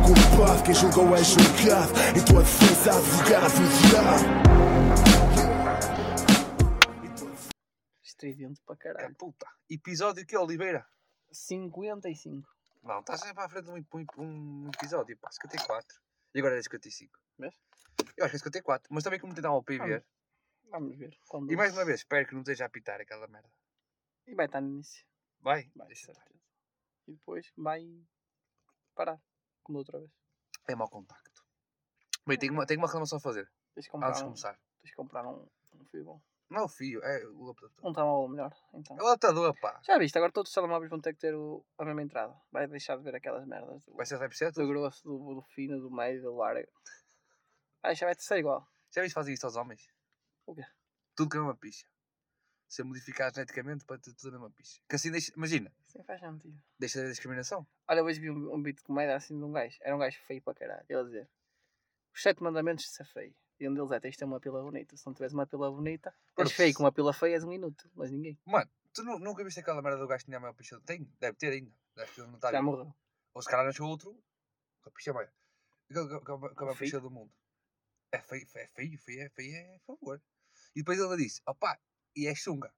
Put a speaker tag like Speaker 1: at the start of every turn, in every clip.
Speaker 1: julgado, quem julgou é julgado. Em tua defesa, advogado, advogado.
Speaker 2: Estridente para
Speaker 3: É
Speaker 2: caralho.
Speaker 3: puta. Episódio que Oliveira?
Speaker 2: 55.
Speaker 3: Não, estás sempre para a frente de um, um, um episódio, pá, 54. E agora é 55.
Speaker 2: Vês? Ah,
Speaker 3: Eu acho que é 54, mas também como tentava o PI ver.
Speaker 2: Vamos ver. Quando...
Speaker 3: E mais uma vez, espero que não esteja a apitar aquela merda.
Speaker 2: E vai estar no início.
Speaker 3: Vai?
Speaker 2: Vai, de
Speaker 3: Deixa estar.
Speaker 2: certeza. E depois vai parar. Como da outra vez.
Speaker 3: É mau contacto. Bem, tenho uma, tenho uma reclamação a fazer.
Speaker 2: Tens de
Speaker 3: Antes
Speaker 2: comprar, um,
Speaker 3: de Ah, começar.
Speaker 2: tens de comprar um, um fio bom.
Speaker 3: Não é o fio, é o adaptador.
Speaker 2: Um telemóvel melhor. Então.
Speaker 3: É o adaptador, pá.
Speaker 2: Já viste, agora todos os telemóveis vão ter que ter o- a mesma entrada. Vai deixar de ver aquelas merdas do,
Speaker 3: Vai ser Type-C?
Speaker 2: do grosso, do, do fino, do meio, do largo. Ah, já vai ser igual.
Speaker 3: Já viste fazer isto aos homens?
Speaker 2: O quê?
Speaker 3: Tudo com a mesma picha. Ser modificado geneticamente para ter tudo a mesma picha. Que assim deixa, imagina,
Speaker 2: Isso é nem faz sentido.
Speaker 3: deixa de haver discriminação.
Speaker 2: Olha, hoje vi um, um beat de comédia assim de um gajo. Era um gajo feio para caralho. Ele a dizer: Os sete mandamentos de ser feio. E um deles é: tens de ter uma pila bonita. Se não tiveres uma pila bonita,
Speaker 3: Ora,
Speaker 2: és feio. Com uma pila feia és um inútil. Mas ninguém.
Speaker 3: Mano, tu nu- nunca viste aquela merda do gajo que tinha a maior picha? Tem, deve ter ainda. Deve ter, não está
Speaker 2: Já morreu.
Speaker 3: Ou se calhar nasceu outro com a picha maior. Com com- com- com a maior
Speaker 2: feio?
Speaker 3: picha do mundo. É feio, é feio, feio, é feio, é a favor. E depois ele disse, opá, e é chunga.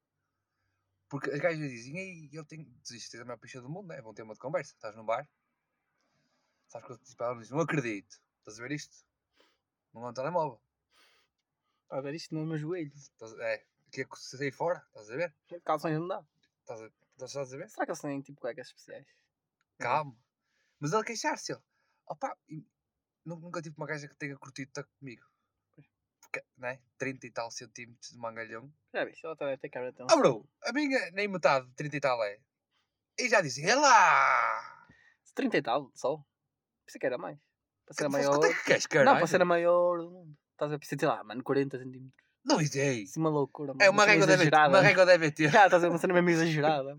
Speaker 3: Porque as gajas dizem, ei, eu tenho, desiste tens a maior picha do mundo, né? é bom tema de conversa. Estás num bar, sabes que eu disse para ela, diz, não acredito, estás a ver isto? Não é um telemóvel.
Speaker 2: Está Tá a ver isto no meu joelho.
Speaker 3: Estás, é, que é que se sair fora, estás a ver?
Speaker 2: Calções não dá.
Speaker 3: Estás a, estás a ver?
Speaker 2: Será que eles têm tipo cuecas especiais? Não.
Speaker 3: Calma. Mas ele queixar-se, ele. Opa, e nu- nunca tive uma gaja que tenha curtido tanto comigo. Porque, né? 30 e tal centímetros de mangalhão.
Speaker 2: Já viste? Ela tá também tem que abrir atenção.
Speaker 3: Ah, bro, a minha nem metade de 30 e tal é. E já disse, lá!
Speaker 2: 30 e tal, só. Pensei que era mais. Para ser a maior.
Speaker 3: Quanto é que queres, caralho?
Speaker 2: Não, para ser a maior do mundo. Estás a pensar, sei lá, mano, 40 centímetros.
Speaker 3: Não, isso é isso.
Speaker 2: Isso é uma loucura, mano.
Speaker 3: É uma régua deve ter.
Speaker 2: né?
Speaker 3: Uma régua deve ter.
Speaker 2: Já, estás a ver uma cena mesmo exagerada.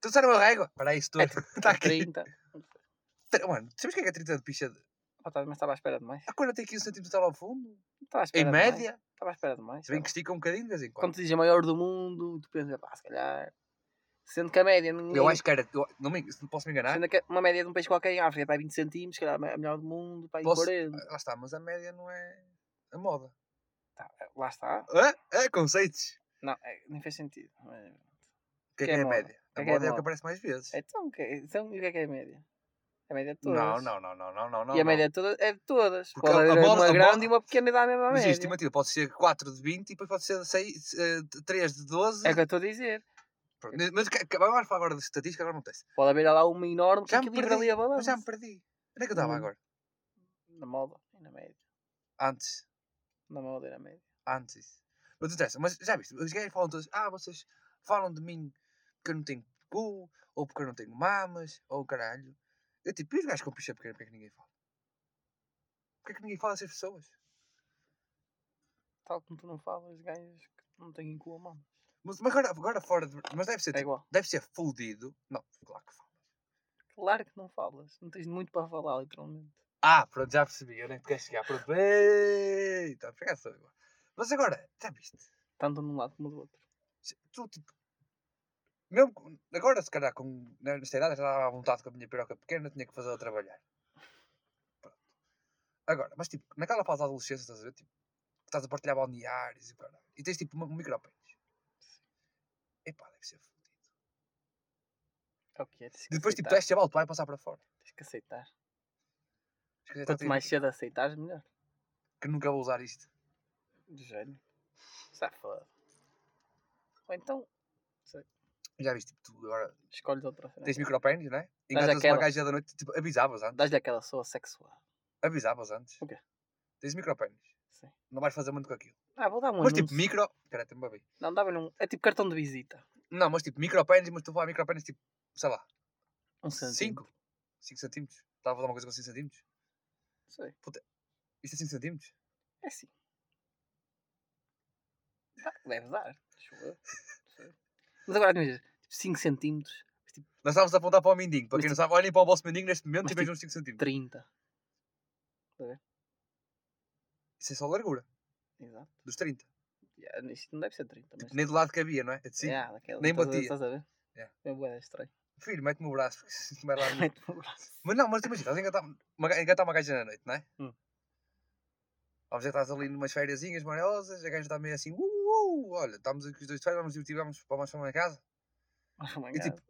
Speaker 3: Tu sabes uma régua? Espera aí, estou.
Speaker 2: É
Speaker 3: Está Tá aqui.
Speaker 2: 30.
Speaker 3: Tre- Mano, sabes o que é que é 30 de picha? de-
Speaker 2: Pá, tá, mas estava à espera demais.
Speaker 3: A 40 e 15 centímetros está lá ao fundo.
Speaker 2: Estava à espera
Speaker 3: Em
Speaker 2: demais.
Speaker 3: média.
Speaker 2: Estava à espera demais.
Speaker 3: Se bem
Speaker 2: sabe?
Speaker 3: que estica um bocadinho de vez em
Speaker 2: Quando
Speaker 3: quando.
Speaker 2: te diz a maior do mundo, tu pensas, pá, se calhar. Sendo que a média.
Speaker 3: Eu acho que era. eu- Não me se não posso me enganar.
Speaker 2: Sendo que uma média de um país qualquer em África, pá, 20 centímetros, se calhar a melhor do mundo, pá, em
Speaker 3: Posso-
Speaker 2: 40.
Speaker 3: Lá está, mas a média não é a moda.
Speaker 2: Tá, lá está.
Speaker 3: É, é conceitos.
Speaker 2: Não, é, nem fez sentido. mas-
Speaker 3: O
Speaker 2: Que
Speaker 3: que é que
Speaker 2: é
Speaker 3: é a
Speaker 2: moda?
Speaker 3: média?
Speaker 2: Que
Speaker 3: A
Speaker 2: é que é
Speaker 3: moda é o que
Speaker 2: moda?
Speaker 3: aparece mais vezes.
Speaker 2: Então, o que é- então, e o que é que é a média? A média é de todas.
Speaker 3: Não, não, não, não, não, não.
Speaker 2: e a
Speaker 3: não.
Speaker 2: média de todas é de todas.
Speaker 3: Porque
Speaker 2: Pode
Speaker 3: a- a
Speaker 2: haver
Speaker 3: moda-
Speaker 2: uma
Speaker 3: a
Speaker 2: grande
Speaker 3: moda-
Speaker 2: e uma pequena e dá a mesma
Speaker 3: Mas
Speaker 2: média.
Speaker 3: a estimativa pode ser 4 de 20 e depois pode ser 6, 3 de 12.
Speaker 2: É o que eu estou a dizer.
Speaker 3: Pronto, Mas que- que- vamos falar agora de estatística, agora não tem.
Speaker 2: Pode haver lá uma enorme que
Speaker 3: Já me
Speaker 2: equilibra
Speaker 3: perdi,
Speaker 2: ali a
Speaker 3: Mas
Speaker 2: balança.
Speaker 3: já me perdi. Onde é que eu estava
Speaker 2: Hum.
Speaker 3: agora?
Speaker 2: Na moda e na média.
Speaker 3: Antes.
Speaker 2: Na moda e na média.
Speaker 3: Antes. Não te interessa. Mas já viste, os gays falam todos. Ah, vocês falam de mim porque eu não tenho cu, ou porque eu não tenho mamas, ou caralho. Eu tipo, e os gajos com picha pequena, porque é que ninguém fala? Porquê é que ninguém fala dessas pessoas?
Speaker 2: Tal como tu não falas, gajos que não têm cu a mão.
Speaker 3: Mas, mas agora, agora fora de. Mas deve ser,
Speaker 2: É
Speaker 3: tipo,
Speaker 2: igual.
Speaker 3: deve ser fudido. Não, claro que fala.
Speaker 2: Claro que não falas. Não tens muito para falar, literalmente.
Speaker 3: Ah, pronto, já percebi. Eu nem te quero chegar. Pronto, eita, fica igual. Mas agora, já viste?
Speaker 2: Tanto de um lado como do outro.
Speaker 3: Se- Tu, tipo. Mesmo, com- agora, se calhar, com, na- nesta idade, já estava à vontade com a minha piroca pequena, tinha que fazê-la trabalhar. Pronto. Agora, mas tipo, naquela fase da adolescência, estás a ver? Tipo, que estás a partilhar balneários e o caralho. E tens tipo uma- um micropênis. Epá, deve ser fudido.
Speaker 2: É o que é. Tens que
Speaker 3: Depois, tipo, tu
Speaker 2: aceitar.
Speaker 3: és chaval, tu vai passar para fora.
Speaker 2: Tens que aceitar.
Speaker 3: Esquece, tá
Speaker 2: Quanto
Speaker 3: tudo-
Speaker 2: mais cedo aceitares, melhor.
Speaker 3: que nunca vou usar isto.
Speaker 2: De género. Safado. Ou então,
Speaker 3: Já viste, tipo, tu agora
Speaker 2: escolhes outra cena.
Speaker 3: tens micropénis, não é?
Speaker 2: Dás
Speaker 3: Engatas
Speaker 2: aquela.
Speaker 3: uma gaja da noite, tipo, avisavas antes.
Speaker 2: Dás-lhe aquela soa sexual.
Speaker 3: Avisavas antes.
Speaker 2: O quê?
Speaker 3: Tens micropénis.
Speaker 2: Sim.
Speaker 3: Não vais fazer muito com aquilo.
Speaker 2: Ah, vou dar um
Speaker 3: mas tipo,
Speaker 2: anúncio.
Speaker 3: micro. Espera, tem-me a ver.
Speaker 2: Não, dava-lhe um... É tipo cartão de visita.
Speaker 3: Não, mas tipo, micropénis, mas tu vai a micropénis tipo, sei lá,
Speaker 2: Um centímetro.
Speaker 3: 5. 5 centímetros. Estava a fazer uma coisa com 5 centímetros?
Speaker 2: Sei.
Speaker 3: Isto é 5 centímetros?
Speaker 2: É assim. Dá- Deve dar. acho eu. Não sei. Mas agora imagina, tipo 5 centímetros,
Speaker 3: Nós estávamos a apontar para o mindinho. Para
Speaker 2: Mas, tipo
Speaker 3: quem não sabe, olhem para o vosso mindinho neste momento
Speaker 2: mas, tipo
Speaker 3: e vejam os 5 centímetros.
Speaker 2: 30.
Speaker 3: Isso é só a largura,
Speaker 2: Exato.
Speaker 3: dos 30.
Speaker 2: Ya, Isto não deve ser 30, mas.
Speaker 3: Tipo, nem do lado que havia, não é? É de 5.
Speaker 2: Ya, daquela-
Speaker 3: nem
Speaker 2: estás a-
Speaker 3: batia.
Speaker 2: Estás a ver?
Speaker 3: Ya.
Speaker 2: É bué estranho.
Speaker 3: Filho, mete-me o braço, porque se vai lá. no-
Speaker 2: Mete-me o braço.
Speaker 3: Mas não, mas imagina, estás a engatar uma, engatar uma gaja na noite, não é?
Speaker 2: Hum.
Speaker 3: Vamos já estás ali numas fériasinhas maravilhosas, a gaja está meio assim, uh, uh, olha, estamos aqui os dois de férias, vamos divertir, vamos para mais para a minha casa.
Speaker 2: Oh my
Speaker 3: E tipo,
Speaker 2: God.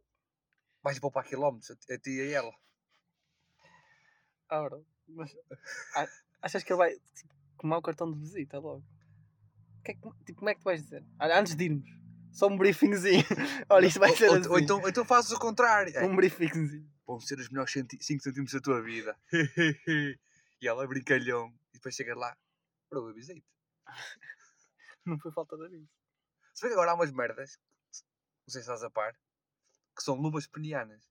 Speaker 3: vais poupar quilómetros, a ti- a ti e a ela.
Speaker 2: Ora, Ah, mas a- achas que ele vai tipo, tomar o cartão de visita logo? Que é que- tipo, como é que tu vais dizer? Olha, antes de irmos, só um briefingzinho. Olha, isto vai
Speaker 3: Ou-
Speaker 2: ser
Speaker 3: ou,
Speaker 2: assim.
Speaker 3: ou então, ou então fazes o contrário. É,
Speaker 2: Um briefingzinho.
Speaker 3: vão ser os melhores 5 centímetros da tua vida. e ela é brincalhão. E depois chegas lá, bro, avisei-te.
Speaker 2: Não foi falta de aviso.
Speaker 3: Se bem que agora há umas merdas, não sei se estás a par, que são luvas penianas.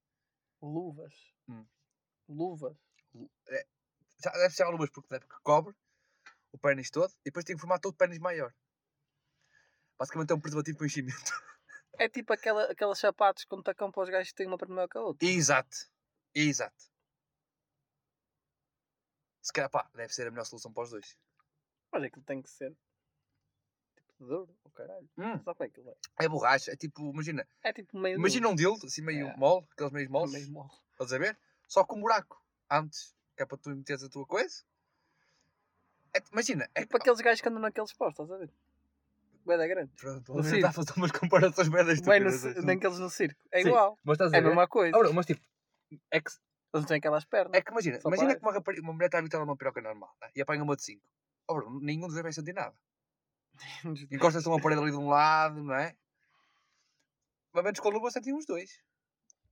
Speaker 2: Luvas.
Speaker 3: Hum.
Speaker 2: Luvas.
Speaker 3: Já deve ser luvas porque, né, porque cobre o pênis todo e depois tem que formar todo o pênis maior. Basicamente é um preservativo com enchimento.
Speaker 2: É tipo aquela, aquelas sapatos quando tacam para os gajos que têm uma perna maior que é a outra.
Speaker 3: Exato. Exato. Se calhar, pá, deve ser a melhor solução para os dois.
Speaker 2: Mas aquilo tem que ser. Tipo de duro, o caralho.
Speaker 3: Hum,
Speaker 2: Sabe como é que aquilo é?
Speaker 3: é borracha. É tipo, imagina.
Speaker 2: É tipo meio.
Speaker 3: Imagina um dildo, assim meio
Speaker 2: É.
Speaker 3: mole, aqueles meios
Speaker 2: duro,
Speaker 3: moles.
Speaker 2: meio mole.
Speaker 3: Estás a ver? Só com um buraco. Antes, que é para tu meteres a tua coisa. É que- imagina, é
Speaker 2: Tipo aqueles gajos que andam naqueles postos, estás a ver? Boeda grande.
Speaker 3: Pronto,
Speaker 2: No
Speaker 3: a ver, está a fazer umas comparações merdas
Speaker 2: Bem, no,
Speaker 3: estúpidas.
Speaker 2: ci-
Speaker 3: é tudo.
Speaker 2: naqueles no circo. É
Speaker 3: Sim.
Speaker 2: igual.
Speaker 3: Mas estás
Speaker 2: É
Speaker 3: a
Speaker 2: a
Speaker 3: ver?
Speaker 2: mesma coisa.
Speaker 3: Ah, bro, mas tipo, é que,
Speaker 2: Eles não têm aquelas pernas.
Speaker 3: é que imagina,
Speaker 2: Só
Speaker 3: imagina
Speaker 2: parece.
Speaker 3: que uma, rapariga, uma mulher está habitada numa piroca normal né? e apanha uma de 5. Oh, bro, nenhum dos dois vai sentir nada.
Speaker 2: Tipo,
Speaker 3: Encosta-se a uma parede ali de um lado, não é? Mas menos com a luva sentir os dois.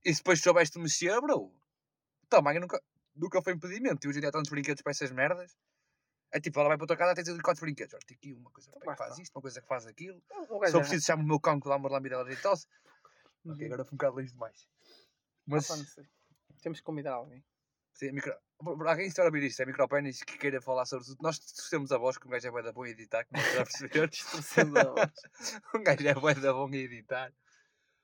Speaker 3: E se depois soubeste mexer, bro, o tamanho nunca, nunca foi impedimento. E hoje em dia há tantos brinquedos para essas merdas. É tipo, ela vai para a tua casa e tens ali quatro brinquedos. Olha, tem aqui uma coisa
Speaker 2: Então
Speaker 3: que faz
Speaker 2: basta.
Speaker 3: isto, uma coisa que faz aquilo.
Speaker 2: Um
Speaker 3: Só
Speaker 2: gajo arran-
Speaker 3: preciso chamar o meu cão que dá uma lambida de tosse.
Speaker 2: Uhum.
Speaker 3: Ok, agora fui um bocado longe demais.
Speaker 2: Ah,
Speaker 3: Mas,
Speaker 2: pá, não sei. Temos que convidar alguém.
Speaker 3: sim, micro... Por- por alguém que está a ouvir isto, é micropénis que queira falar sobre tudo. Nós temos a voz que um gajo é bué da bom a editar, como já perceber.
Speaker 2: Sendo a voz.
Speaker 3: um gajo é bué da bom a editar.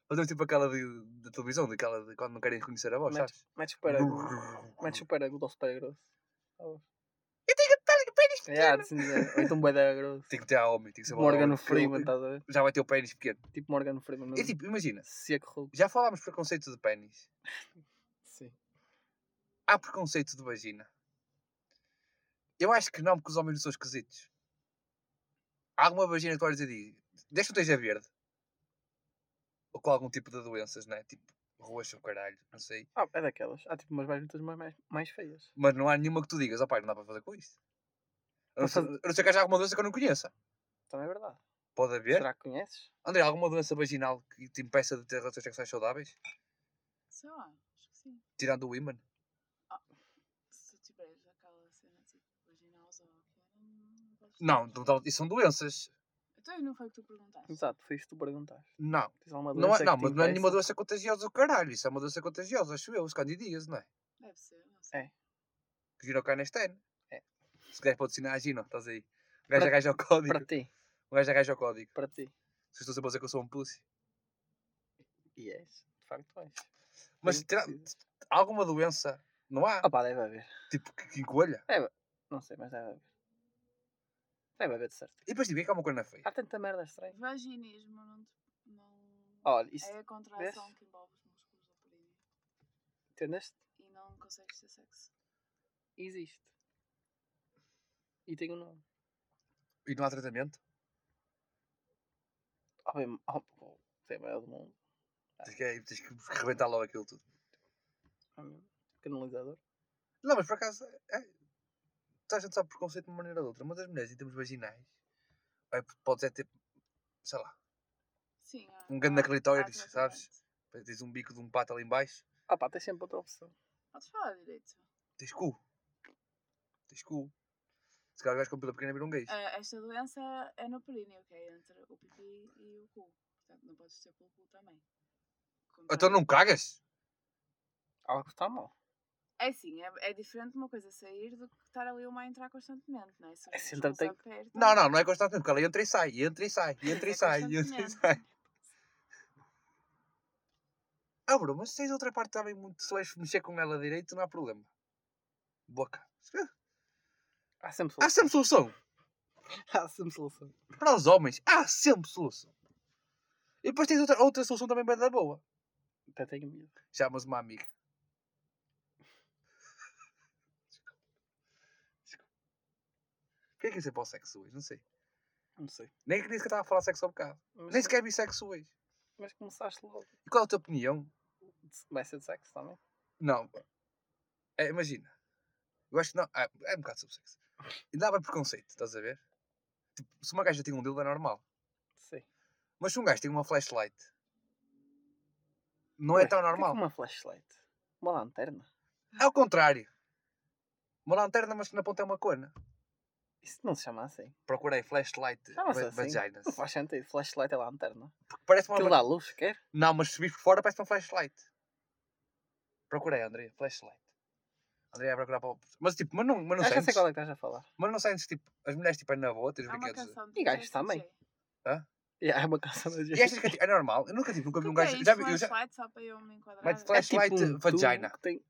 Speaker 3: Fazemos tipo aquela de, de televisão, daquela de quando não querem reconhecer a voz,
Speaker 2: Metes-
Speaker 3: sabes? Tipo,
Speaker 2: Metes o paragudo. Metes o paragudo ao super grosso. E tem que estar pênis pequeno. Ou então boeda grosso.
Speaker 3: é, tipo, Tem que ter a homem, tem que ser
Speaker 2: Tipo
Speaker 3: bué da
Speaker 2: Morgan
Speaker 3: homem, porque
Speaker 2: Freeman,
Speaker 3: ele-
Speaker 2: estás a ver?
Speaker 3: Já vai ter o pênis pequeno.
Speaker 2: Tipo Morgan Freeman.
Speaker 3: E
Speaker 2: mesmo.
Speaker 3: tipo, imagina,
Speaker 2: Seco rouco.
Speaker 3: já falámos de preconceito de pênis.
Speaker 2: Sim.
Speaker 3: Há preconceito de vagina. Eu acho que não, porque os homens não são esquisitos. Há alguma vagina que tu olhas e dizes, deixa o esteja verde. Ou com algum tipo de doenças, né? Tipo, roxa ou caralho, não sei.
Speaker 2: Ah, é daquelas. Há tipo umas bonitas mas mais, mais feias.
Speaker 3: Mas não há nenhuma que tu digas, opá, não dá para fazer com isto. A
Speaker 2: Para
Speaker 3: não, ser, a não ser que haja alguma doença que eu não conheça.
Speaker 2: Também é verdade.
Speaker 3: Pode haver.
Speaker 2: Será que conheces?
Speaker 3: André, há alguma doença vaginal que te impeça de ter relações sexuais saudáveis?
Speaker 4: Sei lá, acho que sim.
Speaker 3: Tirando o ímã?
Speaker 4: Se tu tiveres aquela cena tipo vaginalzão ou o quê, não vais ter.
Speaker 3: Não, então não dá- isso são doenças.
Speaker 4: Então não foi o que tu perguntaste.
Speaker 2: Exato, foi isso que tu perguntaste.
Speaker 3: Não.
Speaker 2: Tens alguma
Speaker 3: Não, é,
Speaker 2: doença
Speaker 3: não,
Speaker 2: que te
Speaker 3: mas não é nenhuma
Speaker 2: impeça?
Speaker 3: doença contagiosa do caralho. Isso é uma doença contagiosa, acho eu, os candidíase, não é?
Speaker 4: Deve ser, não sei.
Speaker 2: É.
Speaker 3: que gira o canesteno.
Speaker 2: É.
Speaker 3: Se quiseres patrocinar, agir, não, estás aí. O gajo
Speaker 2: Para-
Speaker 3: arranja o código.
Speaker 2: Para ti.
Speaker 3: O gajo arranja o código.
Speaker 2: Para ti.
Speaker 3: Vocês estão sempre a dizer que eu sou um pussy.
Speaker 2: E és. De facto é és.
Speaker 3: Mas
Speaker 2: Sim,
Speaker 3: terá-
Speaker 2: precisa.
Speaker 3: há alguma doença, não há?
Speaker 2: Ah pá, deve haver.
Speaker 3: Tipo, que, que encolha.
Speaker 2: Não sei, mas deve haver. Deve haver de certo.
Speaker 3: E depois digo, é que é uma coisa feia.
Speaker 2: Há tanta merda
Speaker 3: É.
Speaker 2: estranha.
Speaker 4: Vaginismo não. te- não...
Speaker 3: Oh,
Speaker 2: Olha, isso
Speaker 4: é a contração que envolve os músculos da perina
Speaker 2: entendeste?
Speaker 4: e não consegues ter sexo.
Speaker 2: Existe. E tem um nome.
Speaker 3: E não há tratamento?
Speaker 2: Ah, bem, ah, pô, isso é a maior do mundo.
Speaker 3: Tens que, tens que rebentar logo aquilo tudo.
Speaker 2: Ah, mesmo. Canalizador.
Speaker 3: Não, mas por acaso, é, toda a gente sabe preconceito de uma maneira ou de outra. Mas as mulheres, em termos vaginais, é, pode ser tipo, sei lá,
Speaker 4: Sim, há-
Speaker 3: Um grande
Speaker 4: há-
Speaker 3: aclitóris,
Speaker 4: há tratamento.
Speaker 3: sabes? tens um bico de um pato ali em baixo,
Speaker 2: Ah pá, tem sempre outra opção.
Speaker 4: Podes falar direito.
Speaker 3: tens cu. Tens cu. Se calhar o gajo com pila pequena vira um gajo.
Speaker 4: Ah, esta doença é no períneo, que é entre o pipi e o cu. Portanto, não podes ter pelo cu também.
Speaker 3: Então
Speaker 4: Contrário.
Speaker 3: não cagas?
Speaker 2: Algo está mal.
Speaker 4: É assim, é, é diferente uma coisa sair do que estar ali uma a entrar constantemente, não é? Se
Speaker 2: É,
Speaker 4: os
Speaker 2: se entrar
Speaker 4: músculos
Speaker 2: tem-
Speaker 4: apertam,
Speaker 3: assim, então Não, não, não é constantemente, porque ela entra e sai, e entra e sai, e entra e
Speaker 4: é
Speaker 3: sai, e entra e
Speaker 4: constantemente.
Speaker 3: sai. Ah, bro, mas se tens outra parte também muito. Se vais mexer com ela direito, não há problema. Boca.
Speaker 2: Há sempre solução.
Speaker 3: Há sempre solução.
Speaker 2: Há sempre solução.
Speaker 3: Para os homens, há sempre solução. E depois tens outra, outra solução também bem da boa.
Speaker 2: Até tenho medo.
Speaker 3: Chamas uma amiga. Desculpa. Desculpa. Porquê é que isso é para o sexo hoje? Não sei.
Speaker 2: Não sei.
Speaker 3: Nem queria que eu estava a falar sexo há bocado.
Speaker 2: Mas,
Speaker 3: Nem sequer vi sexo hoje.
Speaker 2: mas começaste logo.
Speaker 3: E qual é a tua opinião?
Speaker 2: Vai ser de sexo também?
Speaker 3: Não. É, imagina. Eu acho que não. ah, é um bocado sobre sexo. Ainda há preconceito, estás a ver? Tipo, se uma gaja tem um dildo é normal.
Speaker 2: Sei.
Speaker 3: Mas se um gajo tem uma flashlight. Não é
Speaker 2: Ué,
Speaker 3: tão
Speaker 2: o que
Speaker 3: normal.
Speaker 2: Que é uma flashlight. Uma lanterna.
Speaker 3: É ao contrário. Uma lanterna, mas que na ponta é uma cona.
Speaker 2: Isso não se chama assim.
Speaker 3: Procurei flashlight
Speaker 2: Chama-se
Speaker 3: va-
Speaker 2: assim.
Speaker 3: vaginas.
Speaker 2: Não faz sentido. Flashlight é lanterna.
Speaker 3: Parece uma.
Speaker 2: Aquilo
Speaker 3: va-
Speaker 2: dá luz, quer?
Speaker 3: Não, mas se vis por fora parece um flashlight. Procurei, André, flashlight. André vai procurar para o. Mas tipo, mas não, mas não
Speaker 2: Acho que
Speaker 3: sei.
Speaker 2: sei qual é que estás a falar.
Speaker 3: Mas não sei antes, tipo, as mulheres tipo é na boa, tens
Speaker 4: Há uma
Speaker 3: brinquedos.
Speaker 4: canção
Speaker 2: E gajos também. Yeah, é uma canção da
Speaker 3: E achas que é tipo- é normal? Eu nunca tive, nunca vi
Speaker 4: é
Speaker 3: um gajo. Já vi, eu já- é
Speaker 4: flashlight só para eu me enquadrar. É
Speaker 3: Mete flashlight vagina.
Speaker 2: um tubo que Tem...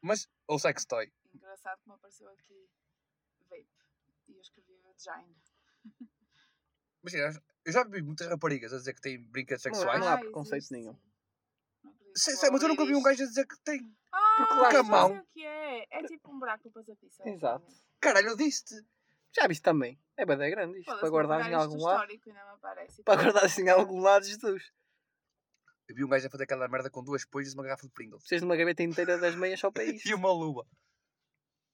Speaker 3: Mas, ou sex toy.
Speaker 4: assim, Engraçado que me apareceu aqui vape. E eu escrevi vagina.
Speaker 3: Mas sim, eu já vi muitas raparigas a dizer que têm brinquedos
Speaker 2: Não,
Speaker 3: sexuais.
Speaker 2: não há
Speaker 4: Ah,
Speaker 2: preconceito
Speaker 4: existe,
Speaker 2: nenhum.
Speaker 4: sim. Não acredito,
Speaker 3: Sim,
Speaker 4: vou
Speaker 3: sim, mas eu nunca
Speaker 4: abrir
Speaker 3: vi um
Speaker 4: isto.
Speaker 3: gajo a dizer que tem.
Speaker 4: Ah,
Speaker 2: Porque
Speaker 4: porque
Speaker 2: lá
Speaker 4: lá
Speaker 2: está.
Speaker 4: está. o que é. É tipo um buraco para fazer pizza.
Speaker 2: Exato.
Speaker 3: Caralho, eu disse-te.
Speaker 2: Já viste também? É bem grande isto. Para guardares em algum lado.
Speaker 4: histórico ainda me aparece.
Speaker 2: Para guardares
Speaker 3: assim
Speaker 2: em algum lado, Jesus.
Speaker 3: Eu vi um gajo a fazer aquela merda com duas pojas e uma garrafa de Pringles.
Speaker 2: Precisas de uma gaveta inteira das meias só para isto.
Speaker 3: E uma lua.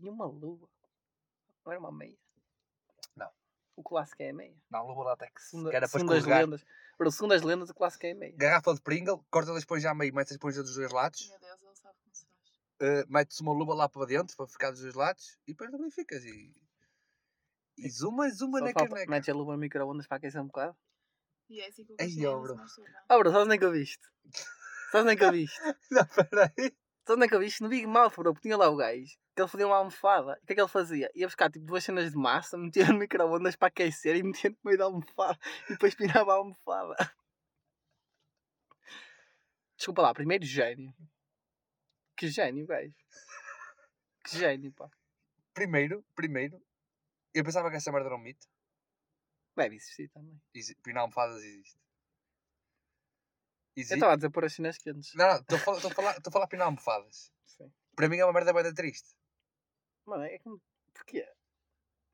Speaker 2: E uma lua. Não era uma meia.
Speaker 3: Não.
Speaker 2: O clássico é a meia.
Speaker 3: Não, lua látex.
Speaker 2: Segunda,
Speaker 3: Que era para
Speaker 2: segundo as
Speaker 3: escorregar.
Speaker 2: lendas. Bro, segundo as lendas, o clássico é a meia.
Speaker 3: Garrafa de Pringle, corta a esponja à meio, metes a esponja dos dois lados,
Speaker 4: Meu Deus, ele sabe como se faz.
Speaker 3: eh, metes uma luva lá para dentro para ficar dos dois lados e depois também ficas. E, e zuma, zuma
Speaker 2: Só
Speaker 3: na
Speaker 2: falta
Speaker 3: caneca.
Speaker 2: metes a luva no micro-ondas para aquecer um bocado.
Speaker 4: E é assim que o
Speaker 3: Ei,
Speaker 4: Cristiano
Speaker 3: ó,
Speaker 4: se
Speaker 3: bro.
Speaker 4: masturba.
Speaker 2: Ah, bro, sabes nem que eu viste? Sabes nem que eu viste?
Speaker 3: Não, peraí.
Speaker 2: Sabes nem é que eu viste? No Big Mouth, bro, tinha lá o gajo. Que ele fazia uma almofada. O que é que ele fazia? Ia buscar tipo duas cenas de massa, metia no micro-ondas para aquecer e metia no meio da almofada. E depois pinava a almofada. Desculpa lá, primeiro gênio. Que gênio, gajo. Que gênio, pá.
Speaker 3: Primeiro, primeiro, eu pensava que essa merda era um mito.
Speaker 2: Deve existir também.
Speaker 3: Exi- Pinar almofadas existe. Existe.
Speaker 2: Eu
Speaker 3: Então-
Speaker 2: estava a dizer pôr as cenas quentes.
Speaker 3: Não, não, estou a falar, estou a falar, estou a falar pinar almofadas.
Speaker 2: Sim.
Speaker 3: Para mim é uma merda bem triste.
Speaker 2: Mano, é como. Porquê?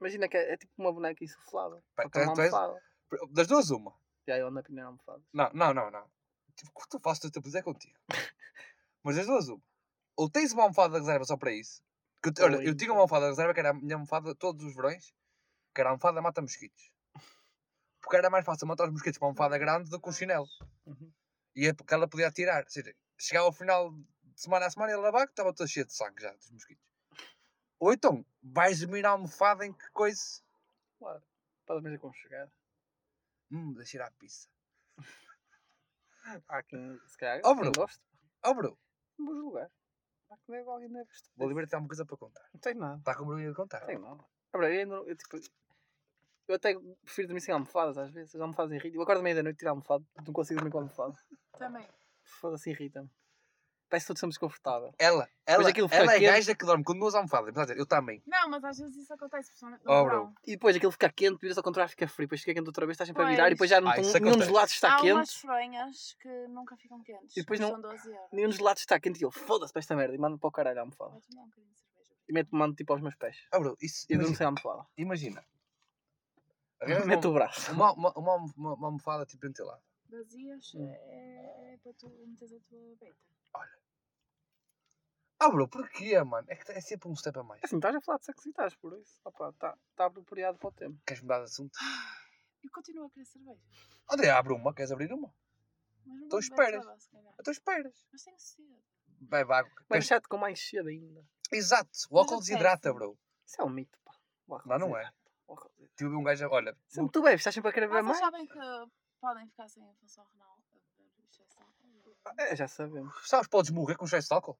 Speaker 2: Imagina que é, é tipo uma boneca insuflável.
Speaker 3: Pá,
Speaker 2: Só que
Speaker 3: tu
Speaker 2: é
Speaker 3: és-
Speaker 2: uma
Speaker 3: tu és-
Speaker 2: almofada.
Speaker 3: Das duas, uma.
Speaker 2: Já eu ando a pinar almofadas.
Speaker 3: Não, não, não, não. Tipo, o que tu faço tu é contigo. Mas das duas, uma. Ou tens uma almofada de reserva só para isso. Que eu, te-
Speaker 2: Ou
Speaker 3: olha, eu
Speaker 2: ainda.
Speaker 3: tinha uma almofada de reserva que era a minha almofada todos os verões. Que era a almofada mata mosquitos. Porque era mais fácil matar os mosquitos com uma almofada grande do que um chinelo.
Speaker 2: Uhum.
Speaker 3: E é porque ela podia atirar. Ou seja, chegava ao final de semana a semana e ela lavava que estava toda cheia de sangue já, dos mosquitos. Ou então, vais dormir na almofada em que coisa.
Speaker 2: Claro. Estás mesmo aconchegar.
Speaker 3: Hum, deixa ir à pizza.
Speaker 2: Há quem, se calhar,
Speaker 3: Oh,
Speaker 2: quem
Speaker 3: Bruno.
Speaker 2: goste,
Speaker 3: Oh, bro,
Speaker 2: não vou julgar. Há que deve alguém deve gostar.
Speaker 3: vou
Speaker 2: disso.
Speaker 3: libertar uma coisa para contar.
Speaker 2: Não tenho nada.
Speaker 3: Está com vergonha de contar.
Speaker 2: Não tenho nada. Agora, eu, ainda não- eu, tipo, eu até prefiro dormir sem almofadas às vezes. As almofadas irritam. Eu acordo meia da noite e tiro a almofada. Não consigo dormir com a almofada.
Speaker 4: Também.
Speaker 2: Foda-se, irrita-me. Parece que estou desconfortável.
Speaker 3: Ela, ela,
Speaker 2: aquilo fica
Speaker 3: ela é
Speaker 2: quente.
Speaker 3: gaja que dorme com duas almofadas. Mas, olha, eu também.
Speaker 4: Não, mas às vezes isso acontece, principalmente no
Speaker 3: Oh, bro.
Speaker 4: verão.
Speaker 2: E depois aquilo fica quente, vira-se ao contrário, fica frio. Depois fica quente outra vez, estás sempre a
Speaker 4: Pois.
Speaker 2: virar e depois já não
Speaker 3: Ah,
Speaker 2: estão-
Speaker 3: isso
Speaker 2: nenhum dos
Speaker 3: acontece.
Speaker 2: lados está
Speaker 4: Há
Speaker 2: quente.
Speaker 4: umas fronhas que nunca ficam quentes.
Speaker 2: E depois
Speaker 4: que
Speaker 2: não- Hum.
Speaker 4: São 12 euros.
Speaker 2: Nenhum dos lados está quente e eu foda-se para esta merda e mando para o caralho a almofada.
Speaker 4: Vou tomar um bocadinho de cerveja.
Speaker 2: E meto, mando tipo aos meus pés.
Speaker 3: Oh, bro, isso.
Speaker 2: E eu durmo
Speaker 3: Imagina.
Speaker 2: sem almofada.
Speaker 3: imagina. Arranjas
Speaker 2: Meto o braço.
Speaker 3: Uma, uma, uma, uma, uma almofada tipo ventilada.
Speaker 4: Vazias
Speaker 2: Hum.
Speaker 4: é, é para tu meteres a tua beta.
Speaker 3: Ah, bro, porquê, mano? É que é sempre um step a mais.
Speaker 2: É Assim, estás a falar de sexo e estás por isso. Opa, tá, tá apropriado para o tema.
Speaker 3: Queres mudar de assunto?
Speaker 4: E continuo a querer cerveja.
Speaker 3: André, abre uma. Queres abrir uma?
Speaker 4: Mas não
Speaker 3: Então
Speaker 4: vou
Speaker 3: esperas.
Speaker 4: beber só, se calhar.
Speaker 3: Então esperas.
Speaker 4: Mas tenho
Speaker 2: É
Speaker 4: sede. Ah,
Speaker 3: Vai, vago.
Speaker 2: Mas chato com mais cedo ainda.
Speaker 3: Exato. O
Speaker 4: Mas
Speaker 3: álcool
Speaker 4: acontece.
Speaker 3: desidrata, bro.
Speaker 2: Isso é um mito, pá. O álcool
Speaker 3: Não, não é.
Speaker 2: desidrata. O álcool desidrata.
Speaker 3: Tive um gajo. a- Olha,
Speaker 2: Sempre tu bebes, estás sempre a querer beber mais?
Speaker 4: Vocês sabem que podem ficar sem a função renal. a beber excesso de álcool?
Speaker 2: É, já sabemos.
Speaker 3: sabes, podes morrer com excesso de álcool.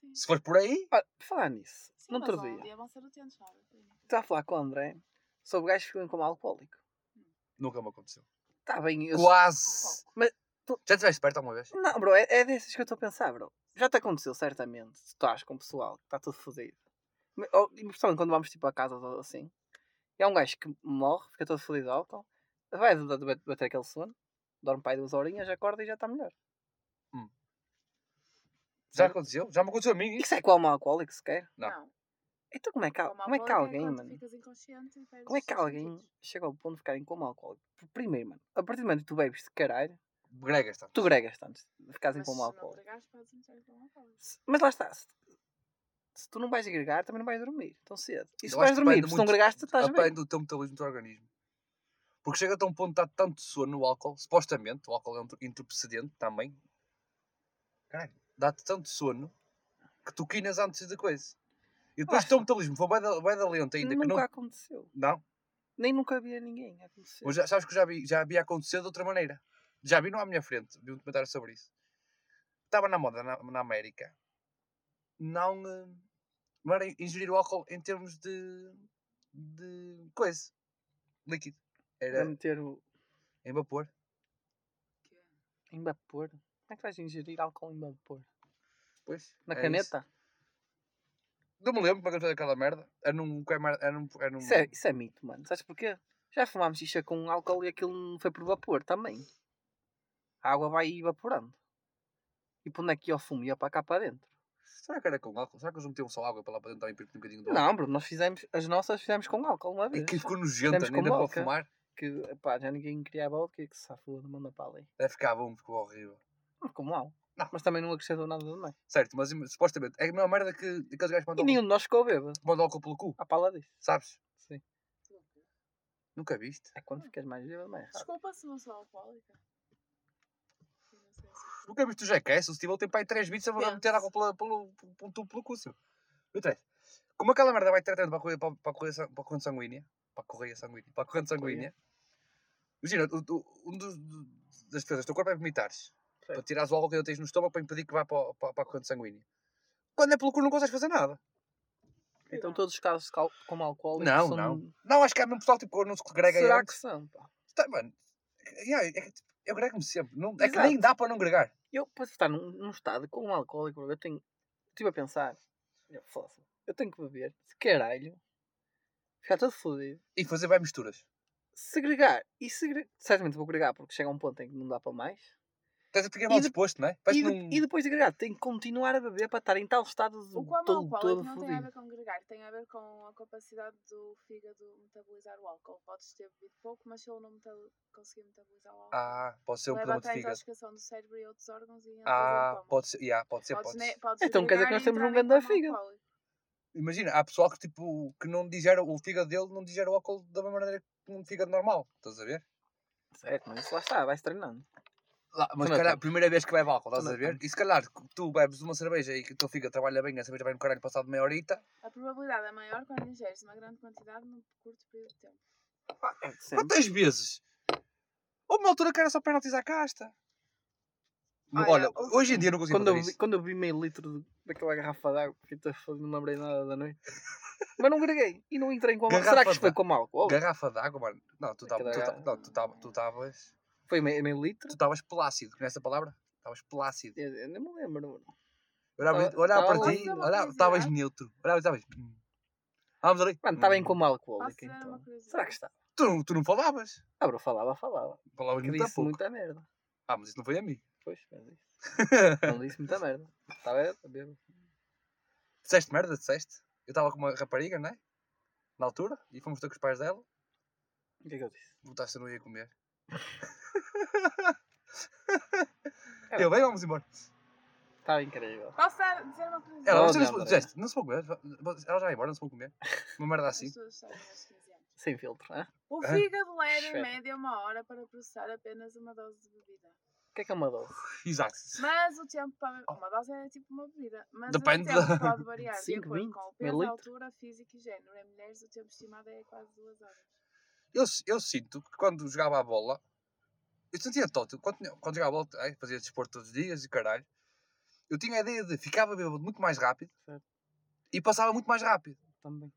Speaker 4: Sim.
Speaker 3: Se for por aí,
Speaker 2: Olha, por falar nisso,
Speaker 4: Sim,
Speaker 2: no
Speaker 4: mas
Speaker 2: outro
Speaker 4: há um
Speaker 2: dia,
Speaker 4: dia vão ser utentes, sabe? Sim.
Speaker 2: estava a falar com o André sobre gajos que ficam como alcoólico.
Speaker 3: nunca me aconteceu.
Speaker 2: Está bem, eu.
Speaker 3: Quase.
Speaker 2: Mas tu-
Speaker 3: Já estiveste perto alguma vez?
Speaker 2: Não, bro, é, é dessas que eu estou a pensar, bro. Já te aconteceu, certamente, se estás com o pessoal que está tudo fodido. Me- ou- E principalmente quando vamos tipo a casa ou assim. E há um gajo que morre, fica todo fodido de álcool, vai de- de- de- bater aquele sono, dorme para aí duas horinhas, acorda e já está melhor.
Speaker 3: Hum. Já
Speaker 2: Certo?
Speaker 3: aconteceu? Já me aconteceu a mim isso?
Speaker 2: Isso é com alma alcoólica sequer?
Speaker 3: Não.
Speaker 4: Não.
Speaker 2: Então como é que, al-
Speaker 4: Coma
Speaker 2: como é que
Speaker 4: alcoólica
Speaker 2: alguém,
Speaker 4: quando
Speaker 2: mano?
Speaker 4: Ficas inconsciente e perdes
Speaker 2: Como é que
Speaker 4: os
Speaker 2: alguém
Speaker 4: sentidos.
Speaker 2: chega ao ponto de ficar em coma alcoólico? Primeiro, mano, a partir do momento que tu bebes de caralho,
Speaker 3: Gregas, tá?
Speaker 2: tu gregas tanto, ficares em
Speaker 4: Mas
Speaker 2: coma
Speaker 4: se não
Speaker 2: alcoólico.
Speaker 4: tragares, podes entrar em coma alcoólico.
Speaker 2: Se- Mas lá está. Se, se tu não vais agregar, também não vais dormir tão cedo. E se
Speaker 3: Eu acho
Speaker 2: vais
Speaker 3: que
Speaker 2: dormir,
Speaker 3: depende
Speaker 2: se não
Speaker 3: muito-
Speaker 2: agregaste, estás bem.
Speaker 3: Depende do teu metabolismo do teu organismo. Porque chega a um ponto de dar tanto sono o álcool, supostamente, o álcool é um entorpecedente também. Caralho. Dá-te tanto sono que tu quinas antes da coisa. E depois
Speaker 2: Acho.
Speaker 3: o teu metabolismo foi bem da, bué da lento ainda.
Speaker 2: Nunca
Speaker 3: Que não,
Speaker 2: aconteceu.
Speaker 3: não,
Speaker 2: Nem nunca vi a ninguém acontecer.
Speaker 3: Mas já- sabes que eu já vi, já vi acontecer de outra maneira. Já vi, não à minha frente, vi um documentário sobre isso. Estava na moda na, na América. Não, eh, não era ingerir o álcool em termos de, de coisa, líquido.
Speaker 2: Para
Speaker 3: Era
Speaker 2: meter o
Speaker 3: em vapor.
Speaker 4: Que é-
Speaker 2: em vapor. Como é que vais ingerir álcool em vapor?
Speaker 3: Pois,
Speaker 2: Na
Speaker 3: é
Speaker 2: caneta?
Speaker 3: isso. Não me lembro como é que eu fiz aquela merda. Era num. Era num, era num
Speaker 2: Isso é, isso é mito, mano. Sabes porquê? Já fumámos xixa com álcool e aquilo não foi por vapor também. A água vai evaporando. E por onde é que ia o fumo? Ia para cá para dentro.
Speaker 3: Será que era com álcool? Será que eles metiam só água para lá para dentro e um bocadinho de álcool?
Speaker 2: Não, Bruno, nós fizemos, as nossas fizemos com álcool uma
Speaker 3: E
Speaker 2: vez.
Speaker 3: que ficou nojenta,
Speaker 2: Fizemos
Speaker 3: nem
Speaker 2: com
Speaker 3: dá para
Speaker 2: vodka.
Speaker 3: fumar.
Speaker 2: Que, pá, já ninguém queria a vodka, que se safou, não manda para ali.
Speaker 3: Deve ficar bom, ficou horrível.
Speaker 2: Não ficou mal.
Speaker 3: Não.
Speaker 2: Mas também não acrescentou nada demais.
Speaker 3: Certo, mas im- supostamente é a mesma merda que aqueles gajos que
Speaker 2: E
Speaker 3: mandam,
Speaker 2: nenhum de nós ficou bêbado.
Speaker 3: mandam álcool pelo cu,
Speaker 2: À pala disso.
Speaker 3: sabes?
Speaker 2: Sim.
Speaker 3: Nunca viste?
Speaker 2: É quando ficas mais bêbado, mais rápido.
Speaker 4: Desculpa se não sou alcoólica. Eu não sei se-
Speaker 2: Hum,
Speaker 3: Nunca viste o Jackass? O Steve tem para aí 3 bits a
Speaker 4: Penso.
Speaker 3: meter álcool pela, pelo, pelo, pelo, pelo cu, seu. Eu tenho. Como aquela merda vai tratando para a correia, para, a- para a correia, san- para a corrente sanguínea, para a correia sanguínea, para a corrente sanguínea, imagina, o- o- um dos, do- das defesas do teu corpo é vomitares, para tirares o álcool que ainda tens no estômago para impedir que vá para, o- para, para a corrente sanguínea. Quando é pelo cu não consegues fazer nada.
Speaker 2: Então todos os casos de cal- como alcoólicos
Speaker 3: Não,
Speaker 2: são...
Speaker 3: não. Não, acho que há mesmo pessoal tipo, que não se congrega
Speaker 2: Será
Speaker 3: antes.
Speaker 2: que são, pá?
Speaker 3: Tá, mano. Yeah, é que, tipo, eu grego-me sempre. Não, é que
Speaker 2: Exato.
Speaker 3: nem dá para não gregar.
Speaker 2: Eu, para estar num, num estado com um alcoólico, eu tenho. Estive a pensar. Eu, foda-se, eu tenho que beber. Se caralho. Ficar todo fodido.
Speaker 3: E fazer bem misturas.
Speaker 2: Segregar. E segregar. Certamente vou agregar porque chega um ponto em que não dá para mais.
Speaker 3: Estás a ficar
Speaker 2: E
Speaker 3: mal
Speaker 2: de-
Speaker 3: disposto, não é?
Speaker 2: E,
Speaker 3: Parece
Speaker 2: de-
Speaker 3: que não-
Speaker 2: e depois de agregar, tenho que continuar a beber para estar em tal estado de
Speaker 4: O quão
Speaker 2: todo,
Speaker 4: alcoólico
Speaker 2: todo
Speaker 4: não tem a
Speaker 2: fodido.
Speaker 4: ver com gregar, tem a ver com a capacidade do fígado metabolizar o álcool. Podes ter bebido pouco, mas se ele não metal- conseguir metabolizar o álcool,
Speaker 3: Ah, pode
Speaker 2: então
Speaker 3: ser um
Speaker 4: leva
Speaker 3: problema de
Speaker 4: até a
Speaker 3: fígado.
Speaker 4: intoxicação do cérebro e outros órgãos e entras em
Speaker 3: Ah,
Speaker 4: coma.
Speaker 3: pode ser. Yeah, pode ser,
Speaker 4: Podes
Speaker 3: pode
Speaker 4: ne-
Speaker 3: ser.
Speaker 4: podes
Speaker 2: Então quer dizer que
Speaker 4: gregar
Speaker 2: nós
Speaker 4: e
Speaker 2: temos um
Speaker 4: entrar em
Speaker 2: grande
Speaker 4: coma
Speaker 2: fígado.
Speaker 4: alcoólico.
Speaker 3: Imagina, há pessoal que, tipo, que não digera o fígado dele, não digera o álcool da mesma maneira que um fígado normal. Estás a ver?
Speaker 2: Certo, mas isso lá está, vai-se treinando.
Speaker 3: Lá,
Speaker 2: Tu
Speaker 3: mas se
Speaker 2: não
Speaker 3: calhar, a
Speaker 2: tens.
Speaker 3: primeira vez que bebe álcool, estás
Speaker 2: não
Speaker 3: a ver? E se calhar que tu bebes uma cerveja e que o teu fígado trabalha bem, a cerveja vai no caralho passado meia horita.
Speaker 4: A probabilidade é maior quando ingeres uma grande quantidade num curto período de tempo.
Speaker 2: É de sempre.
Speaker 3: Quantas vezes? Houve uma altura que era só penaltis à casta.
Speaker 4: Olha,
Speaker 3: Olha,
Speaker 4: houve-
Speaker 3: hoje em dia não consigo
Speaker 2: Quando eu,
Speaker 3: fazer
Speaker 2: vi,
Speaker 3: isso.
Speaker 2: quando eu vi meio litro de- daquela garrafa de água, fiquei todo fodido, não me lembrei nada da noite. Mas não greguei e não entrei em coma. Será que
Speaker 3: Garrafa
Speaker 2: isto foi
Speaker 3: de-
Speaker 2: com álcool?
Speaker 3: Garrafa d'água, mano. Não, tu tá,
Speaker 2: Aquela garrafa.
Speaker 3: estavas.
Speaker 2: Foi meio, meio litro?
Speaker 3: Tu estavas pelácido, conhece a palavra? Estavas pelácido.
Speaker 2: Eu, eu nem me lembro. mano.
Speaker 3: Eu Olhava
Speaker 2: Tava-
Speaker 3: olhava
Speaker 2: tava
Speaker 3: para ti,
Speaker 4: ali. Posso dar uma
Speaker 3: olhava- estavas
Speaker 4: curiosidade?
Speaker 3: neutro. Olhava e estavas. hum. Vamos ali.
Speaker 2: ah. Mano, tá estava em
Speaker 3: Hum.
Speaker 2: coma
Speaker 4: Posso
Speaker 2: alcoólica
Speaker 4: dar uma
Speaker 2: então.
Speaker 4: curiosidade?
Speaker 2: Será que está?
Speaker 3: Tu, não- tu não falavas.
Speaker 2: Ah, bro, falava, falava.
Speaker 3: Falavas
Speaker 2: Que
Speaker 3: muito a
Speaker 2: disse
Speaker 3: pouco.
Speaker 2: muita merda.
Speaker 3: Ah, mas isso não foi a mim.
Speaker 2: Pois, mas disse. Não disse muita merda. Tá Estava a beber.
Speaker 3: disseste merda, disseste. Eu estava com uma rapariga, não é? Na altura. E fomos ter com os pais dela.
Speaker 2: O que é que eu disse?
Speaker 3: Voltaste a não ia comer.
Speaker 2: Era-
Speaker 3: eu, bem, vamos embora.
Speaker 2: Estava Tá incrível.
Speaker 4: Posso dar, dizer uma curiosidade?
Speaker 3: Ela,
Speaker 2: Não,
Speaker 3: você não,
Speaker 2: não,
Speaker 3: se-
Speaker 2: André.
Speaker 3: disseste, não se pode comer. Ela já vai embora, não se pode comer. Uma merda
Speaker 4: As
Speaker 3: assim.
Speaker 4: pessoas sabem aos 15 anos.
Speaker 2: Sem filtro, hã?
Speaker 4: O
Speaker 3: Hã?
Speaker 4: fígado leva
Speaker 2: Esfera.
Speaker 4: em média uma hora para processar apenas uma dose de bebida.
Speaker 2: O que é que é uma dose?
Speaker 3: Exato.
Speaker 4: Mas o tempo para. Uma dose é tipo uma bebida. Mas
Speaker 3: Oh. Depende da-
Speaker 4: o tempo pode variar de
Speaker 2: Cinco,
Speaker 4: acordo
Speaker 2: vinte,
Speaker 4: com o
Speaker 2: meio
Speaker 4: peso,
Speaker 2: litro.
Speaker 4: a altura, físico e género. Em mulheres, o tempo estimado é quase duas horas.
Speaker 3: Eu, eu sinto que quando jogava a bola, eu sentia tótil. Quando, tinha- quando jogava a bola, ai, fazia desporto todos os dias e caralho, eu tinha a ideia de ficava bêbado muito mais rápido
Speaker 2: Certo.
Speaker 3: e passava muito mais rápido.
Speaker 2: Também.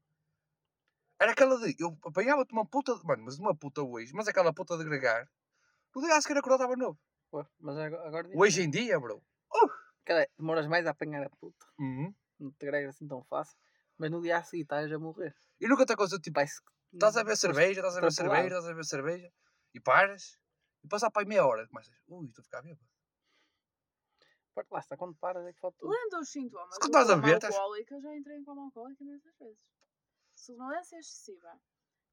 Speaker 3: Era aquela de. Eu apanhava-te uma puta. de- Mano, mas uma puta hoje, mas aquela puta de gregar. No dia a seguir a coroa estava novo.
Speaker 2: Ué, mas agora, agora diz.
Speaker 3: Hoje em dia, bro.
Speaker 2: Cara, demoras mais a apanhar a puta.
Speaker 3: Uhum.
Speaker 2: Não te gregas assim tão fácil. Mas no dia a seguir estás a morrer.
Speaker 3: E nunca te aconteceu tipo.
Speaker 2: Parece que.
Speaker 3: Estás a ver cerveja, estás a ver
Speaker 2: extrapolado.
Speaker 3: cerveja, estás a ver cerveja. E paras. E passar para aí meia hora. Começas. Ui, estou a ficar bêbado.
Speaker 2: par- lá está, quando paras é que falta tudo.
Speaker 4: Lendo os sintomas
Speaker 3: Hum. Se
Speaker 4: do
Speaker 3: estás a
Speaker 4: coma
Speaker 3: ver, estás-
Speaker 4: alcoólico, eu já entrei em coma alcoólico imensas vezes. Sonolência excessiva.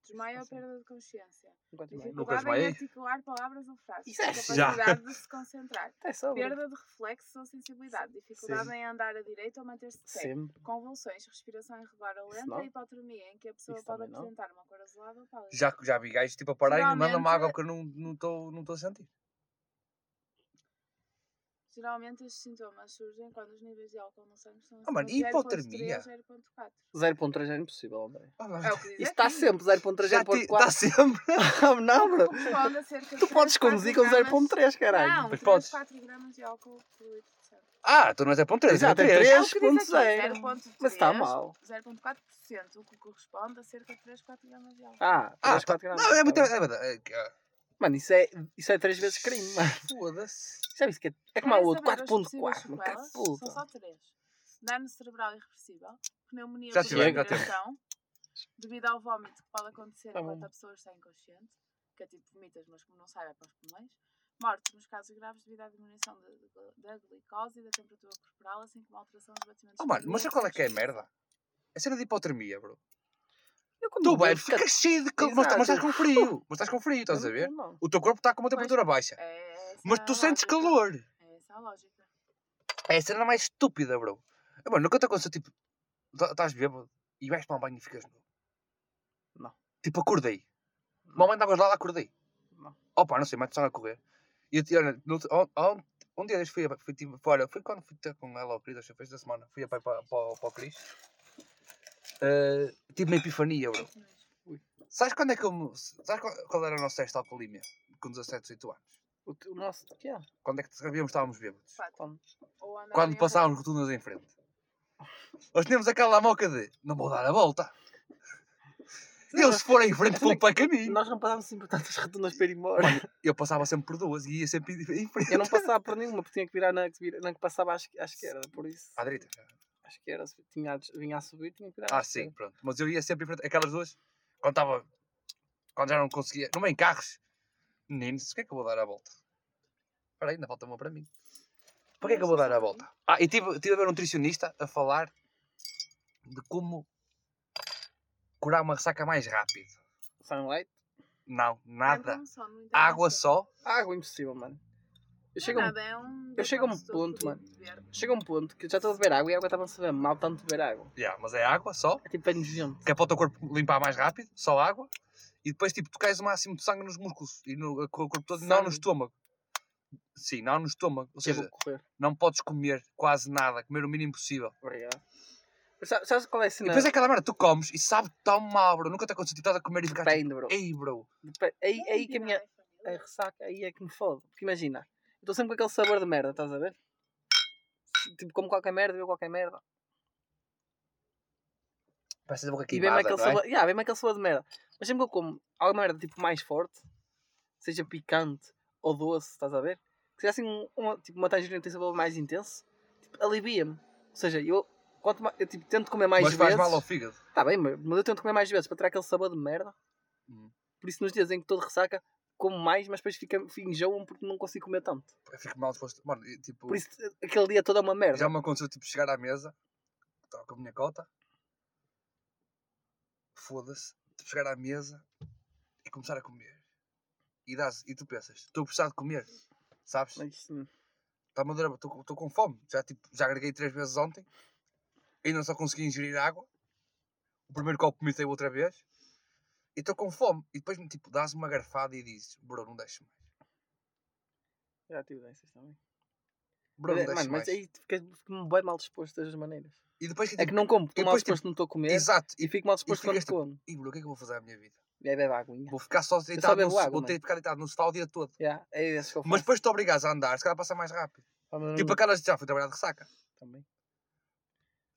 Speaker 4: Desmaio ou
Speaker 2: Assim.
Speaker 4: perda de consciência.
Speaker 2: Enquanto mais.
Speaker 3: Nunca
Speaker 4: Dificuldade em
Speaker 3: desmaiei.
Speaker 4: articular palavras ou frases.
Speaker 2: Isso é
Speaker 3: já.
Speaker 4: Capacidade de se concentrar.
Speaker 2: Até é sobre.
Speaker 4: Perda de reflexo ou sensibilidade. Dificuldade em andar à direita ou manter-se de pé.
Speaker 2: Sempre.
Speaker 4: Convulsões, respiração irregular ou
Speaker 2: Isso
Speaker 4: lenta
Speaker 2: não.
Speaker 4: e hipotermia, em que a pessoa
Speaker 2: Isso
Speaker 4: pode
Speaker 2: também não.
Speaker 4: apresentar uma cor azulada ou pálida.
Speaker 3: Já, já vi gajos tipo a parar e não mandam-me
Speaker 4: Geralmente-
Speaker 3: água porque eu não estou não tô- não tô a sentir.
Speaker 4: Geralmente estes sintomas surgem quando os níveis de álcool no sangue estão
Speaker 3: Ah, mano,
Speaker 4: acima de
Speaker 3: hipotermia?
Speaker 4: 0.3, 0.4.
Speaker 2: 0.3 é impossível, André.
Speaker 3: Ah, mano,
Speaker 4: É o que diz
Speaker 2: Isso tá está tá
Speaker 4: aqui.
Speaker 2: sempre 0.3,
Speaker 3: já é tá te- Está
Speaker 2: 0.4.
Speaker 3: sempre.
Speaker 2: Não, bro.
Speaker 4: Corresponde a cerca de
Speaker 2: Tu podes
Speaker 4: 3, 4
Speaker 2: conduzir com
Speaker 4: gramas-
Speaker 2: 0.3, caralho.
Speaker 4: Não,
Speaker 3: Pois
Speaker 4: 3,
Speaker 3: podes.
Speaker 4: 4 gramas de álcool por litro de sangue.
Speaker 3: Ah, tu não és a ponto 3.
Speaker 2: Exato, é 3. 3.0. Mas está mal.
Speaker 4: 0.4%, o que corresponde a cerca de 3, 4 gramas de álcool.
Speaker 2: Ah,
Speaker 3: Ah,
Speaker 2: 3,
Speaker 3: tá-
Speaker 2: 4 gramas.
Speaker 3: Não, é muito.
Speaker 2: tá bem.
Speaker 3: É, verdade, é, que- ah,
Speaker 2: Mano, isso é, isso é 3 vezes crime, mano.
Speaker 3: Foda-se.
Speaker 2: Já viste que é, é como a
Speaker 4: Querem
Speaker 2: outro,
Speaker 4: saber as possíveis
Speaker 2: 4.4. Mano, cara
Speaker 4: sequelas?
Speaker 2: de puta.
Speaker 4: São só 3. Dano cerebral irreversível, pneumonia
Speaker 3: Já
Speaker 4: por
Speaker 3: tivemos, já
Speaker 4: desidratação, devido ao vómito que pode acontecer
Speaker 2: Tá
Speaker 4: enquanto
Speaker 2: bom.
Speaker 4: a pessoa está inconsciente, que é tipo vomitas, mas como não sai, é para os pulmões. Morte nos casos graves devido à diminuição da- da- da glicose e da temperatura corporal, assim como a alteração dos batimentos
Speaker 3: Ah, mano, mas
Speaker 4: cardíacos
Speaker 3: sabe qual é
Speaker 4: e
Speaker 3: que é a
Speaker 4: respiração.
Speaker 3: merda? É cena de hipotermia, bro.
Speaker 2: Eu quando
Speaker 3: Tu
Speaker 2: bebo,
Speaker 3: bebes,
Speaker 2: fica-
Speaker 3: ficas cheio de calor, mas,
Speaker 2: Exato.
Speaker 3: mas estás com frio. Mas estás com frio, estás a ver?
Speaker 2: Eu não.
Speaker 3: O teu corpo está com uma
Speaker 4: Pois.
Speaker 3: temperatura baixa.
Speaker 4: É essa
Speaker 3: Mas
Speaker 4: a
Speaker 3: tu sentes
Speaker 4: lógica.
Speaker 3: calor.
Speaker 4: É essa a lógica.
Speaker 3: É a cena mais estúpida, bro. Ah, Mano, nunca te aconteceu, tipo, tá- estás bêbado e vais tomar banho e ficas nu.
Speaker 2: Não.
Speaker 3: Tipo, acordei. Mamãe dava lá, acordei.
Speaker 2: Não.
Speaker 3: Opa, não sei, mas estava a correr. E eu, te- olha, no, outro- on, on, um dia destes fui, a- fui, tipo, fui, olha, foi quando fui ter com ela ao Cris, acho que foi esta semana. Fui a pai para, para, o- para o Cris. Ah, tive uma epifania, bro.
Speaker 4: Mas,
Speaker 3: Sabes quando é que eu me... Sabes qual, qual era o nosso teste de alcoolemia? Com 17, 18 anos.
Speaker 2: O, te- o nosso, o que é?
Speaker 3: Quando é que sabíamos que estávamos bêbados?
Speaker 4: fato,
Speaker 2: Quando?
Speaker 3: é
Speaker 4: ou andar
Speaker 3: Quando
Speaker 4: em
Speaker 3: passávamos rotundas em frente. Nós tínhamos aquela moca de... Não vou dar a volta. Eles se forem em frente, vão para caminho.
Speaker 2: é Nós não passámos sempre por tantas rotundas para ir embora.
Speaker 3: Eu passava sempre por duas e ia sempre em frente.
Speaker 2: Eu não passava por nenhuma, porque tinha que virar na que, vira- na que passava à, esqui- à esquerda, por isso.
Speaker 3: À direita.
Speaker 2: À esquerda, se tinha a des- vinha a subir, tinha que virar à
Speaker 3: Ah, sim,
Speaker 2: esquerda.
Speaker 3: pronto. Mas eu ia sempre em frente. Aquelas duas, quando estava. Quando já não conseguia. Não vem carros. Meninos, o que é que eu vou dar a volta? Espera aí, ainda falta uma para mim. Para que é que eu vou dar a volta? Ah, e tive, tive a ver um nutricionista a falar de como curar uma ressaca mais rápido.
Speaker 2: Sunlight.
Speaker 3: Não,
Speaker 4: casa,
Speaker 3: nada.
Speaker 4: não só, não interessa.
Speaker 3: Água só.
Speaker 2: Água impossível, mano. Eu
Speaker 4: Não é
Speaker 2: chego, a um,
Speaker 4: nada, é um
Speaker 2: eu chego a um
Speaker 4: detox todo
Speaker 2: ponto,
Speaker 4: fodido
Speaker 2: mano.
Speaker 4: de beber.
Speaker 2: chego a um ponto que eu já estou a beber água e a água estava a saber mal tanto beber água.
Speaker 3: Yeah, mas é água só.
Speaker 2: É tipo é nojento.
Speaker 3: Que é para o teu corpo limpar mais rápido. Só água. E depois, tipo, tu cais o máximo de sangue nos músculos. E no eh, o corpo todo. Não no
Speaker 2: Sangue? Tipo
Speaker 3: estômago. Sim, não no estômago. Ou
Speaker 2: Eu
Speaker 3: seja,
Speaker 2: vou correr.
Speaker 3: não podes comer quase nada, comer o mínimo possível.
Speaker 2: Obrigado. Mas sa- sabes qual é a
Speaker 3: E
Speaker 2: cena?
Speaker 3: depois é aquela merda, tu comes e sabe tão mal, bro. Nunca te aconteceu, tipo, estás a comer e ficar tipo,
Speaker 2: Depende, bro.
Speaker 3: ei, bro.
Speaker 2: Depende. Aí,
Speaker 4: Não é
Speaker 2: aí que a minha
Speaker 4: vida, é
Speaker 2: a
Speaker 4: família.
Speaker 2: ressaca aí é que me fode. Porque imagina, eu estou sempre com aquele sabor de merda, estás a ver? Tipo, como qualquer merda, bebo qualquer merda.
Speaker 3: Parece a boca
Speaker 2: e bem-me
Speaker 3: queimada,
Speaker 2: aquele,
Speaker 3: não é?
Speaker 2: sabor, yeah, bem-me aquele sabor de merda. Mas sempre que eu como alguma merda tipo mais forte, seja picante ou doce, estás a ver? Que seja assim um- uma, tipo, uma tangerina que tem sabor mais intenso, tipo, alivia-me. Ou seja, eu, quanto ma- eu tipo, tento comer mais
Speaker 3: Mas faz
Speaker 2: vezes.
Speaker 3: mal ao fígado.
Speaker 2: Tá bem, mas mas eu tento comer mais vezes para ter aquele sabor de merda.
Speaker 3: Hum.
Speaker 2: Por isso nos dias em que estou de ressaca, como mais, mas depois fica, fico enjoo porque não consigo comer tanto.
Speaker 3: Eu fico mal disposto. Mano, e, tipo,
Speaker 2: Por isso eh, aquele dia todo é uma merda.
Speaker 3: já me aconteceu, tipo, chegar à mesa, estava com a minha cota, foda-se, tipo, chegar à mesa e começar a comer. E, dás, e tu pensas, estou a precisar de comer, sabes?
Speaker 2: Mas, hum,
Speaker 3: Está a doer, estou com fome. Já, tipo, já agreguei três vezes ontem. Ainda só consegui ingerir água. O primeiro copo vomitei outra vez. E estou com fome. E depois, me tipo, dás uma garfada e dizes, bro, não deixes mais.
Speaker 2: já tive dessas também.
Speaker 3: Bro,
Speaker 2: Mas,
Speaker 3: não
Speaker 2: é,
Speaker 3: deixes
Speaker 2: mano,
Speaker 3: é mais.
Speaker 2: mas aí fico-me bem mal disposto das maneiras.
Speaker 3: E depois, que,
Speaker 2: É
Speaker 3: tipo,
Speaker 2: que não como, estou
Speaker 3: e
Speaker 2: mal
Speaker 3: depois, tipo,
Speaker 2: disposto, não estou a comer.
Speaker 3: exato.
Speaker 2: E
Speaker 3: E,
Speaker 2: fico mal disposto quando
Speaker 3: ficas, tipo,
Speaker 2: como.
Speaker 3: e bro, o que é que eu vou fazer à minha vida?
Speaker 2: E aí bebe aguinha.
Speaker 3: Vou ficar só
Speaker 2: só
Speaker 3: deitado,
Speaker 2: bebo
Speaker 3: no, so-
Speaker 2: água,
Speaker 3: vou
Speaker 2: mano.
Speaker 3: ter de ficar deitado no sofá o dia todo.
Speaker 2: Yeah, é esses que eu faço.
Speaker 3: Mas depois tu obrigas a andar, se calhar passa mais rápido.
Speaker 2: Ah, mas não-
Speaker 3: Tipo, aquelas já fui trabalhar de ressaca.
Speaker 2: também.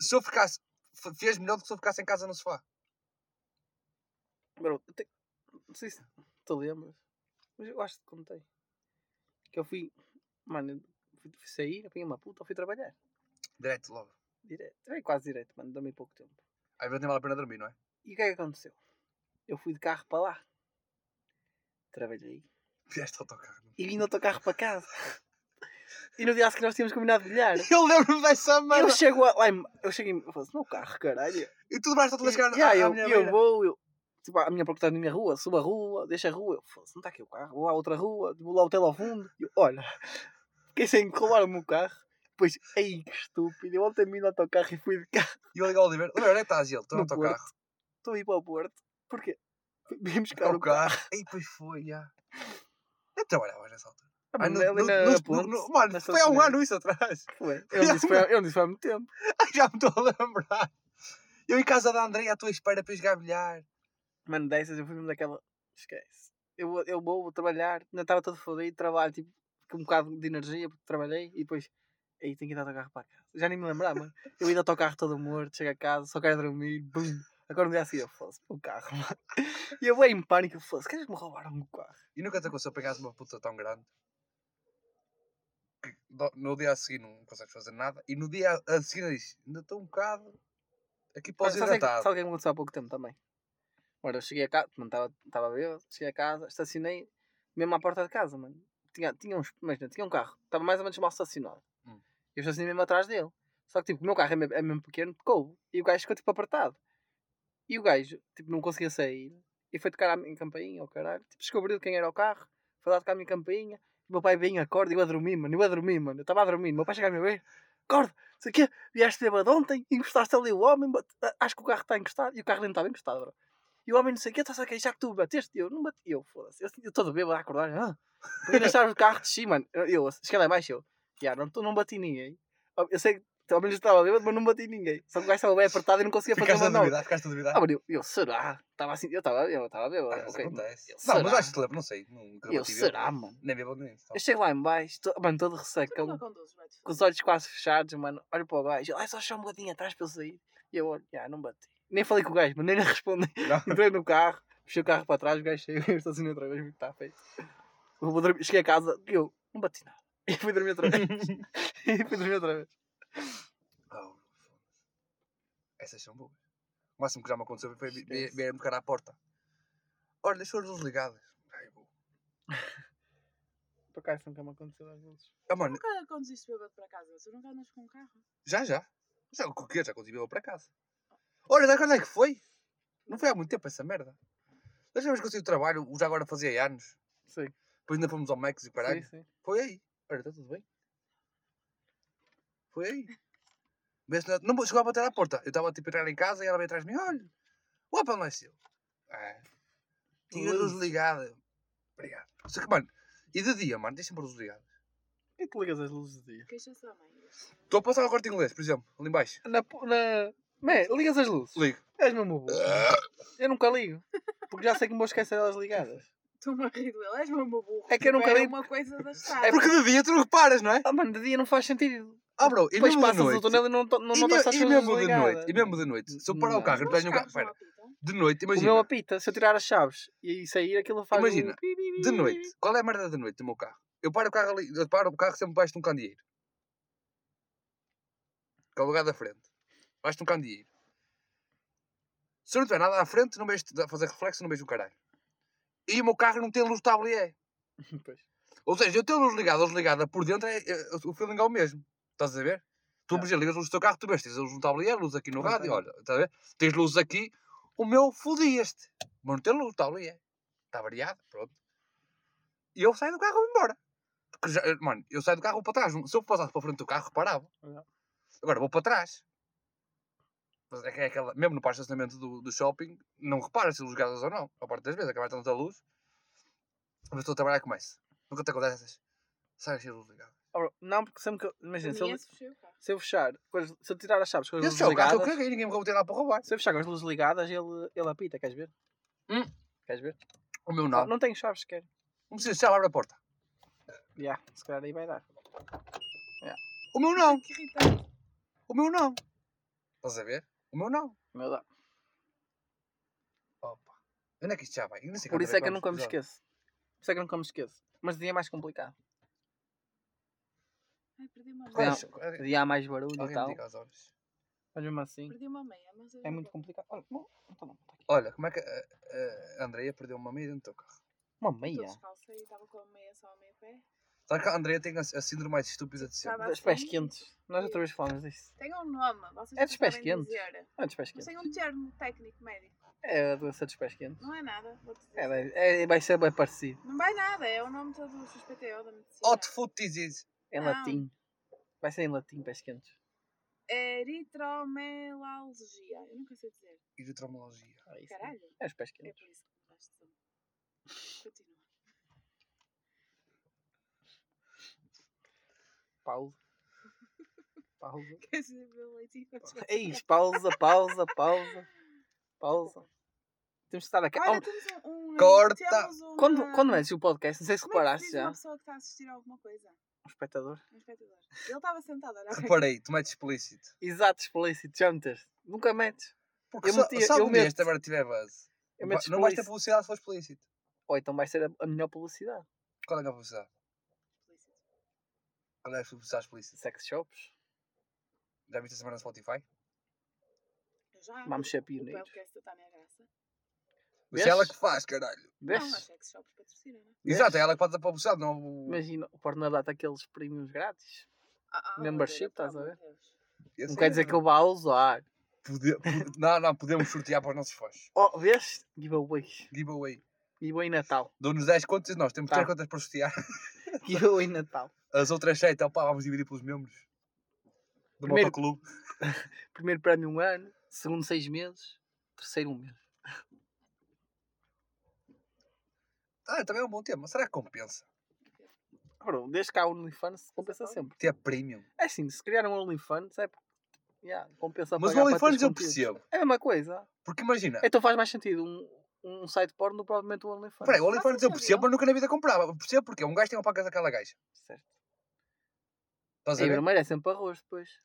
Speaker 3: Se eu ficasse, f- fez melhor do que se eu ficasse em casa no sofá.
Speaker 2: Bro, eu te- não sei se te lembras, mas eu acho que te contei. Que eu fui, mano, eu fui, fui sair, apanhei uma puta, fui trabalhar.
Speaker 3: Direto, logo.
Speaker 2: Direto, é quase direto, mano, dá-me pouco tempo.
Speaker 3: Às vezes nem vale a pena dormir, não é?
Speaker 2: E o que é que aconteceu? Eu fui de carro para lá. Trabalhei.
Speaker 3: Vieste ao autocarro. é?
Speaker 2: E vim no autocarro para casa. E no dia a seguir nós tínhamos combinado de bilhar.
Speaker 3: Eu lembro-me dessa
Speaker 2: E eu
Speaker 3: merda.
Speaker 2: chego lá, lá em- eu chego em. Eu falo assim, meu carro, caralho.
Speaker 3: E tu demoraste a todas as caras.
Speaker 2: Yeah,
Speaker 3: à- à
Speaker 2: eu,
Speaker 3: minha
Speaker 2: eu
Speaker 3: beira.
Speaker 2: vou, eu, tipo, a minha porta está na minha rua, subo a rua, deixo a rua, eu, foda-se, não está aqui o carro, vou lá a outra rua, vou lá o hotel ao fundo, e eu, olha, fiquei sem colar o meu carro, depois, ei, que estúpido, eu ontem vim no autocarro e fui de carro
Speaker 3: E eu ligo ao Oliveira. Oliveira, onde é que estás, ele? Estou no
Speaker 2: no Porto, tá
Speaker 3: autocarro.
Speaker 2: estou a ir para o Porto, porquê? Vimos buscar
Speaker 3: Ao
Speaker 2: o carro,
Speaker 3: carro. Ei, pois foi, já. Eu trabalhava nessa altura.
Speaker 2: Ah,
Speaker 3: Ai,
Speaker 2: mano,
Speaker 3: no-
Speaker 2: ali
Speaker 3: no-
Speaker 2: na-
Speaker 3: no-
Speaker 2: na
Speaker 3: no-
Speaker 2: ponte,
Speaker 3: no- Mano,
Speaker 2: na
Speaker 3: foi há um
Speaker 2: estacioneira.
Speaker 3: ano um isso atrás.
Speaker 2: Foi, Eu não disse foi há- eu não disse foi há muito tempo.
Speaker 3: Ai, já me estou a lembrar. Eu em casa da André à tua espera para jogar bilhar.
Speaker 2: Mano, dessas eu fui mesmo daquela, esquece, eu, vou- eu vou trabalhar, ainda estava todo fodido, trabalho, tipo, com um bocado de energia, porque trabalhei, e depois... Aí tenho que ir de autocarro para casa. Já nem me lembrava, mano. Eu ia de autocarro todo morto, chego a casa, só quero dormir, bum. Agora no dia assim, eu fosse o carro, mano. E eu em pânico, eu fosse, queres que me roubaram o carro?
Speaker 3: E nunca te aconteceu pegares uma puta tão grande que do- no dia a seguir não consegues fazer nada e no dia a seguir diz ainda estou um bocado aqui para os
Speaker 2: Olha, sabe, sabe o
Speaker 3: hidratados.
Speaker 2: que é que me aconteceu há pouco tempo também? Ora, eu cheguei a casa, mano, estava- estava bêbado, cheguei a casa, estacionei mesmo à porta de casa, mano. Tinha, tinha uns, imagina, tinha um carro, estava mais ou menos mal estacionado.
Speaker 3: Hum.
Speaker 2: Eu estacionei mesmo atrás dele. Só que, tipo, o meu carro é mesmo, é mesmo pequeno, couve. E o gajo ficou, tipo, apertado. E o gajo, tipo, não conseguia sair. E foi tocar à minha campainha, ao caralho. Tipo, descobriu quem era o carro, foi lá tocar a minha campainha. O meu pai vinha, acorda, e eu a dormir, mano, eu a dormir, mano. Eu estava a dormir, o meu pai chegava a me ver, acorda, não sei o quê vieste bêbado ontem, encostaste ali o homem, bate- a- acho que o carro está encostado e o carro nem estava encostado, bro. E o homem não sei o que, está-se a queixar que tu bateste. E eu não bati, eu foda-se, eu, eu todo bêbado a acordar, ah, peguei na chave do carro, desci, mano. Eu- Eu, escalei mais, eu, já, não, tu não bati ninguém. Ó, Eu sei que ao menos estava bêbado, mas não bati ninguém. Só que o gajo estava bem apertado e não conseguia fazer
Speaker 3: Ficaste a
Speaker 2: uma nova.
Speaker 3: duvidar, ficaste a duvidar.
Speaker 2: Ah, mano, eu, eu será? Estava assim, eu estava eu estava bêbado,
Speaker 3: Ah, mas
Speaker 2: ok.
Speaker 3: acontece.
Speaker 2: eu
Speaker 3: Não, mas
Speaker 2: será?
Speaker 3: acho que te lembro, não sei. Nunca
Speaker 2: Eu
Speaker 3: bati bêbado.
Speaker 2: será, mano?
Speaker 3: Nem bebo nem. então. só.
Speaker 2: Eu chego lá em baixo, to- mano, todo
Speaker 4: Tu
Speaker 2: ressecão
Speaker 4: nunca conduzes, vai-te
Speaker 2: com os
Speaker 4: foder.
Speaker 2: olhos quase fechados, mano. Olho para o gajo, ai, só chama um bocadinho atrás para eu sair. E eu olho, ah, não bati. Nem falei com o gajo, mas nem lhe respondi.
Speaker 3: Não.
Speaker 2: Entrei no carro, puxei o carro para trás, o gajo saiu, eu estacionei outra vez, muito está feito. Eu vou dormir- Cheguei a casa, e eu, não bati nada. E fui dormir outra vez. e fui dormir outra vez.
Speaker 3: Oh, foda-se. Essas são boas. O máximo que já me aconteceu foi vi- vi-
Speaker 2: Esquece.
Speaker 3: vieram tocar à porta. Olha, deixou as luzes ligadas. Ai, vou.
Speaker 2: Por acaso nunca me aconteceu às vezes.
Speaker 3: Ah, mano,
Speaker 4: Nunca conduziste bêbado para casa, tu nunca andas com um carro.
Speaker 3: já, já. Já o que já consegui para casa. Olha, da quando é que foi? Não foi há muito tempo essa merda. Da última vez que eu saí do trabalho, o já agora fazia anos.
Speaker 2: Sim,
Speaker 3: Depois ainda fomos ao Max e o caralho.
Speaker 2: sim, sim.
Speaker 3: Foi aí. Olha, está tudo bem? Foi aí. Mas não, não chegou a bater à porta. Eu estava tipo a entrar em casa e ela veio atrás de mim. Olha, o Opel não é seu. Ah. Tinha a luz ligada. Obrigado. Só que, mano, e de dia, mano, deixa-me a luz ligada.
Speaker 2: E tu ligas as luzes do dia?
Speaker 4: Queixa-se da mãe.
Speaker 3: Estou a passar ao corte inglês, por exemplo, ali em baixo.
Speaker 2: Na. po- na... Man, ligas as luzes.
Speaker 3: Ligo.
Speaker 2: És mesmo burro. Eu nunca ligo. Porque já sei que me vou esquecer delas ligadas.
Speaker 4: Estou-me a rir dele, és mesmo burro.
Speaker 2: É que eu nunca
Speaker 4: é
Speaker 2: vi-
Speaker 4: uma coisa da
Speaker 3: É
Speaker 4: estrada.
Speaker 3: porque de dia tu não reparas, não é?
Speaker 2: Ah, mano, de dia não faz sentido.
Speaker 3: Ah, bro, e
Speaker 2: Depois
Speaker 3: mesmo de
Speaker 2: passas o
Speaker 3: noite.
Speaker 2: túnel e não, to- não
Speaker 3: e,
Speaker 2: notas
Speaker 3: me-
Speaker 2: as
Speaker 3: e
Speaker 2: coisas
Speaker 3: mesmo de noite, e mesmo de noite. Se eu parar o
Speaker 2: Não.
Speaker 3: carro e não tiver nenhum carro. Pera, de noite,
Speaker 2: O meu é
Speaker 3: imagina.
Speaker 2: apita, se eu tirar as chaves e sair, aquilo faz. um
Speaker 3: Imagina,
Speaker 2: pi, pi, pi,
Speaker 3: De
Speaker 2: pi,
Speaker 3: noite. Qual é a merda de noite do meu carro? Eu paro o carro ali, eu paro o carro sempre baixo de um candeeiro. Que é o lugar da frente. Baixo de um candeeiro. Se eu não tiver nada à frente, não vejo a fazer reflexo, não vejo o caralho. E o meu carro não tem luz de tablier.
Speaker 2: pi. Pois.
Speaker 3: Ou seja, eu tenho luz ligada, luz ligada por dentro, é, é- o feeling é o mesmo. Estás a ver? Tu, por
Speaker 2: Ah.
Speaker 3: exemplo, ligas a luz do teu carro, tu vês, tens a luz no tablier, luz aqui no
Speaker 2: Não
Speaker 3: rádio,
Speaker 2: tem.
Speaker 3: olha, estás a ver? Tens luzes aqui, o meu fodias-te. Mas não tem luz no tablier. Está variado, pronto. E eu saio do carro e vou embora. Porque já, mano, eu saio do carro e vou para trás. Se eu passasse para a frente do carro, parava.
Speaker 2: Ah.
Speaker 3: Agora vou para trás. Mas é que é aquela, mesmo no par de estacionamento do, do shopping, não reparas se luz ligadas ou não. A parte das vezes, acaba tanta luz. Mas estou a trabalhar com isso. Nunca te acontece essas. Sai a luz ligada.
Speaker 2: Ora, Ah, não, porque sempre que eu. Imagina, se eu,
Speaker 4: Ninguém se fechou o carro.
Speaker 2: se eu fechar, com as- se eu tirar as chaves com as
Speaker 3: Esse
Speaker 2: luzes
Speaker 3: é o carro, eu
Speaker 2: ligadas.
Speaker 3: caguei, ninguém me roubou lá para roubar.
Speaker 2: Se eu fechar com as luzes ligadas, ele, ele apita, queres ver?
Speaker 3: Hum.
Speaker 2: Queres ver?
Speaker 3: O meu
Speaker 2: Não,
Speaker 3: não. Não
Speaker 2: não tenho chaves sequer.
Speaker 3: precisa de chave, abre a porta.
Speaker 2: Já, se calhar aí vai dar.
Speaker 3: O meu não,
Speaker 4: Que irritante.
Speaker 3: o meu não. Estás a ver? O meu não.
Speaker 2: Meu dá.
Speaker 3: Opa. Onde é que isto já vai? Eu nem sei
Speaker 2: Por
Speaker 3: quando
Speaker 2: isso é
Speaker 3: que
Speaker 2: que eu
Speaker 3: vamos
Speaker 2: nunca me
Speaker 3: precisar.
Speaker 2: esqueço. Por isso é que eu nunca me esqueço. Mas de dia é mais complicado.
Speaker 4: Ai, perdi uma
Speaker 2: Não.
Speaker 4: meia.
Speaker 3: Deixa-
Speaker 2: De dia há mais barulho e
Speaker 3: Alguém
Speaker 2: tal.
Speaker 3: me diga as horas.
Speaker 2: Mas mesmo assim,
Speaker 4: Perdi uma meia, mas eu
Speaker 2: é
Speaker 4: já
Speaker 2: muito
Speaker 4: vou.
Speaker 2: complicado. Olha, bom, então não, tá aqui.
Speaker 3: Olha, como é que eh, a, a Andreia perdeu uma meia dentro do teu carro?
Speaker 2: Uma
Speaker 4: Estou
Speaker 2: meia.
Speaker 4: descalça e estava com a meia só ao meio pé.
Speaker 3: Só que a Andrea tem a, a síndrome mais estúpida de sempre.
Speaker 4: Sabe?
Speaker 2: Dos pés quentes. Nós outra vez falamos disso.
Speaker 4: Tem um nome, vocês
Speaker 2: É dos
Speaker 4: não
Speaker 2: pés
Speaker 4: sabem
Speaker 2: quentes.
Speaker 4: dizer.
Speaker 2: Não, dos pés quentes.
Speaker 4: Mas tem um termo técnico médico.
Speaker 2: É a doença dos pés quentes.
Speaker 4: Não é nada, vou te dizer.
Speaker 2: É, vai- é, vai ser bem parecido.
Speaker 4: Não vai nada, é o nome todo XPTO da medicina.
Speaker 3: Hot foot disease.
Speaker 2: Em
Speaker 4: Não.
Speaker 2: latim. Vai ser em latim, pés quentes.
Speaker 4: Eritromelalgia. Eu nunca sei dizer.
Speaker 3: Eritromologia.
Speaker 2: É isso.
Speaker 4: Caralho.
Speaker 2: É os pés
Speaker 4: É
Speaker 2: quentes.
Speaker 4: por isso que me mudaste de nome. Continua.
Speaker 2: Pausa. Pausa.
Speaker 4: Queres dizer meu leitinho?
Speaker 2: Eis, É pausa, pausa, pausa. Pausa. Temos que estar aqui.
Speaker 4: Olha,
Speaker 2: Oh,
Speaker 4: temos um. um
Speaker 3: Corta!
Speaker 4: Temos uma...
Speaker 2: quando, quando metes o podcast, não sei se
Speaker 4: Como é que
Speaker 2: reparaste
Speaker 4: se diz
Speaker 2: já.
Speaker 4: uma pessoa que está a assistir a alguma coisa?
Speaker 2: Um espectador.
Speaker 4: Um espectador. Ele estava sentado, olha. ok.
Speaker 3: Reparei, tu metes explícito.
Speaker 2: Exato, explícito, já meteste. Nunca metes.
Speaker 3: Porque
Speaker 2: Eu
Speaker 3: só,
Speaker 2: meti-
Speaker 3: só
Speaker 2: eu
Speaker 3: um mês
Speaker 2: meto.
Speaker 3: também tiver base.
Speaker 2: Eu
Speaker 3: Ba-
Speaker 2: meto
Speaker 3: não vais ter
Speaker 2: explícito.
Speaker 3: publicidade se for explícito.
Speaker 2: Ou então vai ser a, a melhor publicidade.
Speaker 3: Qual é que é a publicidade? Qual é a publicidade explícita?
Speaker 2: Sex shops.
Speaker 3: Já viste a semana no Spotify?
Speaker 4: Eu já.
Speaker 2: Vamos ser
Speaker 4: O
Speaker 2: pioneiros.
Speaker 4: podcast está na graça.
Speaker 3: Mas é ela que faz, caralho.
Speaker 4: Não, mas
Speaker 2: Vês?
Speaker 4: é que só por patrocínio, não é?
Speaker 2: Vês?
Speaker 3: Exato, é ela que faz a publicidade, não o-
Speaker 2: Imagina, o Pornhub dá-te aqueles prémios grátis.
Speaker 4: Ah, ah,
Speaker 2: Membership,
Speaker 4: Madeira,
Speaker 2: estás a
Speaker 4: pelo
Speaker 2: ver?
Speaker 4: amor de Deus.
Speaker 3: Esse
Speaker 2: Não
Speaker 3: é-
Speaker 2: quer dizer que eu vá a usar.
Speaker 3: Pode- pode- Não, não, podemos sortear para os nossos fãs.
Speaker 2: Oh, vês? Giveaways.
Speaker 3: Giveaway.
Speaker 2: Giveaway Natal.
Speaker 3: Dão-nos 10 contas e nós temos
Speaker 2: Tá.
Speaker 3: 3 contas para sortear.
Speaker 2: Giveaway Natal.
Speaker 3: As outras 7, opá, vamos dividir pelos membros. Do
Speaker 2: Primeiro-
Speaker 3: motoclube.
Speaker 2: Primeiro prémio um ano. Segundo seis meses. Terceiro um mês.
Speaker 3: Ah, também é um bom tema. Será que compensa?
Speaker 2: Ora, desde que há OnlyFans, compensa sempre.
Speaker 3: Ter premium.
Speaker 2: É assim, se criar um OnlyFans, é porque. Yeah, compensa
Speaker 3: Mas
Speaker 2: pagar para
Speaker 3: o
Speaker 2: ter
Speaker 3: OnlyFans eu
Speaker 2: conteúdos.
Speaker 3: percebo.
Speaker 2: É a mesma coisa.
Speaker 3: Porque imagina,
Speaker 2: Então faz mais sentido um, um site porno do que provavelmente o OnlyFans.
Speaker 3: peraí, o
Speaker 4: Mas
Speaker 3: OnlyFans
Speaker 4: vocês
Speaker 3: eu percebo,
Speaker 4: sabiam?
Speaker 3: mas nunca na vida comprava. Eu Percebo porque um gajo tem uma paca daquela gaja.
Speaker 2: Certo.
Speaker 3: Estás a
Speaker 2: Aí
Speaker 3: ver?
Speaker 2: vermelho é sempre arroz depois.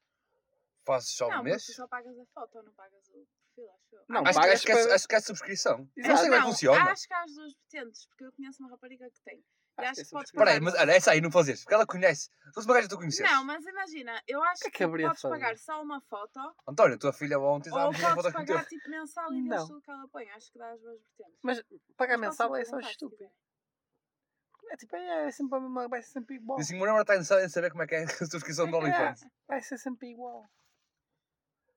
Speaker 3: Fazes só um
Speaker 4: Não, mas tu
Speaker 3: mês?
Speaker 4: só pagas a foto, não pagas o perfil, acho eu.
Speaker 2: Não,
Speaker 3: Acho que,
Speaker 2: pagas
Speaker 3: acho, que é,
Speaker 2: para-
Speaker 3: acho que é subscrição. Eu
Speaker 2: Exato.
Speaker 3: não sei como é que
Speaker 4: Não,
Speaker 3: funciona.
Speaker 4: Acho que há as duas vertentes, porque eu conheço uma rapariga que tem. E acho
Speaker 2: que é
Speaker 4: que podes
Speaker 2: subscrição.
Speaker 4: pagar.
Speaker 3: Peraí, mas olha, essa aí não fazes, porque ela conhece. Se fosse uma gaja que tu conheces.
Speaker 4: Não, mas imagina, eu
Speaker 2: é
Speaker 4: acho
Speaker 2: que é
Speaker 4: que,
Speaker 2: que haveria de
Speaker 4: podes
Speaker 2: fazer?
Speaker 4: pagar só uma foto
Speaker 3: António, tua filha ontem
Speaker 4: ou
Speaker 3: estávamos a fotos
Speaker 4: podes
Speaker 3: com o teu.
Speaker 4: pagar tipo mensal e vês
Speaker 2: Não.
Speaker 4: tudo que ela põe. Acho que dá as duas vertentes.
Speaker 2: Mas pagar
Speaker 4: Mas
Speaker 2: mensal
Speaker 4: posso
Speaker 2: é só
Speaker 4: perguntar, se
Speaker 2: estúpido.
Speaker 4: quiserem.
Speaker 2: É tipo, é, é sempre a mesma, vai ser sempre igual.
Speaker 3: E assim, o meu namorado está interessado em saber como é que é a subscrição do OnlyFans.
Speaker 2: É, vai ser sempre igual.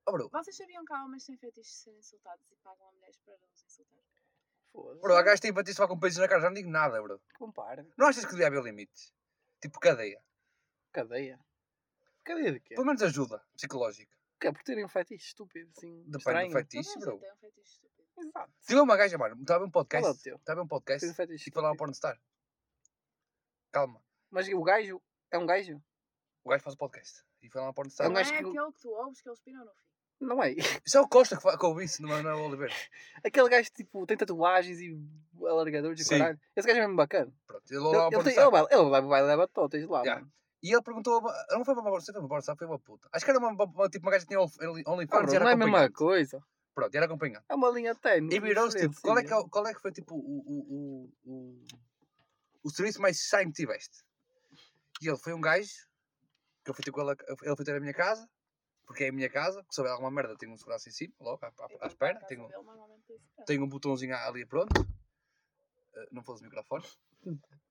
Speaker 3: Oh, bro,
Speaker 4: Vocês sabiam que há homens sem fetiches de serem insultados e pagam a mulheres para os insultar?
Speaker 3: bro, há
Speaker 2: Foda-se.
Speaker 3: gajos que têm patins lá com peitos na cara, já não digo nada, bro.
Speaker 2: Compara.
Speaker 3: Não achas que devia haver limites? Tipo cadeia.
Speaker 2: Cadeia. Cadeia de quê?
Speaker 3: Pelo menos ajuda psicológica.
Speaker 2: Porque é por terem um fetiche estúpido, assim.
Speaker 3: Depende
Speaker 2: estranho.
Speaker 3: do
Speaker 4: Toda
Speaker 3: fetiche,
Speaker 4: a
Speaker 3: bro.
Speaker 4: gente tem um fetiche estúpido.
Speaker 2: Exato.
Speaker 3: Tive uma gaja, mano, estava a ver um
Speaker 2: Qual é o
Speaker 3: podcast.
Speaker 2: teu?
Speaker 3: Estava a ver um
Speaker 2: Tens um
Speaker 3: podcast.
Speaker 2: fetiche
Speaker 3: E falava
Speaker 2: estúpido.
Speaker 3: pornstar. Calma,
Speaker 2: Mas o gajo é um gajo?
Speaker 3: o gajo faz o podcast. E foi lá na pornstar.
Speaker 2: É um
Speaker 4: Não é
Speaker 2: gajo que-
Speaker 4: aquele que tu ouves que eles piram no fim.
Speaker 2: Não é?
Speaker 3: Isso é o Costa que, fa- que ouve isso é, no Manuel Oliveira.
Speaker 2: Aquele gajo tipo tem tatuagens e alargadores e
Speaker 3: Sim.
Speaker 2: caralho. Esse gajo é mesmo bacana.
Speaker 3: Pronto, ele
Speaker 2: Ele,
Speaker 3: lá ao
Speaker 2: ele, tem,
Speaker 3: pornstar.
Speaker 2: ele vai, ele vai, vai levar todo, tens lá.
Speaker 3: Yeah.
Speaker 2: mano.
Speaker 3: E ele perguntou, a uma- não foi uma bolsa, foi uma bolsa, foi uma puta. Acho que era uma, uma- tipo, uma gaja que tinha only-
Speaker 2: Ah,
Speaker 3: OnlyFans
Speaker 2: bro,
Speaker 3: e era
Speaker 2: não é a mesma
Speaker 3: acompanhante.
Speaker 2: coisa.
Speaker 3: Pronto, e era acompanhante.
Speaker 2: É uma linha técnica.
Speaker 3: E virou-se tipo, qual é, que é,
Speaker 2: diferencinha.
Speaker 3: o- qual é que foi tipo o, o, o, o, o serviço mais estranho que tiveste? E ele foi um gajo que eu fui ter com ele, a- ele foi ter a minha casa, porque é a minha casa, que se houver alguma merda tenho um segurança em cima, logo à, à, à
Speaker 4: Eu, por
Speaker 3: espera,
Speaker 4: acaso,
Speaker 3: tenho,
Speaker 4: dele, normalmente, tem esse
Speaker 3: tenho um botãozinho ali pronto, Eh, não fosse o microfone.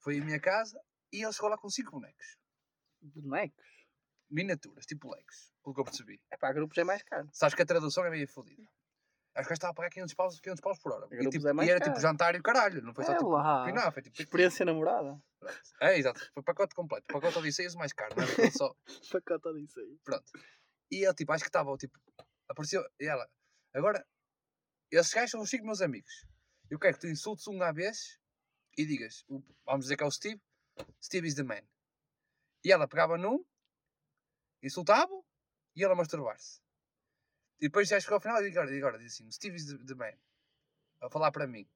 Speaker 3: Foi a minha casa e ele chegou lá com cinco bonecos, é
Speaker 2: Bonecos.
Speaker 3: miniaturas, tipo Legos, pelo que eu percebi.
Speaker 2: É pá, grupos é mais caro.
Speaker 3: Sabes que a tradução é meio fodida. Acho que estava a pagar 500 paus, 500 paus por hora. E,
Speaker 2: Grupos
Speaker 3: tipo,
Speaker 2: é mais
Speaker 3: e era tipo
Speaker 2: caro.
Speaker 3: jantar e o caralho, não foi só
Speaker 2: É
Speaker 3: tipo
Speaker 2: lá.
Speaker 3: pinar, foi tipo
Speaker 2: Experiência namorada.
Speaker 3: Pronto. É, exato. Foi pacote completo. Pacote Odisseias mais caro, não é? Porque ele Só...
Speaker 2: Pacota disso aí.
Speaker 3: Pronto. E ele, tipo, acho que estava, tipo, apareceu, e ela, agora, esses gajos são os cinco meus amigos. Eu quero que tu insultes um à vez e digas, o- vamos dizer que é o Steve, Steve is the man. E ela pegava num, insultava e ela masturbar-se. E depois já chegou ao final e agora, e agora diz assim, Steve is the, the man. A falar para mim.